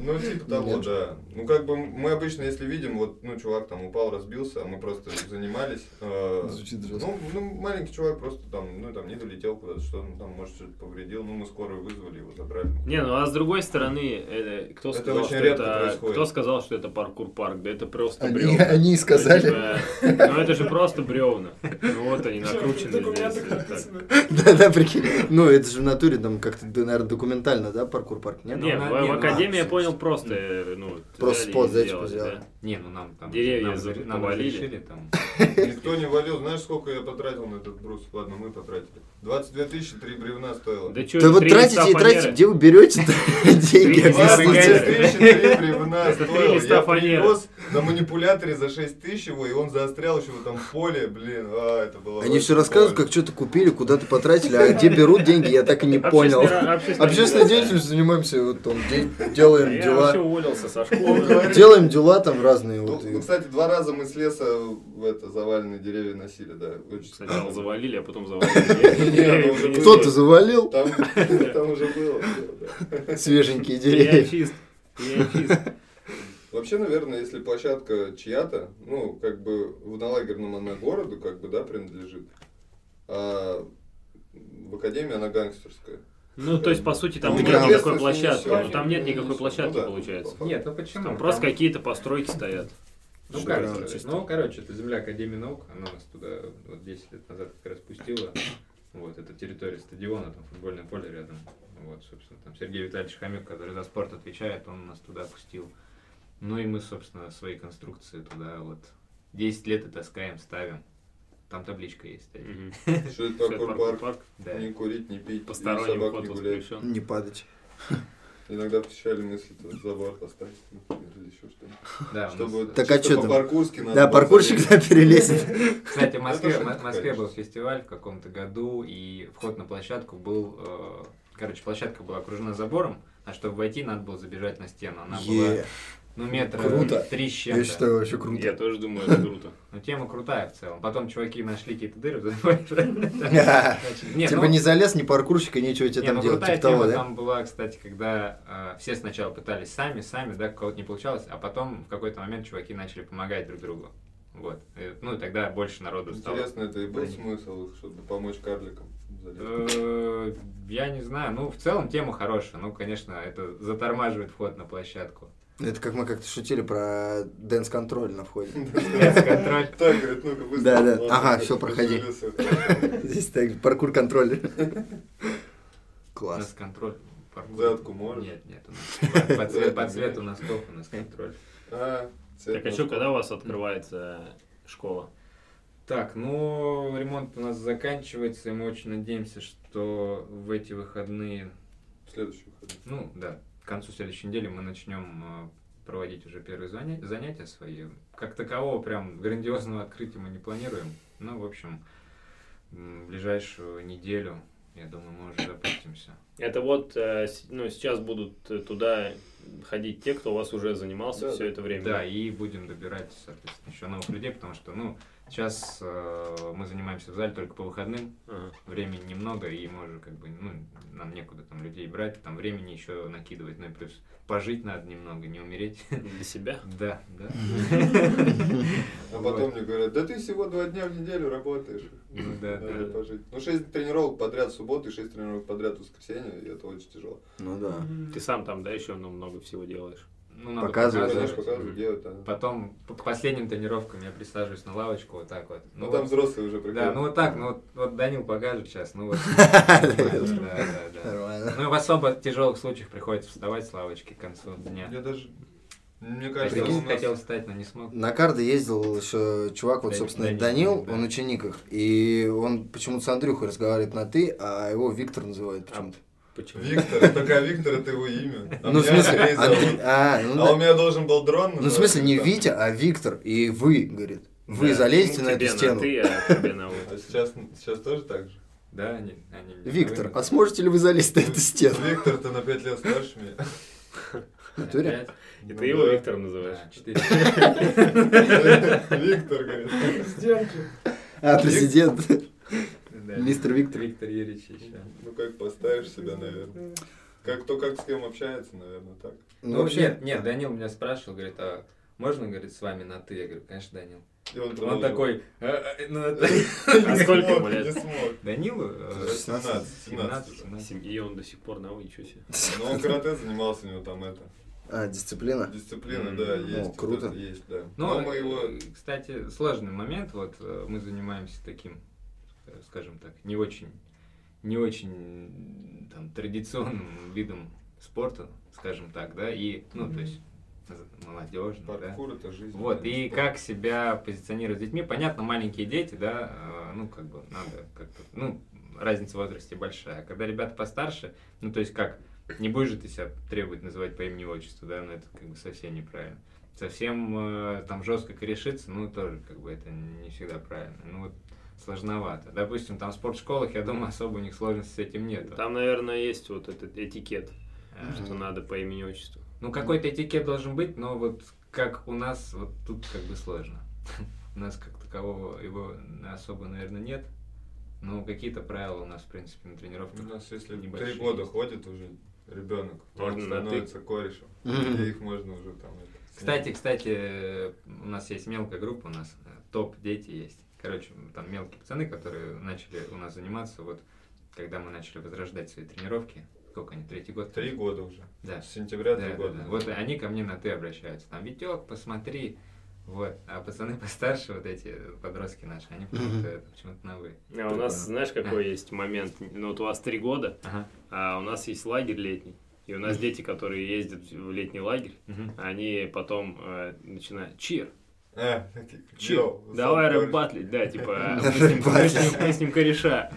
E: Ну, типа того,
A: Нет.
E: да. Ну, как бы мы обычно, если видим, вот, ну, чувак там упал, разбился, а мы просто занимались. э,
A: Звучит жестко.
E: ну, ну, маленький чувак просто там, ну, там, не долетел куда-то, что ну, там, может, что-то повредил. Ну, мы скорую вызвали, его забрали.
C: Не, ну а с другой стороны, э, кто,
E: Это
C: сказал,
E: очень
C: что
E: редко
C: это,
E: происходит.
C: кто сказал, что это паркур-парк? Да это просто
A: Они,
C: бревна.
A: они и сказали.
C: Ну, типа, ну это же просто бревна. Ну вот они
B: Всё,
C: накручены
B: только у меня
C: здесь. вот
B: так *laughs*
C: так.
B: написано.
A: *laughs* Да, да, прикинь. Ну, это же в натуре там как-то, наверное, документально, да, паркур-парк, нет?
C: Не,
F: Ну,
C: в,
F: на- не,
C: в
F: ну,
C: академии я
F: а,
C: понял просто, э, ну,
A: Просто
C: взяли и
A: спот, да,
C: сделали,
A: типа, сделали.
C: да.
F: Не, ну нам там...
C: Деревья
F: нам
C: за-
F: разре- нам
C: повалили.
F: разрешили там.
E: Никто не валил. Знаешь, сколько я потратил на этот брус? Ладно, мы потратили. 22 тысячи, три бревна стоило.
C: Да чё,
A: Да вот
C: три
A: тратите и
C: листа
A: тратите,
C: фанеры.
A: где вы берете *laughs* деньги,
C: Три листа
A: объясните.
C: фанеры.
E: 20 тысяч, три бревна
C: Это три
E: стоило.
C: листа
E: Я
C: фанеры.
E: привез на манипуляторе за 6 тысяч его, и он заострял еще в этом поле. Блин, а, это было...
A: Они все рассказывают, как что-то купили, куда-то потратили, а где берут деньги, я так и не понял.
C: Общественная- общественная
A: Общественной
C: организация.
A: деятельностью занимаемся, вот там, де- делаем
C: Я вообще
A: дела.
C: уволился со школы.
E: говорит.
A: Делаем дела там разные.
E: Ну,
A: вот,
E: ну,
A: и-
E: кстати, два раза мы с леса в это заваленные деревья носили, да. Очень
C: Сначала
E: странно.
C: завалили, а
A: *laughs*
C: потом завалили.
E: Не, ну, уже было.
A: Кто-то завалил
E: Ну, Там, *laughs* там уже было. дело, да.
A: свеженькие
C: Я
A: деревья.
C: чист. Я чист.
E: Вообще, наверное, если площадка чья-то, ну, как бы в на лагерном она городу, как бы, да, принадлежит. А в академии она гангстерская.
C: Ну, то есть, по сути, там
E: Ну,
C: нет никакой
E: ответственность
C: площадки.
E: несёт.
C: Ну, там нет
E: Ну,
C: никакой
E: да.
C: площадки, получается.
F: Нет, ну почему?
C: Там просто какие-то постройки стоят.
F: Ну,
A: Что
F: как
A: это
F: сказать?
A: чисто?
F: Ну, короче, это земля Академии наук, она нас туда вот 10 лет назад как раз пустила. Вот, это территория стадиона, там футбольное поле рядом. Вот, собственно, там Сергей Витальевич Хомяк, который за спорт отвечает, он нас туда пустил. Ну и мы, собственно, свои конструкции туда вот 10 лет и таскаем, ставим. Там табличка есть. кстати.
C: Мгм.
E: Что это такое парк?
C: Парк.
F: Да.
E: Не курить, не пить, и
C: Посторонний
E: собак
C: вход
E: не гулять.
C: воспрещен.
A: Не падать.
E: Иногда посещали мысли, то за борт оставить, например, ну, или еще что-то.
F: Да, у нас,
E: Чтобы
A: Так, а
E: чисто
A: чё там?
E: по-паркурски надо
A: Да,
E: было
A: паркурщик
E: залезть.
A: да, перелезет. *laughs*
F: Кстати,
A: Ну,
F: в Москве,
E: Это
F: в
E: шутка,
F: Москве был
E: конечно.
F: фестиваль в каком-то году, и вход на площадку был... э, короче, площадка была окружена забором, а чтобы войти, надо было забежать на стену. Она была,
A: Е,
F: ну, метра
A: Круто.
F: три с чем
A: я считаю, вообще
C: Я
A: круто. *laughs*
C: тоже думаю, это круто.
F: Но тема крутая в целом. Потом чуваки нашли какие-то дыры в заборе. *laughs* Начали- Не,
A: Типа
F: ну-
A: не залез, ни паркурщик, и нечего тебе
F: не, ну
A: там делать.
F: крутая
A: Типа
F: тема
A: того, да?
F: там была, кстати, когда э, все сначала пытались сами, сами, да, у кого-то не получалось, а потом в какой-то момент чуваки начали помогать друг другу. Вот. Э, Ну, и тогда больше народу стало.
E: Интересно, это и был смысл, чтобы помочь карликам залезть?
F: Э, Я не знаю. Ну, в целом тема хорошая. Ну, конечно, это затормаживает вход на площадку.
A: Это как мы как-то шутили про дэнс-контроль на входе. *laughs*
F: Контроль.
E: *laughs* Так, говорит, ну-ка быстро.
A: Да, да.
E: Ладно,
A: Ага,
E: как
A: всё, проходи.
E: пошевелился.
A: Здесь так, паркур-контроль.
F: *laughs* У
A: Класс.
F: нас контроль. паркур.
E: Задку можно?
F: Нет, нет. у нас По, по цве- по цвету носков у нас контроль.
E: А, цвет
C: Так а что,
E: носков.
C: когда у вас открывается э, школа?
F: Так, ну, ремонт у нас заканчивается, и мы очень надеемся, что в эти выходные,
E: В следующий выходной.
F: ну, да, к концу следующей недели мы начнем э, проводить уже первые заня- занятия свои. Как такового прям грандиозного открытия мы не планируем. Ну, в общем, м, ближайшую неделю, я думаю, мы уже запустимся.
C: Это вот, э, с- ну, сейчас будут э, туда ходить те, кто у вас уже занимался
E: Да,
C: все
E: да.
C: это время.
F: Да, и будем добирать, соответственно, еще новых людей, потому что, ну, сейчас э, мы занимаемся в зале только по выходным,
C: Ага.
F: времени немного, и мы уже как бы, ну, нам некуда там людей брать, там времени еще накидывать, ну и плюс пожить надо немного, не умереть. *laughs*
C: Для себя.
F: Да, да.
E: А потом мне говорят, да ты всего два дня в неделю работаешь.
F: Ну да,
E: Надо
F: да.
E: пожить. Ну, шесть тренировок подряд в субботу и шесть тренировок подряд в воскресенье, и это очень тяжело.
A: Ну да.
B: Мгм.
C: Ты сам там, да, еще много всего делаешь.
F: Ну, надо
A: Показывать,
E: Ну,
A: да.
E: Конечно,
F: показывать.
E: показывают, делают. а.
F: Потом по- к последним тренировкам я присаживаюсь на лавочку вот так вот.
E: Ну,
F: вот.
E: там взрослые уже прикольно.
F: Да, ну вот так, ну вот, вот Данил покажет сейчас, ну вот. Да, да, да.
A: Нормально.
F: Ну и в особо тяжелых случаях приходится вставать с лавочки к концу дня.
E: Я даже... Мне кажется,
F: Хотел,
E: он
F: А хотел встать, но не смог.
A: На карды ездил еще чувак, вот,
F: Данил-
A: собственно,
F: Данил,
A: Данил,
F: да.
A: он ученик их, и он почему-то с Андрюхой разговаривает на «ты», а его Виктор называют почему-то.
C: Почему?
E: Виктор, так а Виктор это
A: *laughs*
E: его имя. А
A: Ну, в
E: меня
A: смысле,
E: Андрей
A: Андрей-
E: зовут.
A: а, ну
E: А у
A: да.
E: меня должен был дрон.
A: Ну, в
E: называться,
A: смысле, не
E: там.
A: Витя, а Виктор и вы, говорит. Вы
F: Да.
A: залезьте
C: Ну,
A: на эту
C: тебе
A: стену.
C: ты, а тебе на вот.
E: *laughs* А сейчас, сейчас тоже так же?
F: Да, они... они меня
A: Виктор, а
F: выгнали.
A: сможете ли вы залезть на эту стену?
E: Виктор, ты на 5 лет старше меня.
A: В натуре?
F: Опять?
C: И
E: Ну
C: ты его
E: да.
C: Виктором называешь.
F: Да, четыре.
E: *laughs* Виктор, говорит.
B: Сдержи.
A: А, президент.
F: Да.
A: Мистер Виктор.
F: Виктор Юрьевич еще.
E: Ну как поставишь себя, наверное. Как кто как с кем общается, наверное, так.
F: Ну, нет, нет, Данил меня спрашивал, говорит, а можно, говорит, с вами на ты? Я говорю, конечно, Данил.
E: И он,
F: Он
E: продолжил. *laughs*
F: такой, «А, а, ну это...
E: Не
C: А сколько ему
E: смог,
C: лет?
E: Не смог.
F: Данилу? э,
E: Уже 17, 17 уже.
F: 17.
C: И он до сих пор на вы, ничего себе.
E: Но он карате занимался, у него там это.
A: А, дисциплина.
E: Дисциплина,
C: М,
E: да,
A: ну,
E: есть. вот
A: круто.
E: это Есть, да.
F: Ну,
E: Но мы его...
F: э, кстати, сложный момент. Вот э, мы занимаемся таким, э, скажем так, не очень, не очень м, там, традиционным видом спорта, скажем так, да, и, ну, то есть, молодежный, да.
E: Паркур это жизнь.
F: Вот,
E: да,
F: и
E: спорт.
F: как себя позиционировать с детьми. Понятно, маленькие дети, да, э, ну, как бы, надо как-то, ну, разница в возрасте большая. Когда ребята постарше, ну, то есть как, не будешь же ты себя требовать называть по имени отчеству, да, ну, это как бы совсем неправильно. Совсем э, там жестко корешиться, ну, тоже как бы это не всегда правильно. Ну, вот сложновато. Допустим, там в спортшколах, я думаю, особо у них сложности с этим Э, нет.
C: Там, наверное, есть вот этот этикет,
F: А.
C: что надо по имени отчеству. А
F: Ну, какой-то этикет должен быть, но вот как у нас, вот тут как бы сложно. *laughs* У нас как такового его особо, наверное, нет. Но какие-то правила у нас, в принципе, на
E: У
F: тренировках.
E: нас если
F: небольшие
E: три года
F: есть.
E: ходит уже ребенок, то
C: Можно
E: он
C: на ну, «ты».
E: становится корешем.
A: Мгм.
E: И их можно уже там... это, снять.
F: Кстати, кстати, э, у нас есть мелкая группа, у нас э, топ дети есть. Короче, м, там мелкие пацаны, которые начали у нас заниматься, вот когда мы начали возрождать свои тренировки, сколько они, третий год?
E: Три года уже.
F: Да.
E: С сентября
F: Да,
E: три
F: да,
E: года. Э,
F: да. Вот они ко мне на ты обращаются. Там, Витек, посмотри. Вот. А пацаны *laughs* постарше, вот эти подростки наши, они почему-то, это, почему-то на вы.
C: А у нас, знаешь, какой есть момент? Ну, вот у вас три года,
F: Ага.
C: а у нас есть лагерь летний. И у нас дети, которые ездят в летний лагерь,
F: Мгм.
C: они потом э, начинают «Чир!
E: Э, *laughs* такие,
C: Чир!
E: йоу, сам
C: давай
E: кореш.
C: рэп-батлить!» Да,
E: *laughs*
C: типа, мы с ним- мы с ним- мы с ним кореша.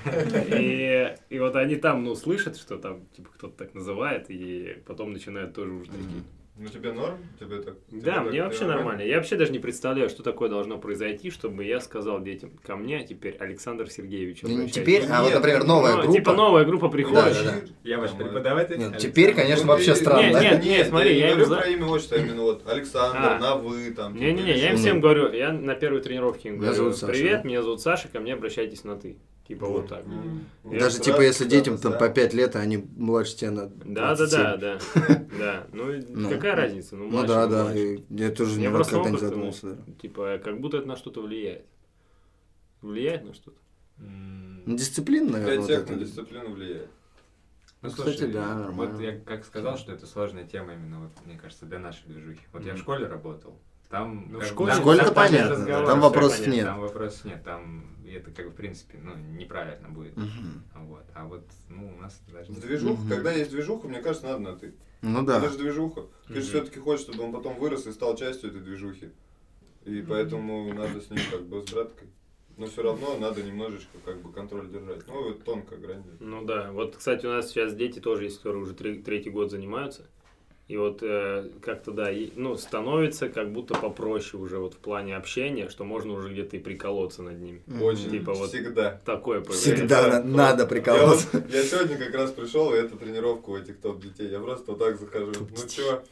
C: И, и вот они там, ну, слышат, что там, типа, кто-то так называет, и потом начинают тоже уже такие
E: Ну тебе норм? Тебе так? тебе
C: Да,
E: так
C: мне вообще
E: нормально?
C: нормально. Я вообще даже не представляю, что такое должно произойти, чтобы я сказал детям, ко мне теперь Александр Сергеевич
A: Ну, не
C: обращается».
A: теперь, а вот,
E: Нет,
A: например,
E: ну,
A: новая
C: Ну,
A: группа.
C: Типа новая группа
A: Да,
C: приходит.
A: да, да.
F: Я ваш
E: Там, э,
F: преподаватель. а
A: Нет,
F: Александр.
A: теперь, конечно, вообще
E: Нет,
A: странно,
C: нет,
A: да?
C: нет. смотри, я
E: не
C: им
E: говорю
C: за-
E: про имя отчество, а именно вот Александр,
C: А.
E: на вы, там. типа,
C: Не-не-не,
E: или
C: я им
E: что-то.
C: всем говорю, я на первой тренировке им
A: Меня
C: говорю,
A: зовут Саша,
C: привет,
A: да?» Ну,
C: меня зовут Саша, ко мне обращайтесь на ты. Типа вот так.
E: М.
C: Я
A: Даже
E: Раз,
A: типа если
E: да,
A: детям там
E: да.
A: по 5 лет, а они младше тебя на
C: Да, да,
A: 27.
C: да,
A: *laughs*
C: да. Да. Ну и
A: Ну.
C: какая разница? Ну,
A: Ну
C: младше,
A: да,
C: ну,
A: да,
C: младше.
A: и я тоже
C: Я
A: никогда
C: просто
A: не
C: опыт, ну,
A: задумался. да.
C: Типа, как будто это на что-то влияет. Влияет на что-то.
A: Ну,
F: М,
A: дисциплина, наверное,
E: Для
A: вот
E: тех на
A: это.
E: дисциплину влияет.
F: Ну,
A: кстати,
F: слушай,
A: да, нормально.
F: Вот я как сказал, что это сложная тема именно, вот, мне кажется, для нашей движухи. Вот я в
C: Мгм.
F: школе работал. Там,
C: Ну, в
F: как бы,
C: школе-
F: там-
C: в школе-то
F: там нет
C: понятно, да,
F: разговора,
C: там
F: всё
A: вопросов
F: понятно,
A: нет.
F: Там вопросов нет, там и это как бы, в принципе, ну, неправильно будет.
A: Мгм.
F: Вот. А вот, ну, у нас даже... не-
E: Движуха,
A: Мгм.
E: когда есть движуха, мне кажется, надо на ты.
A: Ну
E: Это
A: да.
E: же движуха. Ты
C: Мгм.
E: же все-таки хочешь, чтобы он потом вырос и стал частью этой движухи. И поэтому надо с ним как бы с браткой. Но все равно надо немножечко как бы контроль держать. Ну, вот тонкая грань.
C: Ну да, вот, кстати, у нас сейчас дети тоже есть, которые уже тре- третий год занимаются. И вот э, как-то, да, и, ну, становится как будто попроще уже вот в плане общения, что можно уже где-то и приколоться над ними.
A: Мгм.
E: Очень.
C: Типа вот-
E: Всегда.
C: Такое появляется.
A: Всегда на- надо
E: Я, вот-
A: прикалываться.
E: я сегодня как раз пришел, и это тренировка у этих топ-детей. Я просто вот так захожу. Ну чё,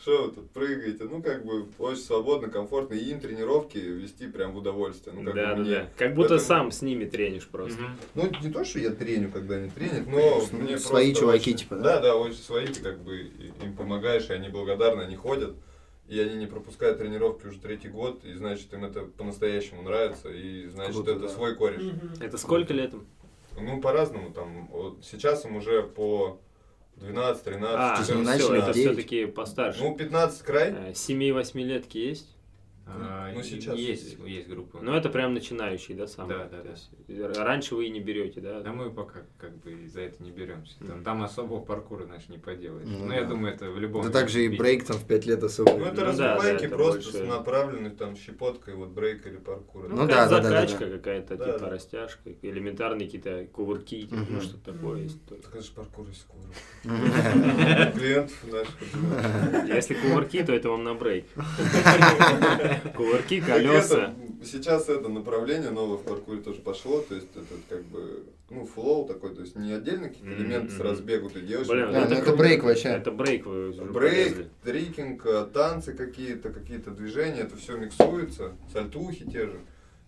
E: что вы тут прыгаете? Ну, как бы, очень свободно, комфортно. И им тренировки вести прям в удовольствие. Ну, как
C: Да,
E: бы
C: да,
E: мне.
C: да. Как будто
E: Поэтому-
C: сам с ними тренишь просто.
F: Мгм.
E: Ну, не то, что я треню, когда они тренят, но
A: Конечно,
E: Ну, мне
A: свои
E: просто
A: чуваки,
E: очень-
A: типа, да?
E: Да, да, очень свои, ты как бы и- им помогаешь, и они благодарны, они ходят. И они не пропускают тренировки уже третий год, и значит, им это по-настоящему нравится, и значит,
A: Круто,
E: это
A: да.
E: свой кореш.
B: Мгм.
C: Это сколько лет им?
E: Ну, по-разному там. Вот сейчас им уже по 12, 13,
C: А,
A: есть они
E: 14,
A: начали
C: все, это Э,
A: в
E: 15.
A: девять?
C: все-таки постарше.
E: Ну, 15 Ну, край.
C: Семи-восьмилетки есть?
F: А,
E: Ну,
F: и-
E: сейчас
F: есть, есть группа.
C: Но это прям начинающий, да, самый?
F: Ну, Да, да,
C: То
F: да.
C: есть р- раньше вы и не берете, да?
F: Да мы пока как бы за это не беремся. Там,
C: Мгм.
F: там особого паркура, значит, не поделаешь.
A: Ну
F: Ну, я
A: да.
F: думаю, это в любом
A: Да также и
F: виде.
A: брейк там в 5 лет особо.
E: Ну, это
C: да, да,
E: развивайки
C: это
E: просто
C: больше-
E: с направленной там щепоткой, вот брейк или паркур.
A: Ну,
C: какая-то
A: да, да, да, да,
C: Закачка какая-то,
E: Да,
C: типа
E: да.
C: растяжка, элементарные какие-то кувырки, типа, ну
A: Мгм.
C: что-то такое
B: Мгм.
C: есть.
E: Так это же паркур и *laughs* скоро.
A: Мгм.
E: Клиентов наших. *laughs*
C: Если кувырки, то это вам на брейк. Кувырки,
E: Так
C: колеса.
E: это- Сейчас это направление новое в паркуре тоже пошло, то есть это как бы, ну, флоу такой, то есть не отдельно какие-то
C: Мгм,
E: элементы с
C: мгм.
E: разбегу ты делаешь.
C: Блин,
E: а
A: Да,
C: это
A: ну это
C: круто.
A: брейк вообще.
C: Это брейк вы уже полезли.
E: Брейк, трикинг, э, танцы какие-то, какие-то движения, это все миксуется, сальтухи те же.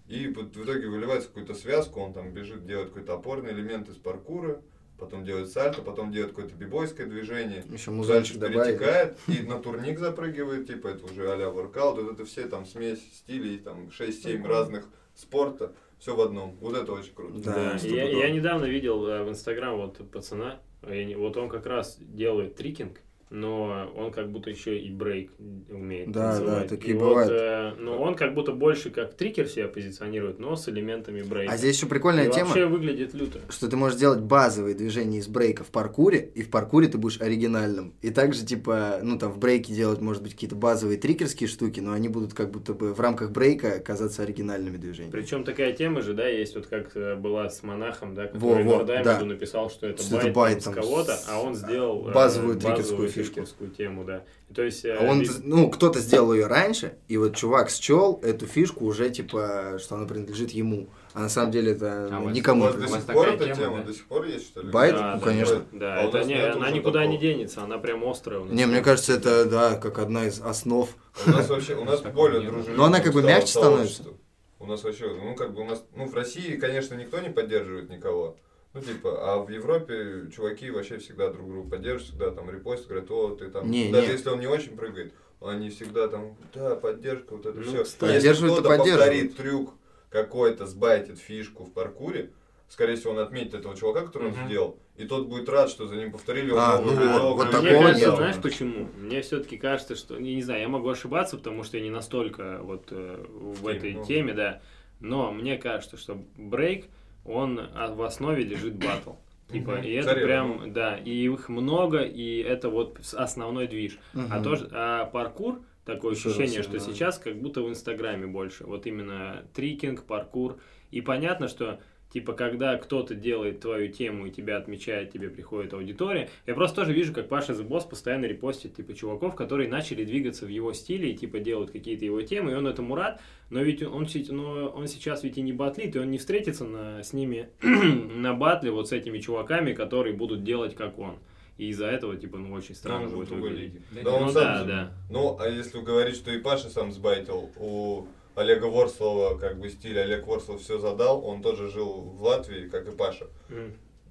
E: И вот в итоге выливается в какую-то связку, он там бежит, делает какой-то опорный элемент из паркура, потом делает сальто, потом делает какое-то бибойское движение.
A: Еще
E: Дальше
A: музончик добавить.
E: перетекает и на турник запрыгивает, типа это уже а-ля воркаут, вот это все там смесь стилей, там 6-7
B: Прикольно.
E: разных спорта, все в одном. Вот это очень круто.
A: Да,
C: Да,
A: сто
C: Э, я,
A: пудов.
C: я недавно видел э, в Инстаграм вот пацана, я не- вот он как раз делает трикинг, но он как будто еще и брейк умеет
A: Да,
C: танцевать.
A: да, такие
C: И
A: бывают.
C: Вот, э, ну, он как будто больше как трикер себя позиционирует, но с элементами брейка.
A: А здесь еще
C: И
A: прикольная тема,
C: вообще выглядит люто.
A: что ты можешь делать базовые движения из брейка в паркуре, и в паркуре ты будешь оригинальным. И также, типа, ну там в брейке делать, может быть, какие-то базовые трикерские штуки, но они будут как будто бы в рамках брейка казаться оригинальными движениями.
C: Причем такая тема же, да, есть вот как э, была с монахом, да,
A: Во,
C: который
A: во,
C: Гордаймеду
A: да.
C: написал, что это
A: Что это
C: байт,
A: байт
C: там,
A: там
C: с кого-то,
A: с-
C: а он сделал э,
A: базовую трикерскую
C: базовую
A: фишку.
C: трикерскую тему, да. И То есть, э,
A: А он,
C: вид-
A: ну, кто-то сделал ее раньше, и вот чувак счел эту фишку уже, типа, что она принадлежит ему. А на самом деле это
F: А
A: ну,
F: у вас-
E: У
A: никому не
E: вас до
F: У
A: принадлежит.
F: вас
E: сих пор
F: такая
E: эта
F: тема,
E: тема,
F: да?
E: до сих пор есть, что ли?
A: Байт?
C: Да,
A: Ну,
C: да,
A: конечно.
C: Да,
E: А у
C: это
E: нас
C: не,
E: нет
C: она
E: уже
C: никуда
E: такого.
C: не денется, она прям острая у нас.
A: Не, мне кажется, это, да, как одна из основ.
E: У нас вообще, у нас
F: Такого
E: более
F: нет.
E: дружелюбное
A: Но она как бы
E: стало
A: мягче становится.
E: сообщество. У нас вообще, ну как бы у нас, ну в России, конечно, никто не поддерживает никого. Ну типа, а в Европе чуваки вообще всегда друг друга поддерживают, всегда там репостят, говорят, о, ты там,
A: Не,
E: даже
A: не.
E: если он не очень прыгает, они всегда там, да, поддержка, вот это
C: Ну,
E: все.
C: кстати.
A: Поддерживают и
E: кто-то повторит
A: поддерживают.
E: трюк какой-то, сбайтит фишку в паркуре, скорее всего, он отметит этого чувака, который он
C: Мгм.
E: сделал, и тот будет рад, что за ним повторили. он
A: А,
E: новый
A: ну вот,
E: прыжок,
A: вот
E: новый
A: такого
C: Мне
E: прыжок.
C: кажется,
A: нет.
C: знаешь почему? Мне все-таки кажется, что, не, не знаю, я могу ошибаться, потому что я не настолько вот э, в
E: теме,
C: этой
E: ну.
C: теме, да. Но мне кажется, что брейк, он а, в основе лежит батл. Типа,
E: Мгм.
C: и это
E: Царевна.
C: прям, да, и их много, и это вот с- основной движ. А,
A: Мгм.
C: то, ж- а паркур, такое
A: Еще
C: ощущение,
A: раз,
C: что
A: да.
C: сейчас как будто в Инстаграме больше. Вот именно трикинг, паркур. И понятно, что типа когда кто-то делает твою тему и тебя отмечает, тебе приходит аудитория. Я просто тоже вижу, как Паша The Boss постоянно репостит типа чуваков, которые начали двигаться в его стиле и типа делают какие-то его темы, и он этому рад. Но ведь он, сеть- но он сейчас ведь и не батлит, и он не встретится на, с ними *clears throat* на батле вот с этими чуваками, которые будут делать как он. И из-за этого, типа, ну, очень странно
E: Он же в
C: будет
E: другой
C: выглядеть.
E: лиге.
F: Да
E: Да,
F: не,
E: он
C: ну
E: сам
C: да,
E: же-
C: да.
E: Ну, а если говорить, что и Паша сам сбайтил, у Олега Ворслова как бы стиль, Олег Ворслов все задал, он тоже жил в Латвии, как и Паша.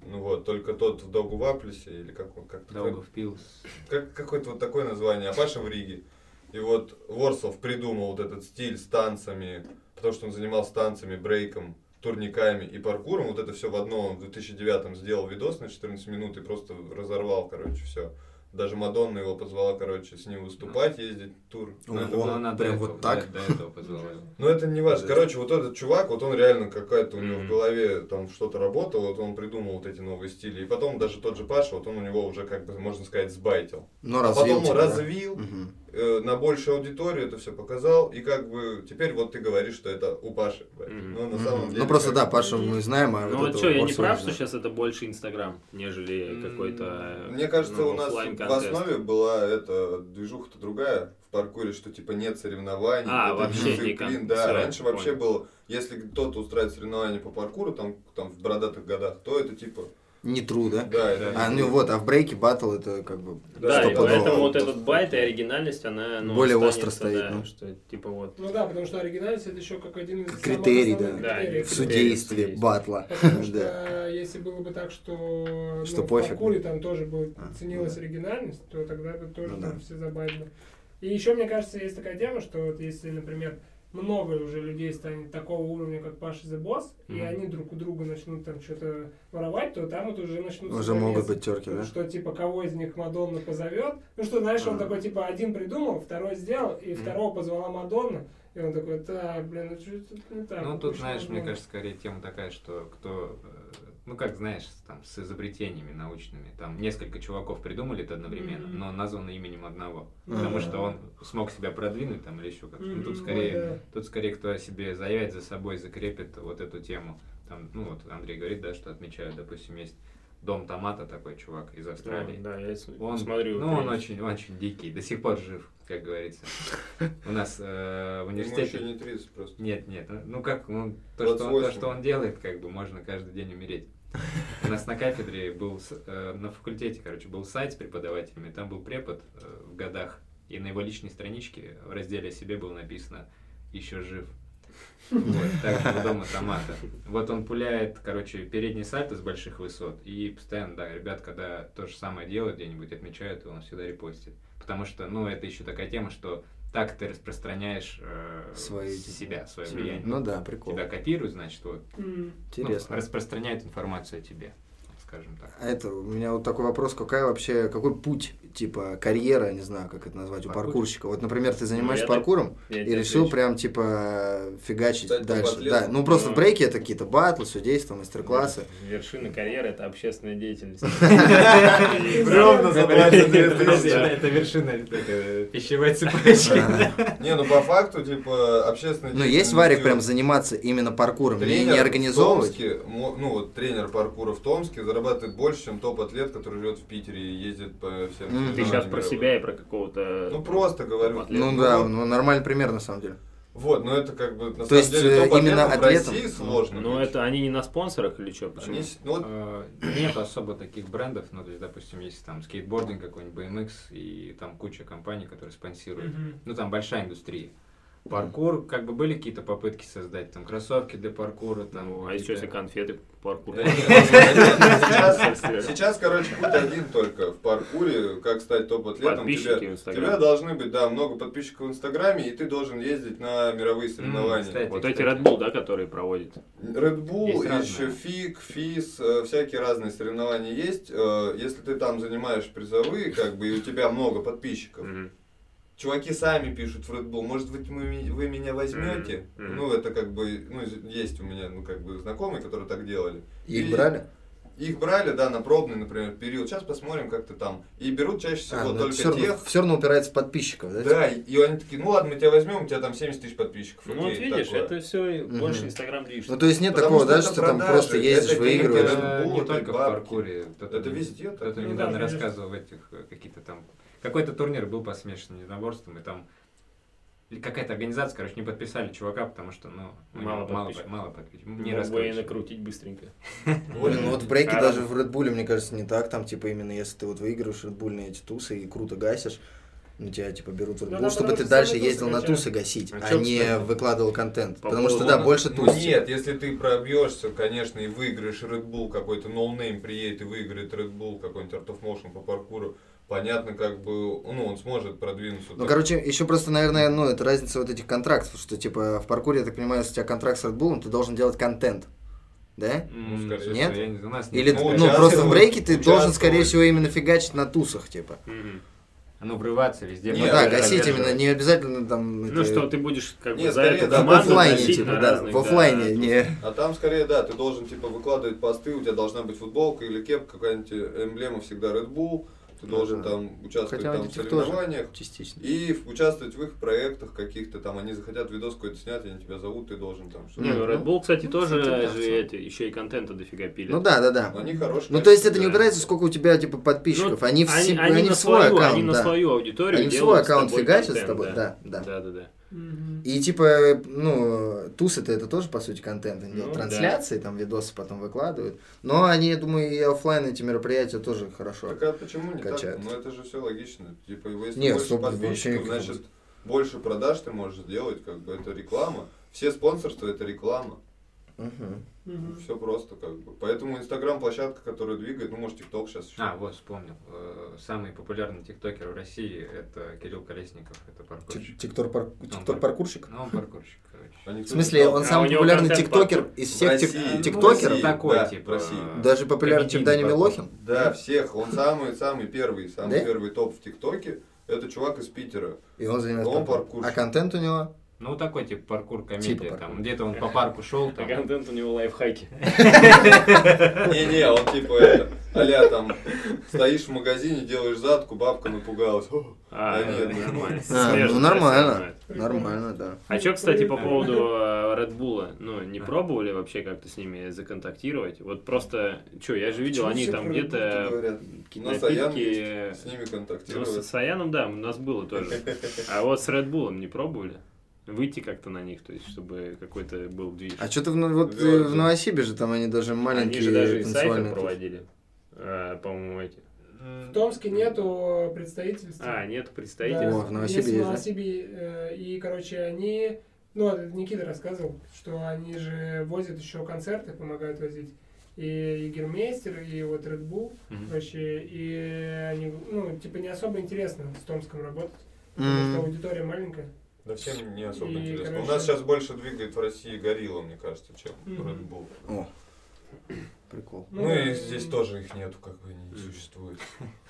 E: Ну вот, только тот в Даугавпилсе или как он, как,
F: Долго впился.
E: как- какое-то вот такое название, а Паша в Риге. И вот Ворслов придумал вот этот стиль с танцами, потому что он занимался танцами, брейком, турниками и паркуром. Вот это все в одном. Он в 2009 сделал видос на 14 минут и просто разорвал, короче, все. Даже Мадонна его позвала, короче, с ним выступать, ездить в тур.
A: Ого.
E: Ну, это
A: О,
E: было-
F: она до
A: прям
F: этого-
A: вот так?
F: До, до этого
A: *laughs*
F: позвала его.
E: ну это не важно. Короче, вот этот чувак, вот он реально какая-то у него в
C: Мгм.
E: голове там что-то работало, вот он придумал вот эти новые стили. И потом даже тот же Паша, вот он у него уже как бы, можно сказать, сбайтил.
A: Но
E: А
A: развил.
E: потом он
A: типа, да.
E: развил,
A: Мгм.
E: э, на большую аудиторию это все показал, и как бы теперь вот ты говоришь, что это у Паши.
C: Мгм.
E: Но на
A: Мгм.
E: самом деле...
A: Ну просто
E: как
A: да,
E: бы-
A: Пашу мы знаем, а
C: Ну
A: вот
C: вот
A: этого
C: что, я не
A: Орсона
C: прав, что
A: знаем.
C: сейчас это больше Инстаграм, нежели какой-то...
E: Мне кажется,
C: ну,
E: у нас в
C: оффлайн-контест.
E: основе была эта движуха-то другая в паркуре, что типа нет соревнований.
C: А,
E: это
C: вообще
E: дисциплин.
C: не кон-
E: Да,
C: всё,
E: раньше
C: понял.
E: вообще было, если кто-то устраивает соревнования по паркуру, там, там в бородатых годах, то это типа...
A: Не тру, да?
E: Да, это... типа
A: А, ну вот, а в брейке батл это как бы
C: Да, и
A: стопудово.
C: поэтому вот
E: Просто-
C: этот байт и оригинальность, она... ну,
A: Более
C: останется,
A: остро стоит,
C: да,
A: ну.
C: что типа вот...
B: Ну да, потому что оригинальность это еще как один из
A: Как
B: самых
A: критерий,
B: основных
C: да. Да,
B: критериев.
A: в судействе
C: Судейство.
A: батла.
B: *laughs* Потому
A: Да.
B: что если было бы так, что,
A: Что
B: ну, в
A: пофиг.
B: паркуре там тоже бы
A: А,
B: ценилась
A: ну
B: оригинальность, то тогда это тоже
A: Ну
B: там
A: да.
B: все забавно. И еще, мне кажется, есть такая тема, что вот если, например, много уже людей станет такого уровня, как Паша The Boss, и
C: Мгм.
B: они друг у друга начнут там что-то воровать, то там вот уже начнут
A: Уже могут быть терки, да?
B: Что типа кого из них Мадонна позовет. Ну что, знаешь, он
A: А.
B: такой типа один придумал, второй сделал, и
C: Мгм.
B: второго позвала Мадонна. И он такой, так, блин, ну что тут не так?
F: Ну, тут,
B: Почему
F: знаешь, мне
B: было?»
F: кажется, скорее тема такая, что кто... э, Ну, как знаешь, там, с изобретениями научными. Там несколько чуваков придумали это одновременно,
B: Мгм.
F: но названо именем одного.
B: Ну,
F: Потому
B: да.
F: что он смог себя продвинуть там или еще как-то. Ну,
B: Мгм,
F: тут скорее,
B: да.
F: тут скорее кто о себе заявит за собой, закрепит вот эту тему. Там, ну, вот Андрей говорит, да, что отмечают, допустим, есть дом томата такой чувак из Австралии.
C: Да, я с-
F: Он,
C: смотрю.
F: ну, он
C: тренинг.
F: очень, очень дикий, до сих пор жив,
C: *laughs*
F: как говорится. У нас э, в
E: Ему еще
F: университете
E: не 30 просто.
F: нет, нет. Ну как, он, то, что он, то,
E: 28.
F: что он делает, как бы можно каждый день умереть. У нас на кафедре был, с- э, на факультете, короче, был сайт с преподавателями, там был препод э, в годах, и на его личной страничке в разделе о себе было написано «Еще жив». Вот, так же у дома томата. Вот он пуляет, короче, передний сальто с больших высот, и постоянно, да, ребят, когда то же самое делают где-нибудь, отмечают, его, он всегда репостит. Потому что, ну, это еще такая тема, что так ты распространяешь э,
A: Свою эти-
F: себя, свое
C: Себя.
F: влияние.
A: Ну да, прикол.
F: Тебя копируют, значит, вот.
B: М.
F: ну,
A: Интересно.
F: распространяют информацию о тебе, скажем так.
A: А это у меня вот такой вопрос, какая вообще, какой путь, типа, карьера, не знаю, как это назвать, у
F: Паркур?
A: паркурщика. Вот, например, ты занимаешься
C: Ну, я так-
A: паркуром
C: Я
A: и
C: тебе
A: решил
C: отвечу.
A: прям, типа, фигачить
E: Стать
A: дальше.
E: типа
A: Да, ну просто
C: Ну.
A: бреки это какие-то батлы, судейство,
C: *laughs*
A: мастер-классы.
C: Вершина карьеры – это
A: *laughs*
C: общественная деятельность.
B: Ровно
C: заплатил две
F: Это-
C: тысячи.
F: Это это вершина это,
A: *laughs*
F: пищевой цепочки.
E: Не, ну по факту, типа, общественный...
A: Ну, есть варик прям заниматься именно паркуром, не, не
E: в
A: организовывать.
E: Томске, мо- ну вот тренер паркура в Томске зарабатывает больше, чем топ-атлет, который живет в Питере и ездит по всем
A: Мгм.
E: соревнованиям
C: Ты сейчас про
E: мировым.
C: себя и про какого-то...
E: Ну просто говорю.
C: Топ-атлет.
A: Ну
E: Ну,
A: да,
E: вот.
A: ну нормальный пример на самом деле.
E: Вот, но это как бы на
A: То есть,
E: самом деле
A: э,
E: топ-атлетом
A: именно
E: в
A: атлетом?
E: России сложно.
C: Ну,
E: быть.
C: это они не на спонсорах или что?
E: Они
C: Почему?
E: с-
C: *laughs*
E: ну, вот,
F: Э, Нет особо таких брендов, ну, то есть, допустим, есть там скейтбординг какой-нибудь, BMX, и там куча компаний, которые спонсируют.
B: Мгм.
F: Ну, там большая индустрия. Паркур, как бы были какие-то попытки создать, там, кроссовки для паркура, там...
C: Ну, а еще
F: какие-то-
C: если конфеты паркур.
E: да нет, сейчас- Сейчас, короче, путь один только в паркуре, как стать топ-атлетом.
C: Подписчики
E: Тебя-
C: в Инстаграме.
E: Тебя должны быть, да, много подписчиков в Инстаграме, и ты должен ездить на мировые соревнования.
F: кстати.
C: Вот эти Red Bull, да, которые проводят?
E: Red Bull,
F: Есть
E: еще
F: разные.
E: фиг, физ, э, всякие разные соревнования есть. Э, Если ты там занимаешь призовые, как бы, и у тебя много подписчиков,
C: Мгм.
E: чуваки сами пишут в Red Bull, может быть, мы ми- вы меня возьмете?
C: Мгм, мгм.
E: Ну, это как бы, ну, из- есть у меня, ну, как бы, знакомые, которые так делали.
A: Их
E: И-
A: брали?
E: Их брали, да, на пробный, например, период. Сейчас посмотрим, как ты там. И берут чаще
A: А,
E: всего только
A: все,
E: тех.
A: ну, равно, все равно упирается в подписчиков, да?
E: Да, и- и они такие, ну ладно, мы тебя возьмем, у тебя там 70 тысяч подписчиков.
C: Ну, вот
E: Окей,
C: видишь,
E: такое.
C: это все
A: Мгм.
C: больше Инстаграм движется.
A: Ну, то есть нет такого,
E: Потому что
A: да,
E: это
A: что ты там
E: продажи,
A: просто ездишь,
E: это деньги,
A: выигрываешь.
E: да.
F: Это
E: Red Bull,
F: не
E: это
F: только в
E: бабки.
F: паркуре. Кто-то
E: Это
F: мне-
E: везде так.
F: Кто-то
B: Ну
F: недавно
B: да, конечно.
F: рассказывал в этих э, какие-то там... Какой-то турнир был по смешанным единоборствам, и там или какая-то организация, короче, не подписали чувака, потому что, ну, у него
C: Мало
F: мало,
C: подписчиков.
F: по- мало подписчиков. Не
C: Мог бы и
F: раскручивали.
C: накрутить быстренько.
A: Блин, ну вот в брейке
C: Да.
A: даже в Редбуле, мне кажется, не так. Там, типа, именно если ты вот выигрываешь редбульные эти тусы и круто гасишь, ну тебя, типа, берут в
B: Ну,
A: Red Bull,
B: да,
A: чтобы
B: потому
A: ты
B: что
A: дальше
B: сами тусы
A: ездил на
B: качают.
A: тусы гасить,
C: А
A: а,
C: чё,
A: не
C: кстати?
A: выкладывал контент.
C: По
A: Потому что,
C: поводу-
A: да, больше
E: Ну
A: тусы.
E: нет, если ты пробьешься, конечно, и выиграешь Red Bull, какой-то ноунейм приедет и выиграет Red Bull, какой-нибудь Art of Motion по паркуру, понятно, как бы, ну, он сможет продвинуться.
A: Ну,
E: так.
A: короче, еще просто, наверное, ну, это разница вот этих контрактов, что, типа, в паркуре, я так понимаю, если у тебя контракт с Red Bull, ты должен делать контент, да?
F: М,
E: Ну, скорее
A: Нет?
F: всего, я не знаю, у нас
A: Или,
F: нет.
E: Ну,
A: ну,
E: участвовать,
A: просто в брейке ты должен,
E: участвовать.
A: скорее всего, именно фигачить на тусах, типа.
C: Мгм.
F: Ну, врываться везде.
E: Не,
A: Ну
E: Нет,
A: да,
E: это
A: гасить
E: конечно.
A: именно, не обязательно там...
C: Ну
A: эти-
C: что, ты будешь как бы
E: Нет,
C: за
E: скорее,
C: эту
E: да,
A: в
C: команду
A: оффлайне,
C: носить
A: типа,
C: на
A: да,
C: разных,
A: в оффлайне, не...
E: А там скорее, да, ты должен типа выкладывать посты, у тебя должна быть футболка или кепка, какая-нибудь эмблема всегда Red Bull, ты
A: Да,
E: должен
A: да.
E: там участвовать
A: Хотя
E: там
A: вот
E: в
A: этих тоже.
E: соревнованиях.
A: Частично.
E: И в- участвовать в их проектах каких-то там, они захотят видос какой-то снять, они тебя зовут, ты должен там что-то.
C: Не, ну, Red Bull, кстати,
A: Ну,
C: тоже
A: кстати, да, в
C: же
A: целом.
C: эти, еще и контента дофига пили.
A: Ну да, да, да.
E: Они хорошие.
A: Ну, то есть это
E: конечно,
A: не
C: Да.
A: упирается, сколько у тебя, типа, подписчиков. они, в
C: Ну, они,
A: себе-
C: они
A: они
C: на
A: в свой
C: свою,
A: аккаунт,
C: они на
A: да.
C: свою аудиторию
A: Они в свой
C: делают с
A: аккаунт
C: тобой
A: фигачат с
C: контент,
A: тобой, да, да.
C: Да, да, да.
B: Мгм.
A: И, типа, ну, тусы-то это тоже, по сути, контент. Они
C: Ну,
A: делают
C: да.
A: трансляции, там, видосы потом выкладывают. Но они, я думаю, и оффлайн эти мероприятия тоже хорошо.
E: Так а почему не
A: Качают.
E: так? Ну это же все логично. Типа, его если
A: Не,
E: больше
A: стоп,
E: подписчиков,
A: вообще никак.
E: значит, больше продаж ты можешь сделать, как бы это реклама. Все спонсорства это реклама.
A: Мгм.
B: Мгм.
E: Все просто, как бы. Поэтому Инстаграм площадка, которая двигает, ну может ТикТок сейчас еще.
F: А, вот, вспомнил. Э, Самый популярный тиктокер в России – это Кирилл Колесников, это
A: Тик-
F: паркурщик.
A: тиктор пар-
F: пар-
A: Тиктор-паркурщик?
F: Ну, он паркурщик, короче.
A: В смысле, он
C: А у
A: самый
C: него
A: популярный
C: контент
A: тиктокер
C: паркур. ну,
A: из
E: В
A: всех тик-
E: России, ну, в
A: тиктокеров?
E: России,
F: Такой,
E: да,
F: типа,
E: в России.
A: Даже популярнее, чем Даня
F: комедийный паркур.
A: Милохин?
E: Да, всех. Он самый самый первый, самый
A: Да?
E: первый топ в ТикТоке. Это чувак из Питера.
A: И он занимается
E: Он
A: паркуром.
E: паркурщик.
A: А контент у него?
F: Ну, такой типа паркур комедия.
A: Типа
F: там
A: паркур.
F: где-то он по парку шел,
C: А
F: там.
C: контент у него лайфхаки.
E: Не-не, он типа это, а там, стоишь в магазине, делаешь задку, бабка напугалась. «О,
C: А,
E: Да нет,
C: э,
E: нормально.
A: А,
C: Смешно,
A: ну, нормально.
C: нормально.
A: Нормально, да.
C: А что, кстати, по
B: Да.
C: поводу э, Red Bull, ну, не
F: А.
C: пробовали вообще как-то с ними законтактировать? Вот просто, что, я же видел,
E: Почему
C: они
E: все
C: там
E: про Red Bull-то
C: где-то
E: говорят? У
C: какие-то
E: нас Аян
C: напитки...
E: есть, Э, с ними
C: Ну, с
E: контактировать.
C: Саяном, да, у нас было
E: *laughs*
C: тоже. А вот с Red Bull не пробовали? Выйти как-то на них, то есть, чтобы какой-то был движ.
A: А что ты в, ну- вот,
E: Да,
A: э,
E: да.
A: в Новосибирже, там они даже маленькие
C: Они же даже и сайфер
A: танцевальные
C: проводили. А, по-моему, эти.
B: В Томске нету представительства.
C: А, нет,
A: Да.
C: представитель.
A: в
B: есть
A: Новосибирске,
B: в
A: да?
B: Новосибирске, э, И, короче, они... Ну, это Никита рассказывал, что они же возят еще концерты, помогают возить. И, и Гермейстер, и вот Red Bull,
C: Мгм.
B: короче, и они, ну, типа, не особо интересно с Томском работать, потому что
A: М.
B: аудитория маленькая.
E: Да всем не особо
B: И,
E: интересно. У
B: короче-
E: нас сейчас больше двигает в России горилла, мне кажется, чем
B: Мгм.
E: Red Bull.
A: О, прикол.
E: Ну и
B: да,
E: здесь тоже их нету, как бы не существует.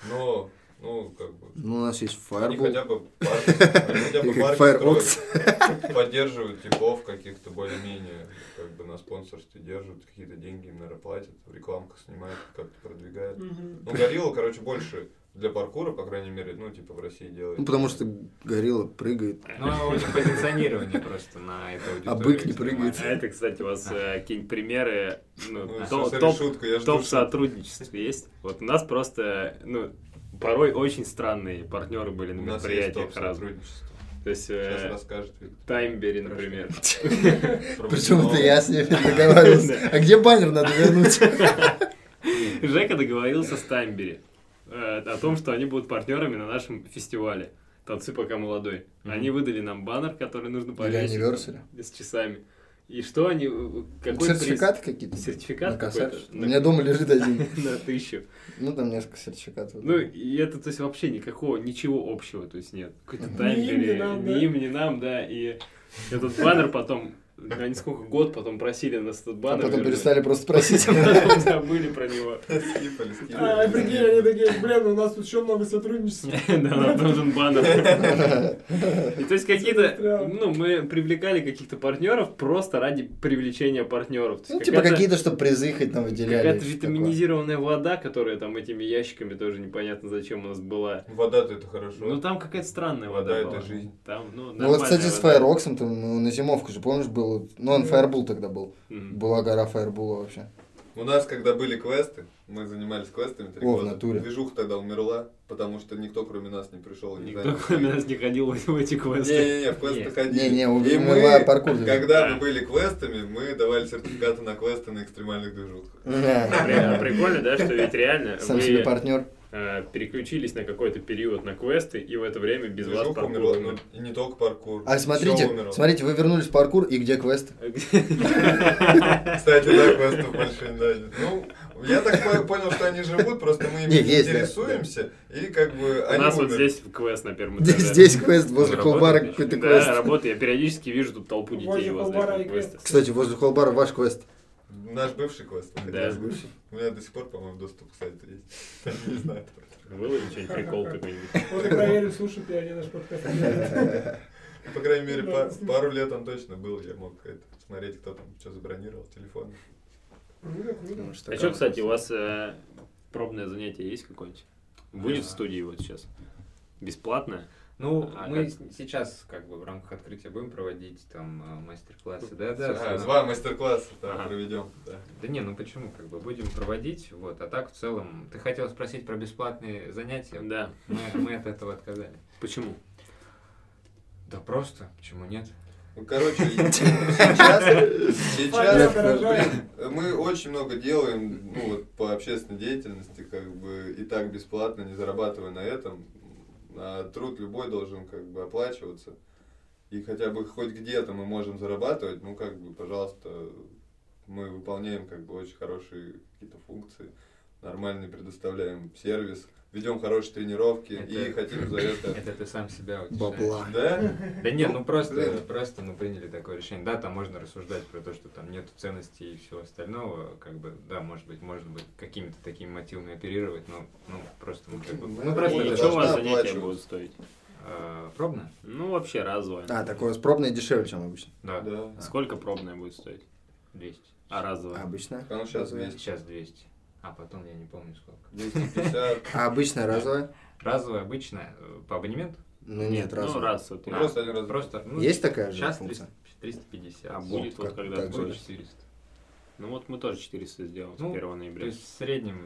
E: Но, ну, как бы.
A: Ну, у нас есть
E: Они
A: фаербол.
E: хотя бы
A: *laughs*
E: парки, они хотя бы парки
A: Fireworks.
E: строят, поддерживают типов каких-то более-менее, как бы на спонсорстве держат, какие-то деньги им, наверное, платят, в рекламках снимают, как-то продвигают.
B: Мгм.
E: Ну, Горилла, короче, больше для паркура, по крайней мере, ну, типа в России делает.
A: Ну, потому что горилла прыгает.
F: Ну, у них позиционирование просто на эту аудиторию.
A: А бык не
F: экстремальное.
A: прыгает.
C: А это, кстати, у вас э, какие-нибудь примеры ну,
E: Ну,
C: то-
E: смотри,
C: топ,
E: шутка, я жду,
C: топ
E: что-
C: сотрудничеств есть? Вот у нас просто, ну, порой очень странные партнеры были
E: У
C: на
E: нас есть
C: мероприятиях
E: топ
C: разных.
E: сотрудничества.
C: То есть
E: Сейчас
C: э,
E: расскажет Виктор.
C: Таймбери, например.
E: *laughs*
C: Ну,
E: Про
A: Причем это
E: Буденова. *laughs*
A: я с
C: *laughs*
A: ними договаривался. А где баннер надо вернуть?
C: Жека договорился с Таймбери э, о том, что они будут партнерами на нашем фестивале. Танцы пока молодой.
F: Мгм.
C: Они выдали нам баннер, который нужно
A: Или
C: повесить.
A: Anniversary.
C: С часами. И что они... э, Какой приз?
A: Сертификаты какие-то?
C: Сертификат
A: На косарь,
C: какой-то.
A: что ли? У меня дома лежит один.
C: *laughs* На тысячу.
A: Ну, там несколько сертификатов. А
C: Ну, и это, то есть, вообще никакого, ничего общего, то есть, нет. Какой-то
B: Ни им, ни
C: таймбери,
B: нам,
C: ни
B: да.
C: им, ни нам, да, и этот баннер потом, они сколько, год потом просили нас этот
A: А
C: баннер.
A: потом
C: вернуть. *laughs*
A: перестали просто просить. *laughs* Ну,
C: Потом забыли про него.
E: Скипали, скипали.
B: А, прикинь, они такие, блин, у нас тут еще много сотрудничества.
C: Да, нам нужен баннер. И то есть какие-то, ну, мы привлекали каких-то партнеров просто ради привлечения партнеров. То есть
A: Ну, типа
C: какая-то-
A: какие-то, чтобы призы хоть там выделяли.
C: Какая-то
A: что-то
C: витаминизированная вода, которая там этими ящиками тоже непонятно зачем у нас была.
E: Вода-то это хорошо.
C: Ну там какая-то странная
E: Вода
C: вода.
E: это
C: была.
E: жизнь.
C: Там, ну,
A: Ну вот, кстати,
C: нормальная
A: с
C: вода.
A: Фаероксом, там, ну, на зимовку же, помнишь, был, ну, он
B: Да.
A: Фаербул тогда был,
C: Мгм.
A: была гора Фаербула вообще.
E: У нас, когда были квесты, мы занимались квестами три
A: О, в
E: года.
A: натуре.
E: Движуха тогда умерла, потому что никто, кроме нас, не пришел и не
C: Никто кроме нас не ходил в эти квесты.
E: Не-не-не, в квесты
F: Нет.
E: ходили.
A: Не-не, у-
E: и
A: умерла
E: мы,
A: паркур.
E: когда
C: А.
E: мы были квестами, мы давали сертификаты на квесты на экстремальных движухах. Э,
A: *laughs*
C: При-
A: Сам
C: а Прикольно, да, что ведь
E: *laughs*
C: реально
A: себе
C: вы
A: партнер.
C: э, переключились на какой-то период на квесты, и в это время без вас
E: Движуха
C: паркур
E: умерла,
C: *laughs* умер.
E: ну, и не только паркур.
A: А
E: всё
A: смотрите,
E: умерло.
A: смотрите, вы вернулись в паркур, и где квест?
C: э,
E: Кстати, да, квестов больше не найдет. Ну, я так по- понял, что они живут, просто мы ими
A: Не,
E: не
A: есть, да,
E: интересуемся, и как бы
C: У
E: они
C: нас вот
E: умерли.
C: здесь квест на
E: *laughs*
C: первом этаже.
A: *laughs* Здесь здесь квест, возле
F: работает,
A: холбара
F: конечно.
A: какой-то
C: Да,
A: квест.
C: работает. Я периодически вижу тут толпу детей
B: Возле
C: возле
B: Холмара
C: этого
B: и
C: квеста.
A: Кстати, возле холбара ваш квест.
E: Наш бывший квест.
C: Да.
E: бывший. У меня до сих пор, по-моему, доступ к сайту есть. Не знаю.
C: Было ли что-нибудь прикол
E: *laughs*
C: какой-нибудь? А
B: Вот и проверим, слушают ли они наш подкаст.
E: По крайней мере,
B: Да.
E: пар- пару лет он точно был, я мог это, смотреть, кто там что забронировал, телефон.
B: Круто, круто.
A: Потому что
C: А
A: как
C: что,
A: раз-
C: кстати, у вас э, пробное занятие есть какое-нибудь? Будет в
F: Да.
C: студии вот сейчас? Бесплатное?
F: Ну,
C: А
F: мы
C: как?
F: с- сейчас как бы в рамках открытия будем проводить там э, мастер-классы, да, да.
E: А,
F: всё.
E: Два мастер-класса
C: Ага.
E: там проведем. да.
F: Да не, ну почему, как бы будем проводить, вот, а так в целом. Ты хотел спросить про бесплатные занятия,
C: Да.
F: мы, мы от этого отказались.
C: Почему?
F: Да просто, почему нет?
E: Ну, короче, сейчас,
B: Понятно,
E: сейчас
B: дорогая.
E: мы очень много делаем ну, вот, по общественной деятельности, как бы и так бесплатно, не зарабатывая на этом. А труд любой должен как бы оплачиваться. И хотя бы хоть где-то мы можем зарабатывать, ну как бы, пожалуйста, мы выполняем как бы очень хорошие какие-то функции, нормальный предоставляем сервис, ведем хорошие тренировки и
F: Это-
E: хотим
F: *laughs*
E: за это.
F: Это ты сам себя утешаешь.
A: Бабла.
E: Да?
F: Да нет, ну просто,
E: блин.
F: просто мы приняли такое решение. Да, там можно рассуждать про то, что там нет ценностей и всего остального. Как бы, да, может быть, можно быть какими-то такими мотивами оперировать, но ну, просто мы как бы...
E: Ну,
F: Мы просто
E: это
C: И
E: должна
C: что у вас
F: это...
E: должна
C: занятия
E: оплачиваться.
C: будут стоить?
F: э, пробная?
C: Ну, вообще разовая.
A: А, такое с пробной дешевле, чем обычно.
F: Да.
E: Да.
C: Сколько пробная будет стоить?
F: 200.
C: А
A: А
C: разовая?
A: обычная?
E: Оно сейчас
A: Разовая.
E: 200.
F: Сейчас 200. А потом я не помню сколько.
E: 250.
A: А обычная разовая?
F: Разовая, обычная, э, по абонементу?
A: Ну нет,
C: Ну,
A: разовая.
C: раз. вот,
E: Ну,
C: да.
E: Просто один раз.
F: Просто, ну,
A: Есть такая же
F: Сейчас
A: функция?
F: 350.
C: А будет вот
A: как-
C: когда
A: как
F: Будет
C: будет.
F: 400.
C: Ну вот мы тоже 400 сделаем с
F: Ну,
C: 1
F: То
C: ноября.
F: есть
A: *laughs*
F: в среднем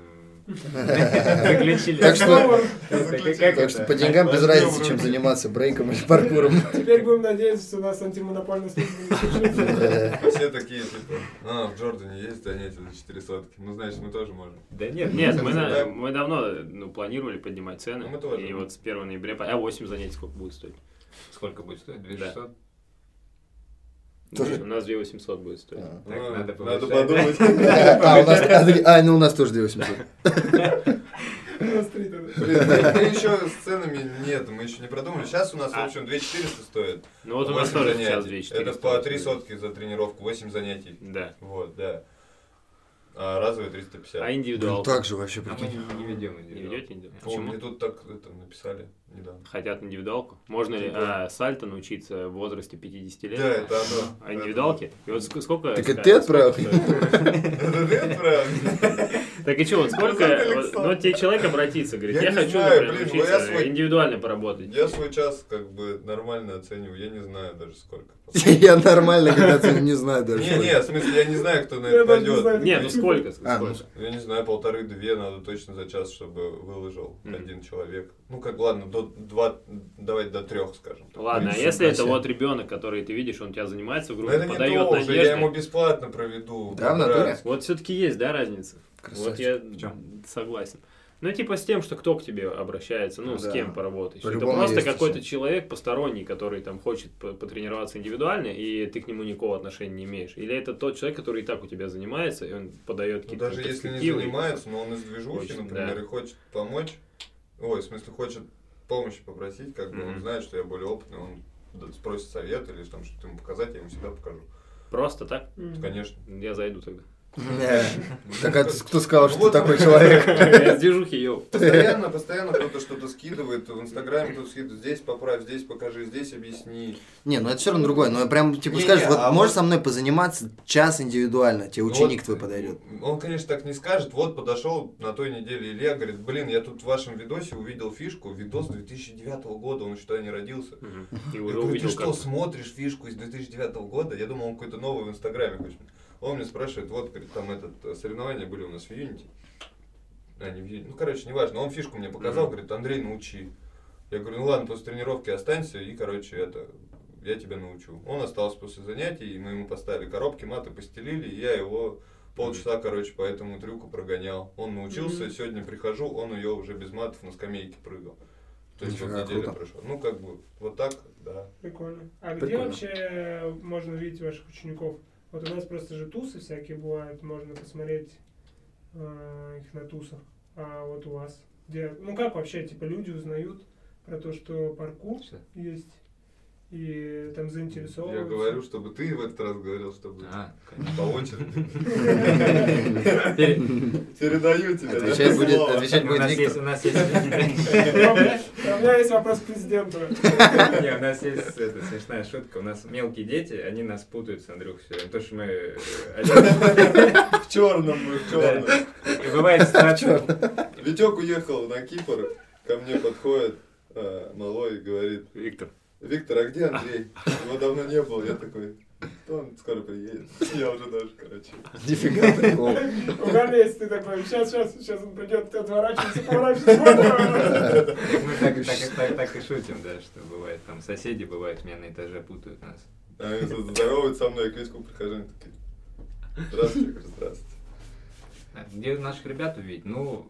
F: э, заключили.
A: Так что-
F: как
A: Так что
F: это?
A: по деньгам без
E: Разъем
A: разницы, чем
E: руки.
A: заниматься брейком или
C: *laughs*
A: паркуром.
B: Теперь будем надеяться, что нас антимонопольная служба не слушает.
A: Да.
E: Все такие, типа, а, в Джордане есть, да нет, за 4 сотки. Ну, значит, мы тоже можем.
F: Да нет,
C: Нет,
E: Ну, *laughs*
C: мы,
E: да.
C: на- мы давно ну, планировали поднимать цены.
E: Ну, мы тоже.
C: И вот с 1 ноября по А8 занять сколько будет стоить?
F: Сколько будет стоить? 2600?
A: Тоже.
C: У нас 2800 будет стоить.
A: А,
F: Так,
E: А,
F: надо
E: Надо
F: повышать,
E: подумать.
A: а, у нас- а, да, А, ну у нас тоже 2800.
B: Расстрит это.
E: Блин, ну, мы еще с ценами нет, мы еще не продумали. Сейчас у нас, в общем, 2400 стоит.
C: Ну А. вот у нас
E: Восемь
C: тоже
E: занятий.
C: сейчас 2400.
E: Это по 3 сотки за тренировку, 8 занятий.
C: Да.
E: Вот, да. А разовые 350.
C: А
A: Блин,
C: индивидуал?
A: Так же вообще,
F: А мы
A: прикинь.
F: не не ведем
C: Не
F: индивидуал.
C: ведете индивидуал?
E: О, мне
C: Почему?
E: тут так это написали недавно.
C: Хотят индивидуалку? Можно ли
E: Типа.
C: а, сальто научиться в возрасте 50 лет?
E: Да, это оно.
C: А индивидуалки? И вот ск- сколько...
A: Так это
C: э,
A: ты
C: сколько
A: отправил?
C: стоит?
E: Это ты отправил?
C: Так и что, вот сколько...
E: Красавчик
C: вот-
E: Александр.
C: Ну, тебе человек обратится, говорит,
E: Я
C: я
E: не
C: хочу,
E: знаю,
C: например,
E: блин, ну, я
C: учиться
E: свой-
C: индивидуально поработать.
E: Я свой час как бы нормально оцениваю, я не знаю даже сколько.
A: *laughs* Я нормально когда-то не знаю даже.
E: Не, не, в смысле, я не знаю, кто на
B: Я
E: это
B: даже не знаю.
E: пойдет.
C: Не, ну сколько?
A: А, ну,
C: сколько?
E: Я не знаю, полторы-две надо точно за час, чтобы выложил
C: Мгм.
E: один человек. Ну как, ладно, до два, давайте до трех, скажем. так.
C: Ладно, а
A: Видишь,
C: если это
A: ну, вообще.
C: вот ребенок, который ты видишь, он тебя занимается в
E: Но
C: группе,
E: это не
C: подает
E: то уже, я ему
C: надежды.
E: бесплатно проведу.
A: Да, в
E: Брат.
A: натуре?
C: Вот все-таки есть, да, разница? Вот
A: Красавчик.
C: я
F: чем?
C: согласен. Ну, типа с тем, что кто к тебе обращается, ну, с
A: Да.
C: кем поработаешь. это
A: По-любому
C: просто
A: есть
C: какой-то
A: еще.
C: человек посторонний, который там хочет по- потренироваться индивидуально, и ты к нему никакого отношения не имеешь. Или это тот человек, который и так у тебя занимается, и он подает
E: Ну,
C: какие-то
E: даже если не
C: перспективы.
E: занимается, но он из движухи,
C: Хочет,
E: например,
C: да.
E: и хочет помочь, ой, в смысле, хочет помощи попросить, как бы он
C: Мгм.
E: знает, что я более опытный, он д- спросит совет или там что-то ему показать, я ему всегда покажу.
C: Просто так?
E: Конечно.
C: Я зайду тогда.
A: Не. Так а ты- кто сказал, что
E: Вот
A: ты такой
E: мы-
A: человек? *laughs*
C: *laughs* Я с движухи, йоу.
E: *laughs* Постоянно, постоянно кто-то что-то скидывает, в Инстаграме кто-то скидывает, здесь поправь, здесь покажи, здесь объясни.
A: Не, ну это все равно другое. Ну я прям типа
E: Не-не,
A: скажешь, вот
E: а
A: можешь
E: вот-
A: со мной позаниматься час индивидуально, тебе
E: Ну
A: ученик
E: вот,
A: твой
E: *laughs*
A: подойдет.
E: Он, конечно, так не скажет. Вот подошел на той неделе Илья, говорит, блин, я тут в вашем видосе увидел фишку, видос 2009 года, он еще тогда не родился.
C: Мгм. И
E: Я
C: уже
E: говорю, ты
C: увидел,
E: что,
C: как...
E: смотришь фишку из 2009 года? Я думал, он какой-то новый в Инстаграме хочет. Он мне спрашивает, вот, говорит, там этот, э, соревнования были у нас в Unity. А, не в Unity. Ну, короче, неважно. Он фишку мне показал,
C: Мгм.
E: говорит, Андрей, научи. Я говорю, ну ладно, после тренировки останься и, короче, это, я тебя научу. Он остался после занятий, и мы ему поставили коробки, маты постелили, и я его полчаса, короче, по этому трюку прогонял. Он научился,
B: Мгм.
E: сегодня прихожу, он ее уже без матов на скамейке прыгал. То есть вот
A: Нифига,
E: неделя
A: круто.
E: прошла. Ну, как бы, вот так, да.
B: Прикольно. А где
A: Прикольно.
B: вообще э, можно увидеть ваших учеников? Вот у нас просто же тусы всякие бывают, можно посмотреть э, их на тусах. А вот у вас где? Ну как вообще, типа люди узнают про то, что паркур
F: Всё.
B: есть и там заинтересованы.
E: Я говорю, чтобы ты в этот раз говорил, чтобы
F: А,
E: по очереди.
F: конечно.
E: Передаю тебе.
A: Отвечать будет,
E: слово.
A: отвечать
F: У
A: будет
F: нас есть,
A: Виктор.
F: у нас *laughs* есть...
B: *laughs* У меня- у меня есть вопрос к президенту.
F: Не, у нас есть это, смешная шутка. У нас мелкие дети, они нас путают с Андрюхой. всё время. То, что мы... э, одни-
E: В черном мы, в черном.
F: И бывает ситуация...
E: Витек уехал на Кипр, ко мне подходит а, малой и говорит,
C: Виктор.
E: Виктор, а где Андрей? Его давно не было. Я такой, «Да он скоро приедет. Я уже даже, короче.
A: Нифига такого.
B: Угарно, если ты такой, сейчас, сейчас, сейчас он придет, ты отворачиваешься, поворачиваешься. вот».
F: Мы так, и- так, и- так, так и шутим, да, что бывает там соседи, бывают, меня на этаже путают нас.
E: А они здороваются со мной, я к Витьку прихожу, они такие, здравствуйте, я говорю, здравствуйте.
F: А Где наших ребят увидеть? Ну,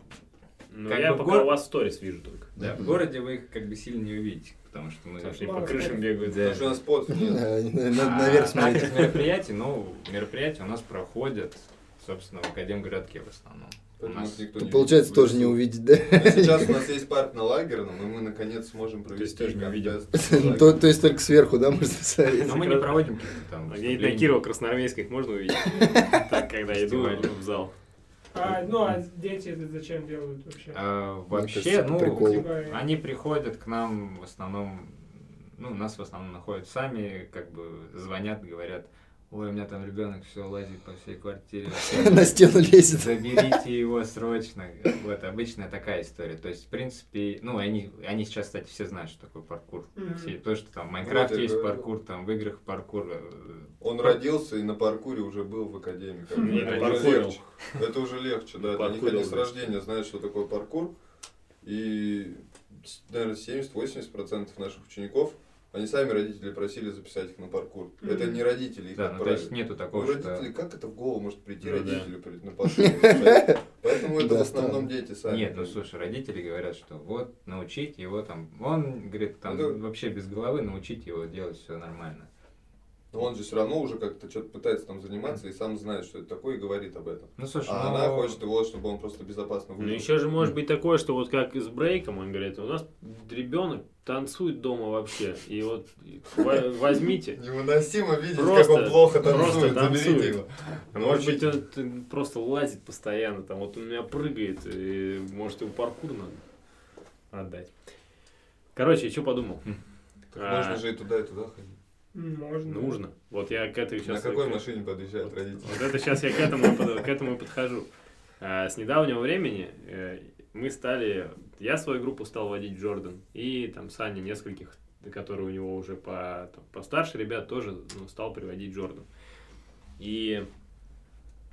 C: Ну,
F: Как
C: я
F: бы
C: пока
F: гор-
C: у вас сторис вижу только.
F: да, в городе вы их как бы сильно не увидите, потому что мы...
C: Потому что они
B: Мало
C: по крышам
B: кто.
C: бегают.
F: Да.
E: Потому что у нас пот
A: *laughs*
E: нет.
A: Да, Надо
F: А,
A: наверх
F: так,
A: смотреть.
E: *laughs*
F: из мероприятий, ну, мероприятия у нас проходят, собственно, в Академгородке в основном. У
E: Поэтому
F: нас
E: их никто
A: То
E: не
A: Ну, Получается,
E: видит.
A: тоже не увидеть, да?
E: Но Ну, сейчас у нас есть парк на лагерном, и мы наконец сможем провести
C: тоже не увидел.
A: *laughs*
E: контест.
A: *laughs* То, то есть только сверху, да, можно посмотреть?
F: Но мы не проводим какие-то там...
C: А где-нибудь на *laughs*
F: выступления.
C: Кирова Красноармейских можно увидеть? Так, когда иду в зал.
B: А, ну, а дети это зачем делают вообще?
F: А,
A: кажется,
F: вообще,
A: по
F: ну,
A: приколу.
B: Типа,
F: Они приходят к нам в основном, ну, нас в основном находят сами, как бы звонят, говорят, ой, у меня там ребенок все лазит по всей квартире,
A: *laughs* *laughs* На стену лезет.
F: заберите его срочно. Вот обычная такая история. То есть, в принципе, ну, они, они сейчас, кстати, все знают, что такое паркур.
B: Мгм.
F: Все- то, что там в Майнкрафте
E: я
F: есть
E: говорю.
F: паркур, там в играх паркур. э,
E: Он родился и на паркуре уже был в академии. как бы.
C: Не,
E: Это уже
C: паркурил.
E: легче. Это уже легче, да. Это Они
C: Паркурил,
E: хотя с
C: да.
E: рождения знают, что такое паркур. И, наверное, 70-80% наших учеников, они сами родители просили записать их на паркур.
B: Мгм.
E: Это не родители их
F: Да, ну, то
E: отправили.
F: есть нету
E: Ну,
F: такого,
E: родители,
F: что...
E: как это в голову может прийти
C: Ну,
E: родителю при- на паркур? записать? Поэтому это
A: Да,
E: в основном
A: странно.
E: дети сами.
F: Нет, ну слушай, родители говорят, что вот, научить его там... Он, говорит, там
E: Ну, да.
F: вообще без головы научить его делать все нормально.
E: Но он же все равно уже как-то что-то пытается там заниматься и сам знает, что это такое, и говорит об этом.
F: Ну слушай,
E: А
F: ну,
E: она хочет его, чтобы он просто безопасно
C: Ну,
E: выжил.
C: еще же может быть такое, что вот как и с брейком, он говорит, у нас ребенок танцует дома вообще, и вот и во- возьмите.
E: Невыносимо видеть,
C: Просто-
E: как он плохо
C: просто
E: танцует. Заберите
C: танцует.
E: его.
C: А может быть,
E: Научите.
C: он т- просто лазит постоянно, там вот у меня прыгает, и может его паркур надо отдать. Короче, я что подумал?
E: Так
C: А.
E: можно же и туда, и туда ходить.
B: М, Можно.
C: Нужно. Вот я к этой сейчас...
E: На какой машине подъезжают родители?
C: Вот это сейчас я к этому, и подо- к этому и подхожу. А, С недавнего времени э, мы стали... Я свою группу стал водить в Джордан. И там Саня нескольких, которые у него уже по, там, постарше ребят, тоже ну, стал приводить в Джордан. И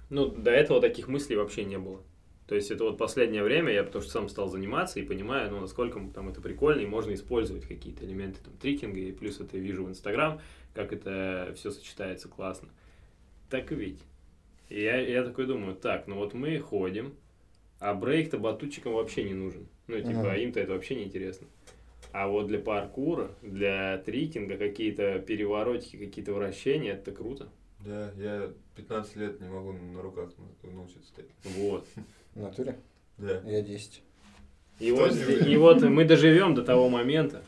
C: ну, до этого таких мыслей вообще не было. То есть это вот последнее время я потому что сам стал заниматься и понимаю, ну, насколько там это прикольно и можно использовать какие-то элементы там трикинга, и плюс это я вижу в Инстаграм, как это все сочетается классно. Так и ведь. И я, я такой думаю, так, ну вот мы ходим, а брейк-то батутчикам вообще не нужен. Ну, типа,
A: Мгм.
C: им-то это вообще не интересно. А вот для паркура, для трикинга какие-то переворотики, какие-то вращения, это круто.
E: Да, я 15 лет не могу на руках на- научиться стоять.
C: Вот.
A: В натуре?
C: *laughs*
E: Да.
A: Я 10.
C: И вот,
E: Тоже
C: зде-
E: уверен.
C: и вот мы доживем до того момента,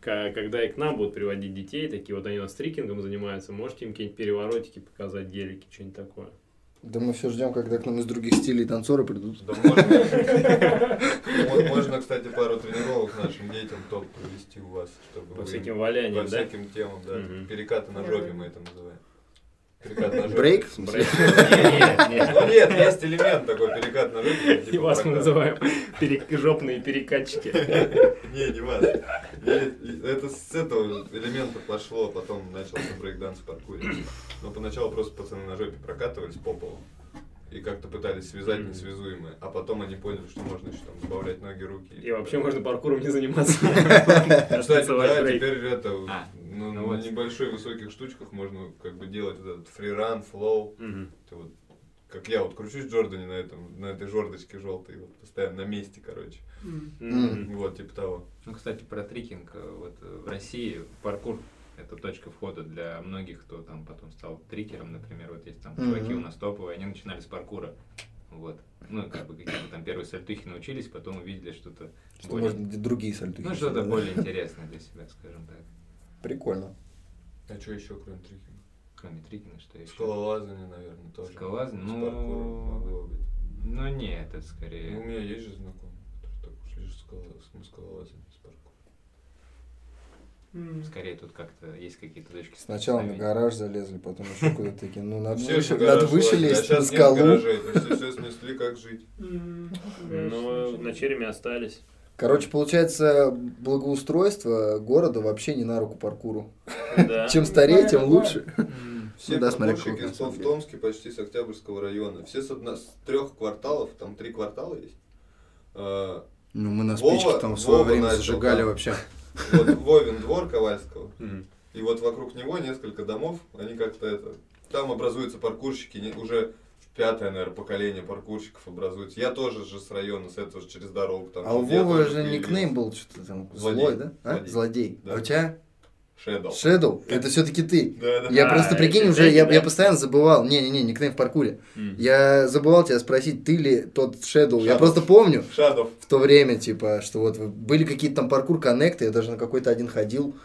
C: ка- когда и к нам будут приводить детей, такие вот они у нас трикингом занимаются, можете им какие-нибудь переворотики показать, гелики, что-нибудь такое.
A: Да мы все ждем, когда к нам из других стилей танцоры придут.
E: Да можно- вот Можно, кстати, пару тренировок нашим детям топ провести у вас, чтобы
C: По
E: вы
C: всяким
E: по
C: валяниям, да?
E: всяким темам, да.
C: Мгм.
E: Перекаты на жопе мы это называем. Перекат на жопе.
A: Брейк? в смысле?
C: Брейк. *laughs*
F: Нет, нет,
E: Ну нет, есть элемент такой, перекат на жопе.
C: И
E: типа
C: вас мы
E: прокат.
C: называем перек- жопные перекатчики.
E: Не, не вас. Не, Это с этого элемента пошло, а потом начался брейкданс в паркуре. Но поначалу просто пацаны на жопе прокатывались по полу и как-то пытались связать
C: Мгм.
E: несвязуемое. А потом они поняли, что можно еще там добавлять ноги, руки.
C: И вообще можно паркуром не
A: *laughs*
C: заниматься.
E: Кстати,
C: Танцевать
E: да,
C: брейк.
E: теперь это
F: А, ну
E: ну, на
F: вот.
E: небольшой высоких штучках можно как бы делать вот этот фриран, флоу.
C: Мгм.
E: Это вот, как я вот кручусь в Джордане на этом, на этой жордочке желтой, вот постоянно на месте, короче.
B: М.
C: Мгм.
E: Вот, типа того.
F: Ну, кстати, про трикинг. э, Вот э, в России паркур – это точка входа для многих, кто там потом стал трикером, например. Вот есть там чуваки
A: Мгм.
F: у нас топовые, они начинали с паркура. Вот. Ну, и как бы какие-то там первые сальтухи научились, потом увидели что-то
A: Что
F: более...
A: можно д- другие сальтухи.
F: Ну, что-то
A: Да.
F: более интересное для себя, скажем так.
A: Прикольно.
E: А что еще, кроме трикинга?
F: Кроме трикинга, что еще?
E: Скалолазание, наверное, тоже.
F: Скалолазание?
E: С
F: Ну,
E: паркуром могло быть.
F: Ну, не, это
E: Ну, у
F: скорее...
E: меня есть же знакомый, который так уж лишь скалолаз- на скалолазание с паркуром.
B: Ну, М.
F: Скорее тут как-то есть какие-то точки
A: Сначала на
F: соприкосновения.
A: гараж залезли, потом еще куда-то такие. Ну, надо
E: Все еще
A: выше,
E: гараж
A: надо выше
E: лазили, а
A: лезть на
E: щас нет
A: скалу. Ну
E: гаражей, то есть все снесли, как жить.
B: М. Да,
C: Ну,
B: что-
C: на череме остались.
A: Короче, получается, благоустройство города вообще не на руку паркуру.
C: Да.
A: Чем старее, тем
B: Да,
A: лучше.
E: Все
A: Ну да, смотря
E: паркурщики
A: какой, на
E: с-
A: самом
E: в
A: деле.
E: Томске почти с Октябрьского района. Все с, одна, с трех кварталов, там три квартала есть. А,
A: Ну, мы на
E: Вова-
A: спичках там в свое
E: Вова
A: время
E: начал,
A: зажигали
E: да.
A: вообще.
E: Вот Вовин двор Ковальского.
C: Мгм.
E: И вот вокруг него несколько домов, они как-то это... Там образуются паркурщики, не- уже пятое, наверное, поколение паркурщиков образуется. Я тоже же с района, с этого же через дорогу. Там,
A: А у
E: я
A: Вовы
E: тоже
A: же
E: появился.
A: никнейм был что-то там.
E: Злодей.
A: Злой, да? А?
E: Злодей.
A: Злодей.
E: Да.
A: А у тебя?
E: Shadow.
A: Шэдоу? Это все-таки ты.
E: Да, да. *laughs*
A: Я
C: А,
A: просто, прикинь,
C: это
A: уже, я,
C: Злодей,
A: я
C: да?
A: постоянно забывал. Не-не-не, никнейм в паркуре.
C: Мгм.
A: Я забывал тебя спросить, ты ли тот Шэдоу. Я
E: Shadow.
A: просто помню
E: Shadow.
A: в то время, типа, что вот вы- были какие-то там паркур-коннекты, я даже на какой-то один ходил.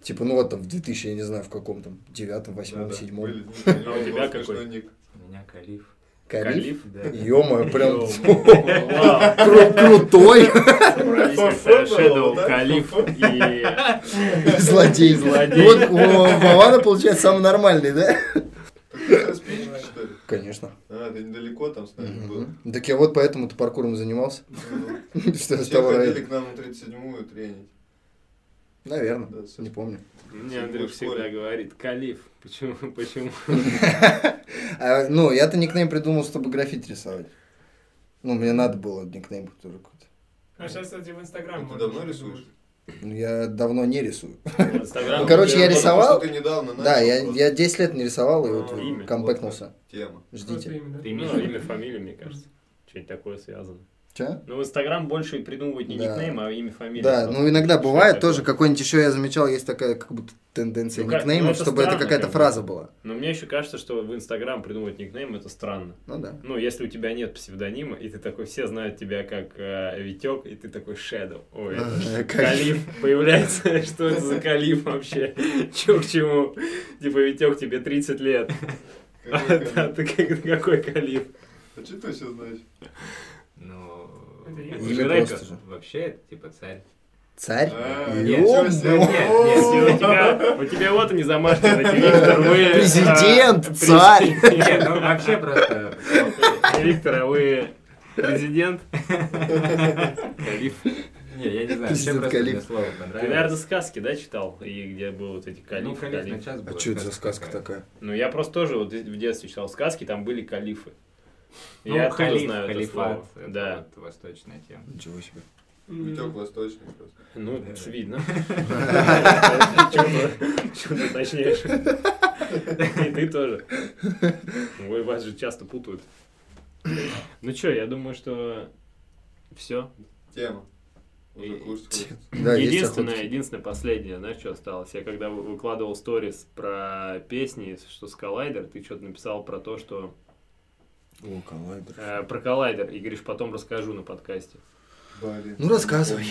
A: Типа, ну вот там в 2000, я не знаю, в каком там, девятом, восьмом,
E: Да-да,
A: седьмом.
E: были. Ну,
C: А у тебя
E: смешной
C: какой?
E: ник.
F: У меня калиф.
A: Калиф?
F: Да.
A: Ё-моё, прям А,
C: Вау.
A: кру- крутой *laughs*
C: Есть такая Shadow, Калиф и...
A: злодей.
C: Злодей.
A: Вот у Вована, получается, самый нормальный, да?
E: Ты со спичкой, что ли?
A: Конечно.
E: А, ты недалеко там с нами был.
A: Мгм. Так я вот поэтому ты паркуром занимался. *laughs*
E: Ну,
A: Что с
E: Все
A: того
E: ходили
A: ради.
E: к нам на 37-ю тренить.
A: Наверное.
E: Да, с-
A: Не помню.
C: Мне Андрюх всегда говорит, Калиф. Почему? Почему?
A: А, ну, я-то никнейм придумал, чтобы граффити рисовать. Ну, мне надо было никнейм, который какой-то.
B: А сейчас, кстати, в Инстаграм.
E: Ну, Ты
B: можно
E: давно
B: что-то
E: рисуешь?
B: делать.
A: Ну, я давно не рисую.
C: Инстаграм.
A: Ну, короче, я
E: Потому что
A: рисовал.
E: ты недавно начал
A: Да, я,
E: просто.
A: я 10 лет не рисовал, и вот
E: А,
C: имя.
A: компактнулся.
C: *laughs*
E: Тема.
B: Просто
A: Ждите.
B: именно.
F: Ты имеешь
C: Ну,
F: в виду?
C: имя, фамилия, мне кажется. Что-нибудь такое связано.
A: Че?
C: Ну, в Инстаграм больше придумывать не
A: Да.
C: никнейм, а имя, фамилия.
A: Да,
C: просто.
A: ну иногда
C: Что
A: бывает
C: такое?
A: тоже какой-нибудь еще я замечал, есть такая как будто тенденция
C: Ну как, ну
A: никнеймов,
C: это
A: чтобы это
C: странно,
A: какая-то
C: как бы.
A: фраза была.
C: Но мне еще кажется, что в Инстаграм придумывать никнейм это странно.
A: Ну да.
C: Ну, если у тебя нет псевдонима, и ты такой, все знают тебя как э, Витек, и ты такой Shadow. Ой, это
A: Э, как-
C: Калиф появляется. *laughs* Что это за Калиф вообще? *laughs* Че к чему? Типа, Витек, тебе 30 лет. *laughs* А
E: Какой
C: а ты как- какой Калиф?
E: А что ты все знаешь?
F: Ну,
B: Это я.
F: у
A: Или
F: Жирека
A: просто же.
F: вообще это типа царь.
A: Царь?
E: А,
A: Ё-
E: ничего себе.
A: мой.
F: Нет,
C: *laughs* Если
F: нет,
C: у тебя, у тебя вот они замашки на тебе, Виктор, вы...
A: Президент,
C: а,
A: царь.
C: президент.
F: Нет, ну вообще просто...
C: *laughs* Виктор, а вы президент? Калиф.
F: Не, я не знаю, вообще
A: Президент
F: просто мне
A: Калиф.
F: слово
C: Ты, наверное,
F: понравилось.
C: сказки, да, читал? И где были вот эти
F: Ну,
C: калифы,
F: конечно,
C: калифы.
F: сейчас
A: А
F: будет
A: что это за сказка такая?
C: Ну, я просто тоже вот в детстве читал сказки, там были калифы.
F: Ну,
C: я тоже
F: халиф,
C: знаю
F: халифат,
C: это слово.
F: это
C: Да.
F: вот восточная тема.
A: Ничего себе.
E: Витек
B: М,
E: восточный просто.
C: Ну,
F: Да.
C: это видно. Чего ты уточняешь? И ты тоже. Ой, вас же часто путают. Ну что, я думаю, что все.
E: Тема. Уже
C: И-
E: курс ходит.
A: Да, есть
C: единственное,
A: охотники.
C: единственное, последнее, знаешь, что осталось? Я когда вы- выкладывал сторис про песни, что с коллайдер, ты что-то написал про то, что
A: О, коллайдер.
C: э, про коллайдер, и говоришь, потом расскажу на подкасте.
E: Блин.
A: Ну, рассказывай.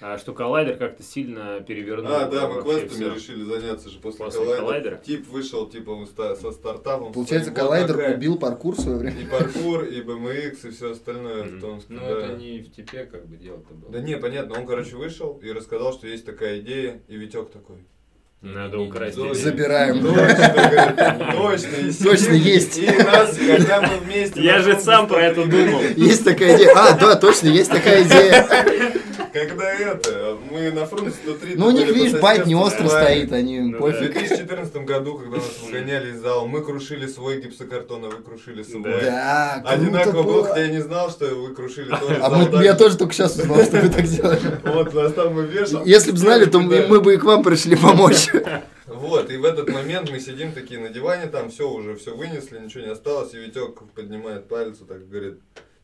C: А что коллайдер как-то сильно перевернул.
E: А, да, мы
C: Ну, вообще
E: квестами
C: всё.
E: решили заняться же после,
C: После
E: коллайдера.
C: коллайдера.
E: Тип вышел, типа, он ста- со стартапом.
A: Получается,
E: своим. Вот
A: коллайдер
E: такая
A: убил паркур в свое время.
E: И паркур, и BMX, и все остальное
C: Мгм.
E: в Томске.
F: Ну,
E: да.
F: это не в тебе как бы дело-то было.
E: Да не, понятно, он, короче, вышел и рассказал, что есть такая идея, и Витек
A: *laughs*
E: такой.
C: Надо украсть.
E: Зоя.
C: деньги.
A: Забираем.
C: ну,
E: Точно, говорит, точно, и сидим,
A: Точно есть.
E: И нас, когда мы вместе...
C: Я
E: на
C: же
E: солнце
C: сам про это
E: смотрели,
C: думал.
A: Есть такая идея. А, да, точно, есть такая идея.
E: Когда это, мы на фронте 130
A: Ну, у них, видишь, байт не остро стоит, они
C: Ну,
E: В
C: да.
A: пофиг.
E: 2014 году, когда нас выгоняли из зала, мы крушили свой гипсокартон, а вы крушили свой.
A: Да, круто
E: Одинаково было,
A: было.
E: хотя я не знал, что вы крушили тоже
A: А
E: зал
A: мы-
E: так
A: я
E: же.
A: тоже только сейчас узнал, что вы так делали.
E: Вот, нас там мы вешал.
A: Если бы знали, то мы
E: Да.
A: мы бы и к вам пришли помочь.
E: Вот, и в этот момент мы сидим такие на диване, там все уже, все вынесли, ничего не осталось, и Витек поднимает палец, вот так и говорит,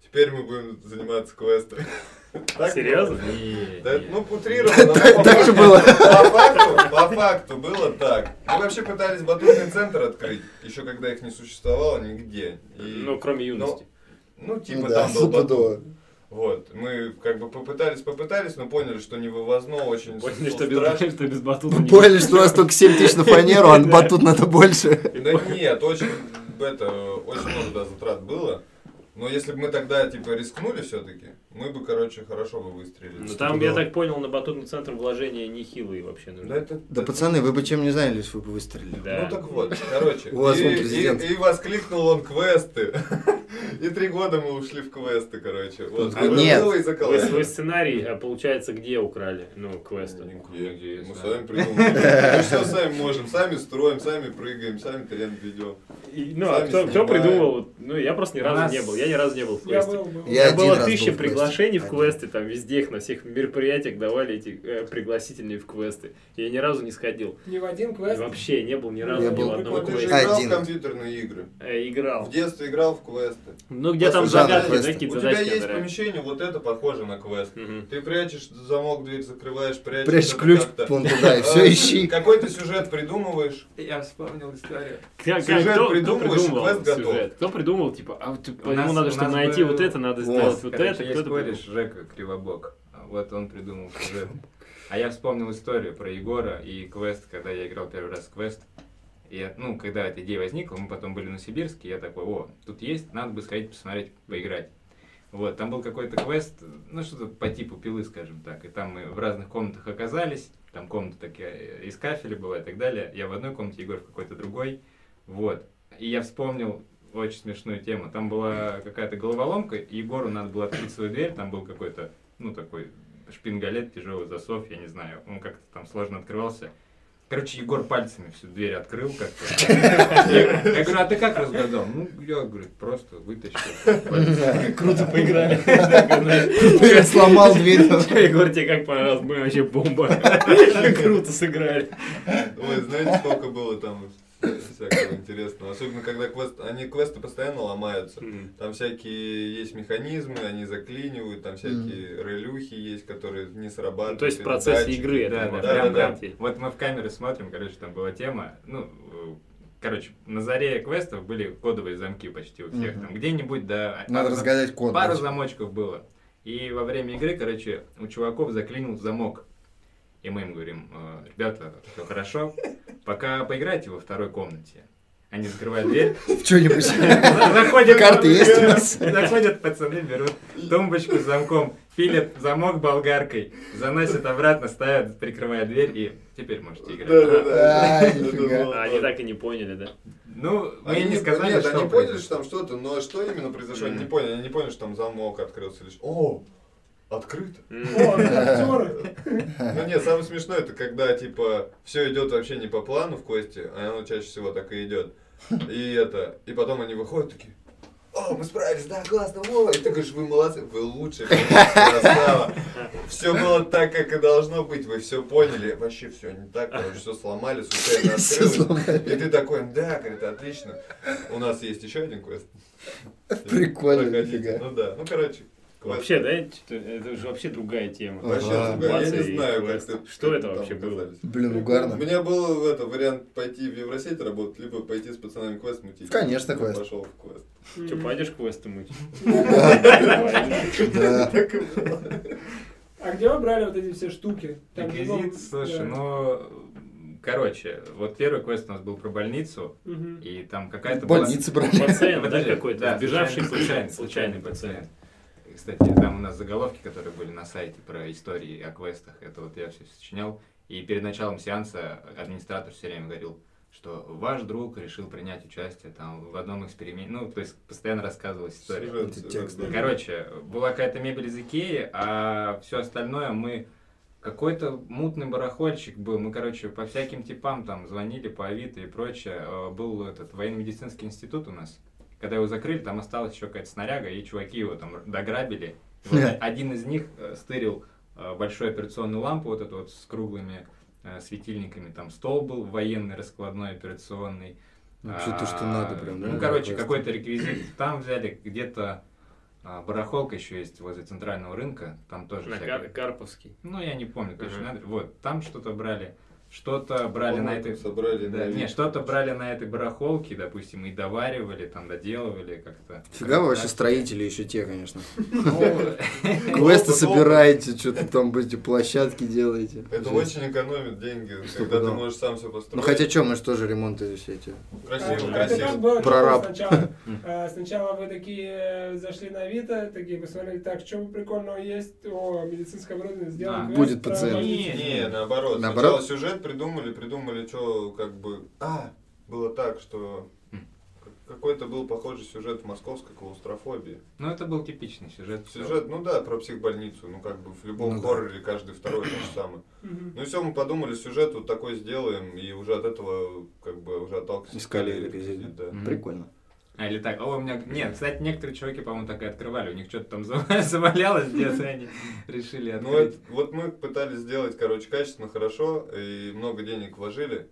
E: теперь мы будем заниматься квестами. *laughs* Так ну,
C: Серьезно?
E: было?
F: Не,
E: Да,
F: не.
E: ну, утрированно. но
A: Так же
E: по
A: было.
E: факту- По факту, по факту было так. Мы вообще пытались батутный центр открыть, еще когда их не существовало нигде. И,
C: Ну, кроме юности.
E: ну, типа
A: Ну да,
E: там был батут.
A: стопудово.
E: Вот, мы как бы попытались, попытались, но поняли, что невывозно очень
C: Поняли, что
E: ну, страшно.
C: без, что без батута не
A: Поняли, что у нас только 7 тысяч на фанеру, а на батут надо больше.
E: Да нет, очень, это, очень много да, затрат было. Но если бы мы тогда, типа, рискнули все-таки, мы бы, короче, хорошо бы выстрелили.
C: Ну, там, я так понял, на батутный центр вложения нехилые вообще
E: Да,
C: нужны.
E: это,
A: Да,
E: это-
A: пацаны, вы бы чем не занялись, вы бы выстрелили.
C: Да.
E: Ну, так вот, короче.
A: У вас
E: и,
A: вон президент.
E: и- и воскликнул он квесты. *laughs* И три года мы ушли в квесты, короче. Вот.
A: А нет.
E: было из-за
C: Вы
E: коллайдера.
C: свой сценарий, а, получается, где украли? Ну, квеста.
E: Нигде. Мы
F: Нигде,
E: сами придумали.
A: *laughs*
E: Мы что сами можем? Сами строим, сами прыгаем, сами тренд ведем.
C: И, ну, а
E: Сами
C: кто, кто
E: снимаем.
C: придумал? Ну, я просто ни
F: У
C: разу
F: нас-
C: не был. Я ни разу не был в
B: Я
C: квесте.
B: был, был.
A: Я
C: У меня
A: один
C: было
A: раз был
C: тысяча
A: в квесте.
C: приглашений в
A: Один.
C: квесты, там везде их на всех мероприятиях давали эти э, пригласительные в квесты. Я ни разу не сходил.
B: Не в один
C: И
B: квест.
C: вообще не был ни разу
A: Я
C: ни
A: был-
C: в одном
E: Вот ты же
C: квесте.
E: играл в
A: Один.
E: компьютерные игры.
C: Э, играл.
E: В детстве играл в квесты.
C: Ну, где там
E: Просто
C: загадки,
A: жанр
C: да,
A: квеста.
C: какие-то
E: У тебя
C: задачки
E: есть
C: отправляют.
E: помещение, вот это похоже на квест.
C: Мгм.
E: Ты прячешь замок, дверь закрываешь, прячешь.
A: Прячешь
E: это
A: ключ,
E: как-то.
A: вон туда, и
E: А,
A: все, ищи.
E: Какой-то сюжет придумываешь.
F: Я вспомнил историю.
C: Как-
E: Сюжет
C: как- кто- кто
E: придумываешь,
C: придумывал
E: квест готов.
C: сюжет? Кто придумал, типа, а вот, типа,
F: У
C: ему
F: нас-
C: надо,
F: у
C: чтобы
F: нас
C: найти
F: был-
C: вот это, надо
A: Вот,
C: сделать вот
F: Короче,
C: это,
F: есть
C: кто-то
F: кореш
C: кореш.
F: Жека Кривобок. Вот он придумал сюжет. А я вспомнил историю про Егора и квест, когда я играл первый раз в квест. И, я- ну, когда эта идея возникла, мы потом были на Сибирске, я такой, о, тут есть, надо бы сходить посмотреть, поиграть. Вот, там был какой-то квест, ну, что-то по типу пилы, скажем так. И там мы в разных комнатах оказались, там комната такая из кафеля была и так далее. Я в одной комнате, Егор в какой-то другой. Вот. И я вспомнил очень смешную тему. Там была какая-то головоломка, и Егору надо было открыть свою дверь, там был какой-то, ну, такой шпингалет, тяжелый засов, я не знаю, он как-то там сложно открывался. Короче, Егор пальцами всю дверь открыл как-то. Я я говорю, а ты как разгадал? Ну, я, говорю, просто вытащил.
C: Круто *laughs* поиграли.
A: Я сломал
C: *laughs*
A: дверь.
C: Егор, тебе как понравилось? Мы вообще бомба.
A: *laughs*
C: Круто сыграли.
E: Ой, знаете, сколько было там всякого интересного. Особенно, когда квест... они квесты постоянно ломаются. Там всякие есть механизмы, они заклинивают, там всякие релюхи есть, которые не срабатывают.
C: Ну, То есть
E: или
C: процесс
E: датчики.
C: игры
F: Да,
C: это
F: да,
E: да,
C: прям
E: да.
C: прям.
F: Вот мы в камеры смотрим, короче, там была тема, ну, э, короче, на заре квестов были кодовые замки почти у всех,
A: Мгм.
F: там где-нибудь, да,
A: Надо
F: пара-
A: разгадать код.
F: Пара замочков было. И во время игры, короче, у чуваков заклинил замок. И мы им говорим, «Э, ребята, все хорошо, пока поиграйте во второй комнате. Они закрывают дверь,
A: В что-нибудь.
F: заходят...
A: Карты есть у нас?
F: Заходят пацаны, берут тумбочку с замком, пилят замок болгаркой, заносят обратно, ставят, прикрывая дверь и теперь можете играть.
E: Да-да-да.
A: А,
E: Это
A: нифига.
E: было.
C: А они так и не поняли, да?
F: Ну, мы
E: Они
F: не сказали,
E: нет,
F: что
E: они поняли,
F: произошло.
E: что там что-то, но что именно произошло, они не
C: Мгм.
E: поняли. Они не поняли, что там замок открылся лишь. О, открыто.
B: О, актеры.
E: Ну нет, самое смешное, это когда, типа, все идет вообще не по плану в кости, а оно чаще всего так и идет. И это, и потом они выходят такие, о, мы справились, да, классно, во. И ты говоришь, вы молодцы, вы лучшие, красава. Все было так, как и должно быть, вы все поняли. Вообще все не так, короче, все сломали, случайно
A: Всё
E: открылось. И ты такой, да, говорит, отлично. У нас есть еще один квест.
A: Прикольно,
E: Проходите.
A: нифига.
E: Ну да, ну короче, квест.
C: Вообще, да, это что-то- это же вообще другая тема.
E: Вообще
A: Ага.
E: другая, я
C: Ситуация
E: не
C: и
E: знаю, как
C: квест.
E: ты-
C: Что
E: как
C: это
E: там
C: вообще было?
E: оказались.
A: Блин, угарно.
E: У меня был это, вариант пойти в Евросеть работать, либо пойти с пацанами квест мутить.
A: Конечно,
E: Я
A: квест.
E: пошел в квест.
C: Че,
B: *laughs*
C: пойдешь квесты
E: *laughs*
C: мыть?
A: Да.
E: Так и было.
B: А где вы брали вот эти все штуки? Там много-
F: Реквизит, слушай,
B: да.
F: ну, короче, вот первый квест у нас был про больницу,
B: Мгм.
F: и там какая-то
A: В
F: была-
A: больнице брали.
C: Пациент, да,
F: Подожди,
C: какой-то?
F: да,
C: Сбежавший
F: случайный,
C: пациент. Случайный пациент.
F: И, Кстати, там у нас заголовки, которые были на сайте про истории о квестах, это вот я все сочинял. И перед началом сеанса администратор все время говорил, что ваш друг решил принять участие там в одном эксперименте. Ну, то есть постоянно рассказывалась история.
E: Сюжет,
A: Это
E: да,
A: текст,
E: да.
F: Короче, была какая-то мебель из Икеи, а все остальное мы... Какой-то мутный барахольщик был. Мы, короче, по всяким типам там звонили, по Авито и прочее. Э, Был этот военно-медицинский институт у нас. Когда его закрыли, там осталась еще какая-то снаряга, и чуваки его там
E: *laughs*
F: дограбили. И вот один из них э, стырил э, большую операционную лампу, вот эту вот с круглыми э, светильниками. Там стол был военный, раскладной, операционный.
A: Вообще то, Ну, что
F: А,
A: надо прям.
F: Ну,
A: да,
F: короче,
A: просто.
F: какой-то реквизит там взяли, где-то а, барахолка еще есть возле центрального рынка, там тоже
C: На
F: всякое.
C: Кар- Карповский.
F: Ну, я не помню точно
C: Ага.
F: адрес. Вот, там что-то брали, что-то брали на
E: По-моему,
F: этой...
E: Собрали
F: Да,
E: на
F: не,
E: вид.
F: что-то брали на этой барахолке, допустим, и доваривали, там, доделывали как-то.
A: Фига вы вообще
F: Так.
A: строители еще те,
E: *laughs*
A: конечно.
F: Ну, *laughs*
A: Квесты
E: Опыт,
A: собираете, что-то там эти площадки делаете.
E: Это очень экономит деньги, когда ты
A: да.
E: можешь сам все построить.
A: Ну хотя что, мы же тоже ремонты все эти.
E: Красиво,
B: А, Это как
E: красиво.
B: было
A: Прораб.
B: сначала? А, Сначала вы такие э, зашли на Авито, такие посмотрели, так, что прикольного есть, о, медицинское оборудование
F: Да.
A: А,
B: сделано.
A: Будет пациент.
F: Не,
E: Не, наоборот.
A: Наоборот?
E: Сначала сюжет придумали, придумали, что как бы... А, было так, что
F: М.
E: какой-то был похожий сюжет в московской клаустрофобии.
F: Ну, это был типичный сюжет.
E: Сюжет, ну да, про психбольницу, ну как бы в любом
A: Ну да.
E: хорроре каждый второй то же самое. Ну и все, мы подумали, сюжет вот такой сделаем, и уже от этого, как бы, уже отталкиваемся.
A: Искали реквизит.
E: Да.
F: Мгм.
A: Прикольно.
F: А, или так, о, у меня... Нет, кстати, некоторые чуваки, по-моему, так и открывали. У них что-то там *laughs* зава- завалялось где-то, и они решили
E: Ну,
F: открыть.
E: это- вот мы пытались сделать, короче, качественно, хорошо, и много денег вложили.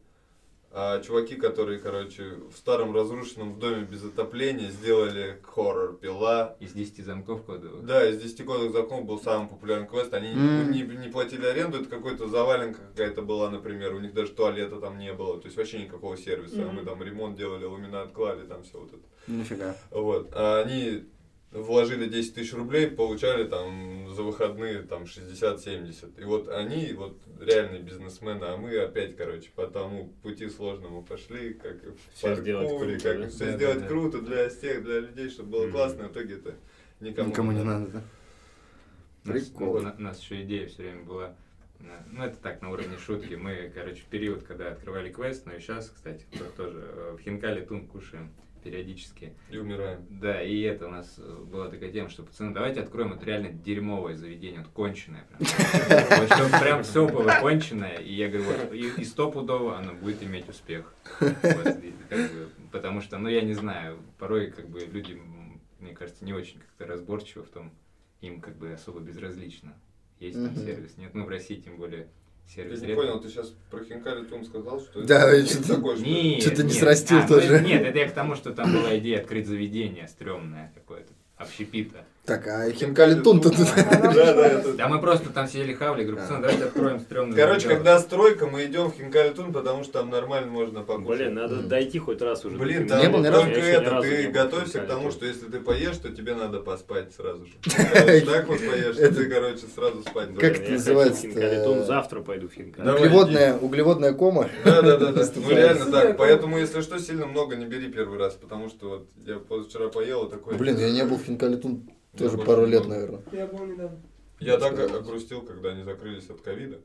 E: А чуваки, которые, короче, в старом разрушенном доме без отопления сделали хоррор пила.
F: Из 10 замков кодовых.
E: Да, из 10 кодовых законов был самый популярный квест. Они
A: М.
E: не, не платили аренду, это какой-то заваленка какая-то была, например. У них даже туалета там не было. То есть вообще никакого сервиса. а
B: Мгм.
E: Мы там ремонт делали, ламинат клали, там все вот это.
A: Нифига.
E: Вот. А они вложили 10 тысяч рублей, получали там за выходные там 60-70. И вот они, вот реальные бизнесмены, а мы опять, короче, по тому пути сложному пошли, как и в
C: Всё сделать
E: паркуре,
C: круто,
E: как
C: да?
E: все
F: Да, да,
E: сделать
F: да.
E: круто для всех, для людей, чтобы было
C: Мгм.
E: классно, а в итоге это никому,
A: Никому не надо, да?
F: У
A: Прикол.
F: нас, еще идея все время была, на- ну это так, на уровне шутки. Мы, короче, период, когда открывали квест, ну и сейчас, кстати, то- тоже э, в хинкале тун кушаем периодически.
E: И умираем.
F: Да, и это у нас э, была такая тема, что, пацаны, давайте откроем вот реально дерьмовое заведение, вот конченое прям. Вот чтоб прям все было конченое, и я говорю, вот, и, и стопудово оно будет иметь успех. Вот, и как бы, потому что, ну, я не знаю, порой, как бы, люди, м, мне кажется, не очень как-то разборчивы в том, им как бы особо безразлично, есть там
A: Мгм.
F: сервис, нет, ну, в России тем более
E: Я
F: сервис
E: не
F: редко.
E: понял, ты сейчас про хинкали Тум сказал, что
A: Да,
E: это
A: что-то-
E: такое, что ли?
F: Нет,
A: Чё-то не
F: нет.
A: срастил
F: А, ну,
A: тоже.
F: это- Нет, это я к тому, что там была идея открыть заведение стрёмное какое-то, общепита.
A: Так, а хинкали тун-то тут.
E: Да, да, это-
F: Да А мы просто там сидели хавли, говорю, пацаны, давайте откроем стрёмное
E: Короче,
F: заведение».
E: когда стройка, мы идем в Хинкальтун, потому что там нормально можно покушать.
C: Блин, надо
A: Мгм.
C: дойти хоть раз уже.
E: Блин,
C: до
E: там
A: Не
C: финала.
A: был ни
C: Я
A: разу?
E: только
C: еще ни
E: это,
C: разу не
E: ты
C: был в
E: готовься к
C: Хинкале
E: тому,
C: тоже.
E: что если ты поешь, то тебе надо поспать
A: *laughs*
E: сразу же. Короче, Так вот поешь, что ты, короче, сразу спать.
A: Как
C: Блин,
A: это
C: я
A: называется-то?
C: хочу в Хинкалитон, завтра пойду в Хинкали.
E: *laughs* Давай,
A: Углеводная, углеводная кома.
E: Да, да,
A: *laughs*
E: да, да. Ну
A: Наступает.
E: реально так. Поэтому, если что, сильно много не бери первый раз, потому что вот я позавчера поел и такой.
A: Блин, я не был в хинкали тун
E: Я
A: тоже
E: больше
A: пару
E: не
A: лет,
E: был.
A: наверное.
B: Я был недавно.
E: Я так огрустил, когда они закрылись от ковида.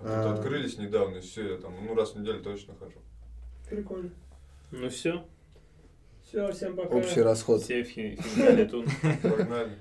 E: А
A: А.
E: тут открылись недавно, и все, я там, ну, раз в неделю точно
A: *laughs*
E: хожу.
B: Прикольно.
C: Ну все,
B: Все, всем пока.
A: Общий расход.
C: все в Хин- Хинкалитон.
E: Погнали.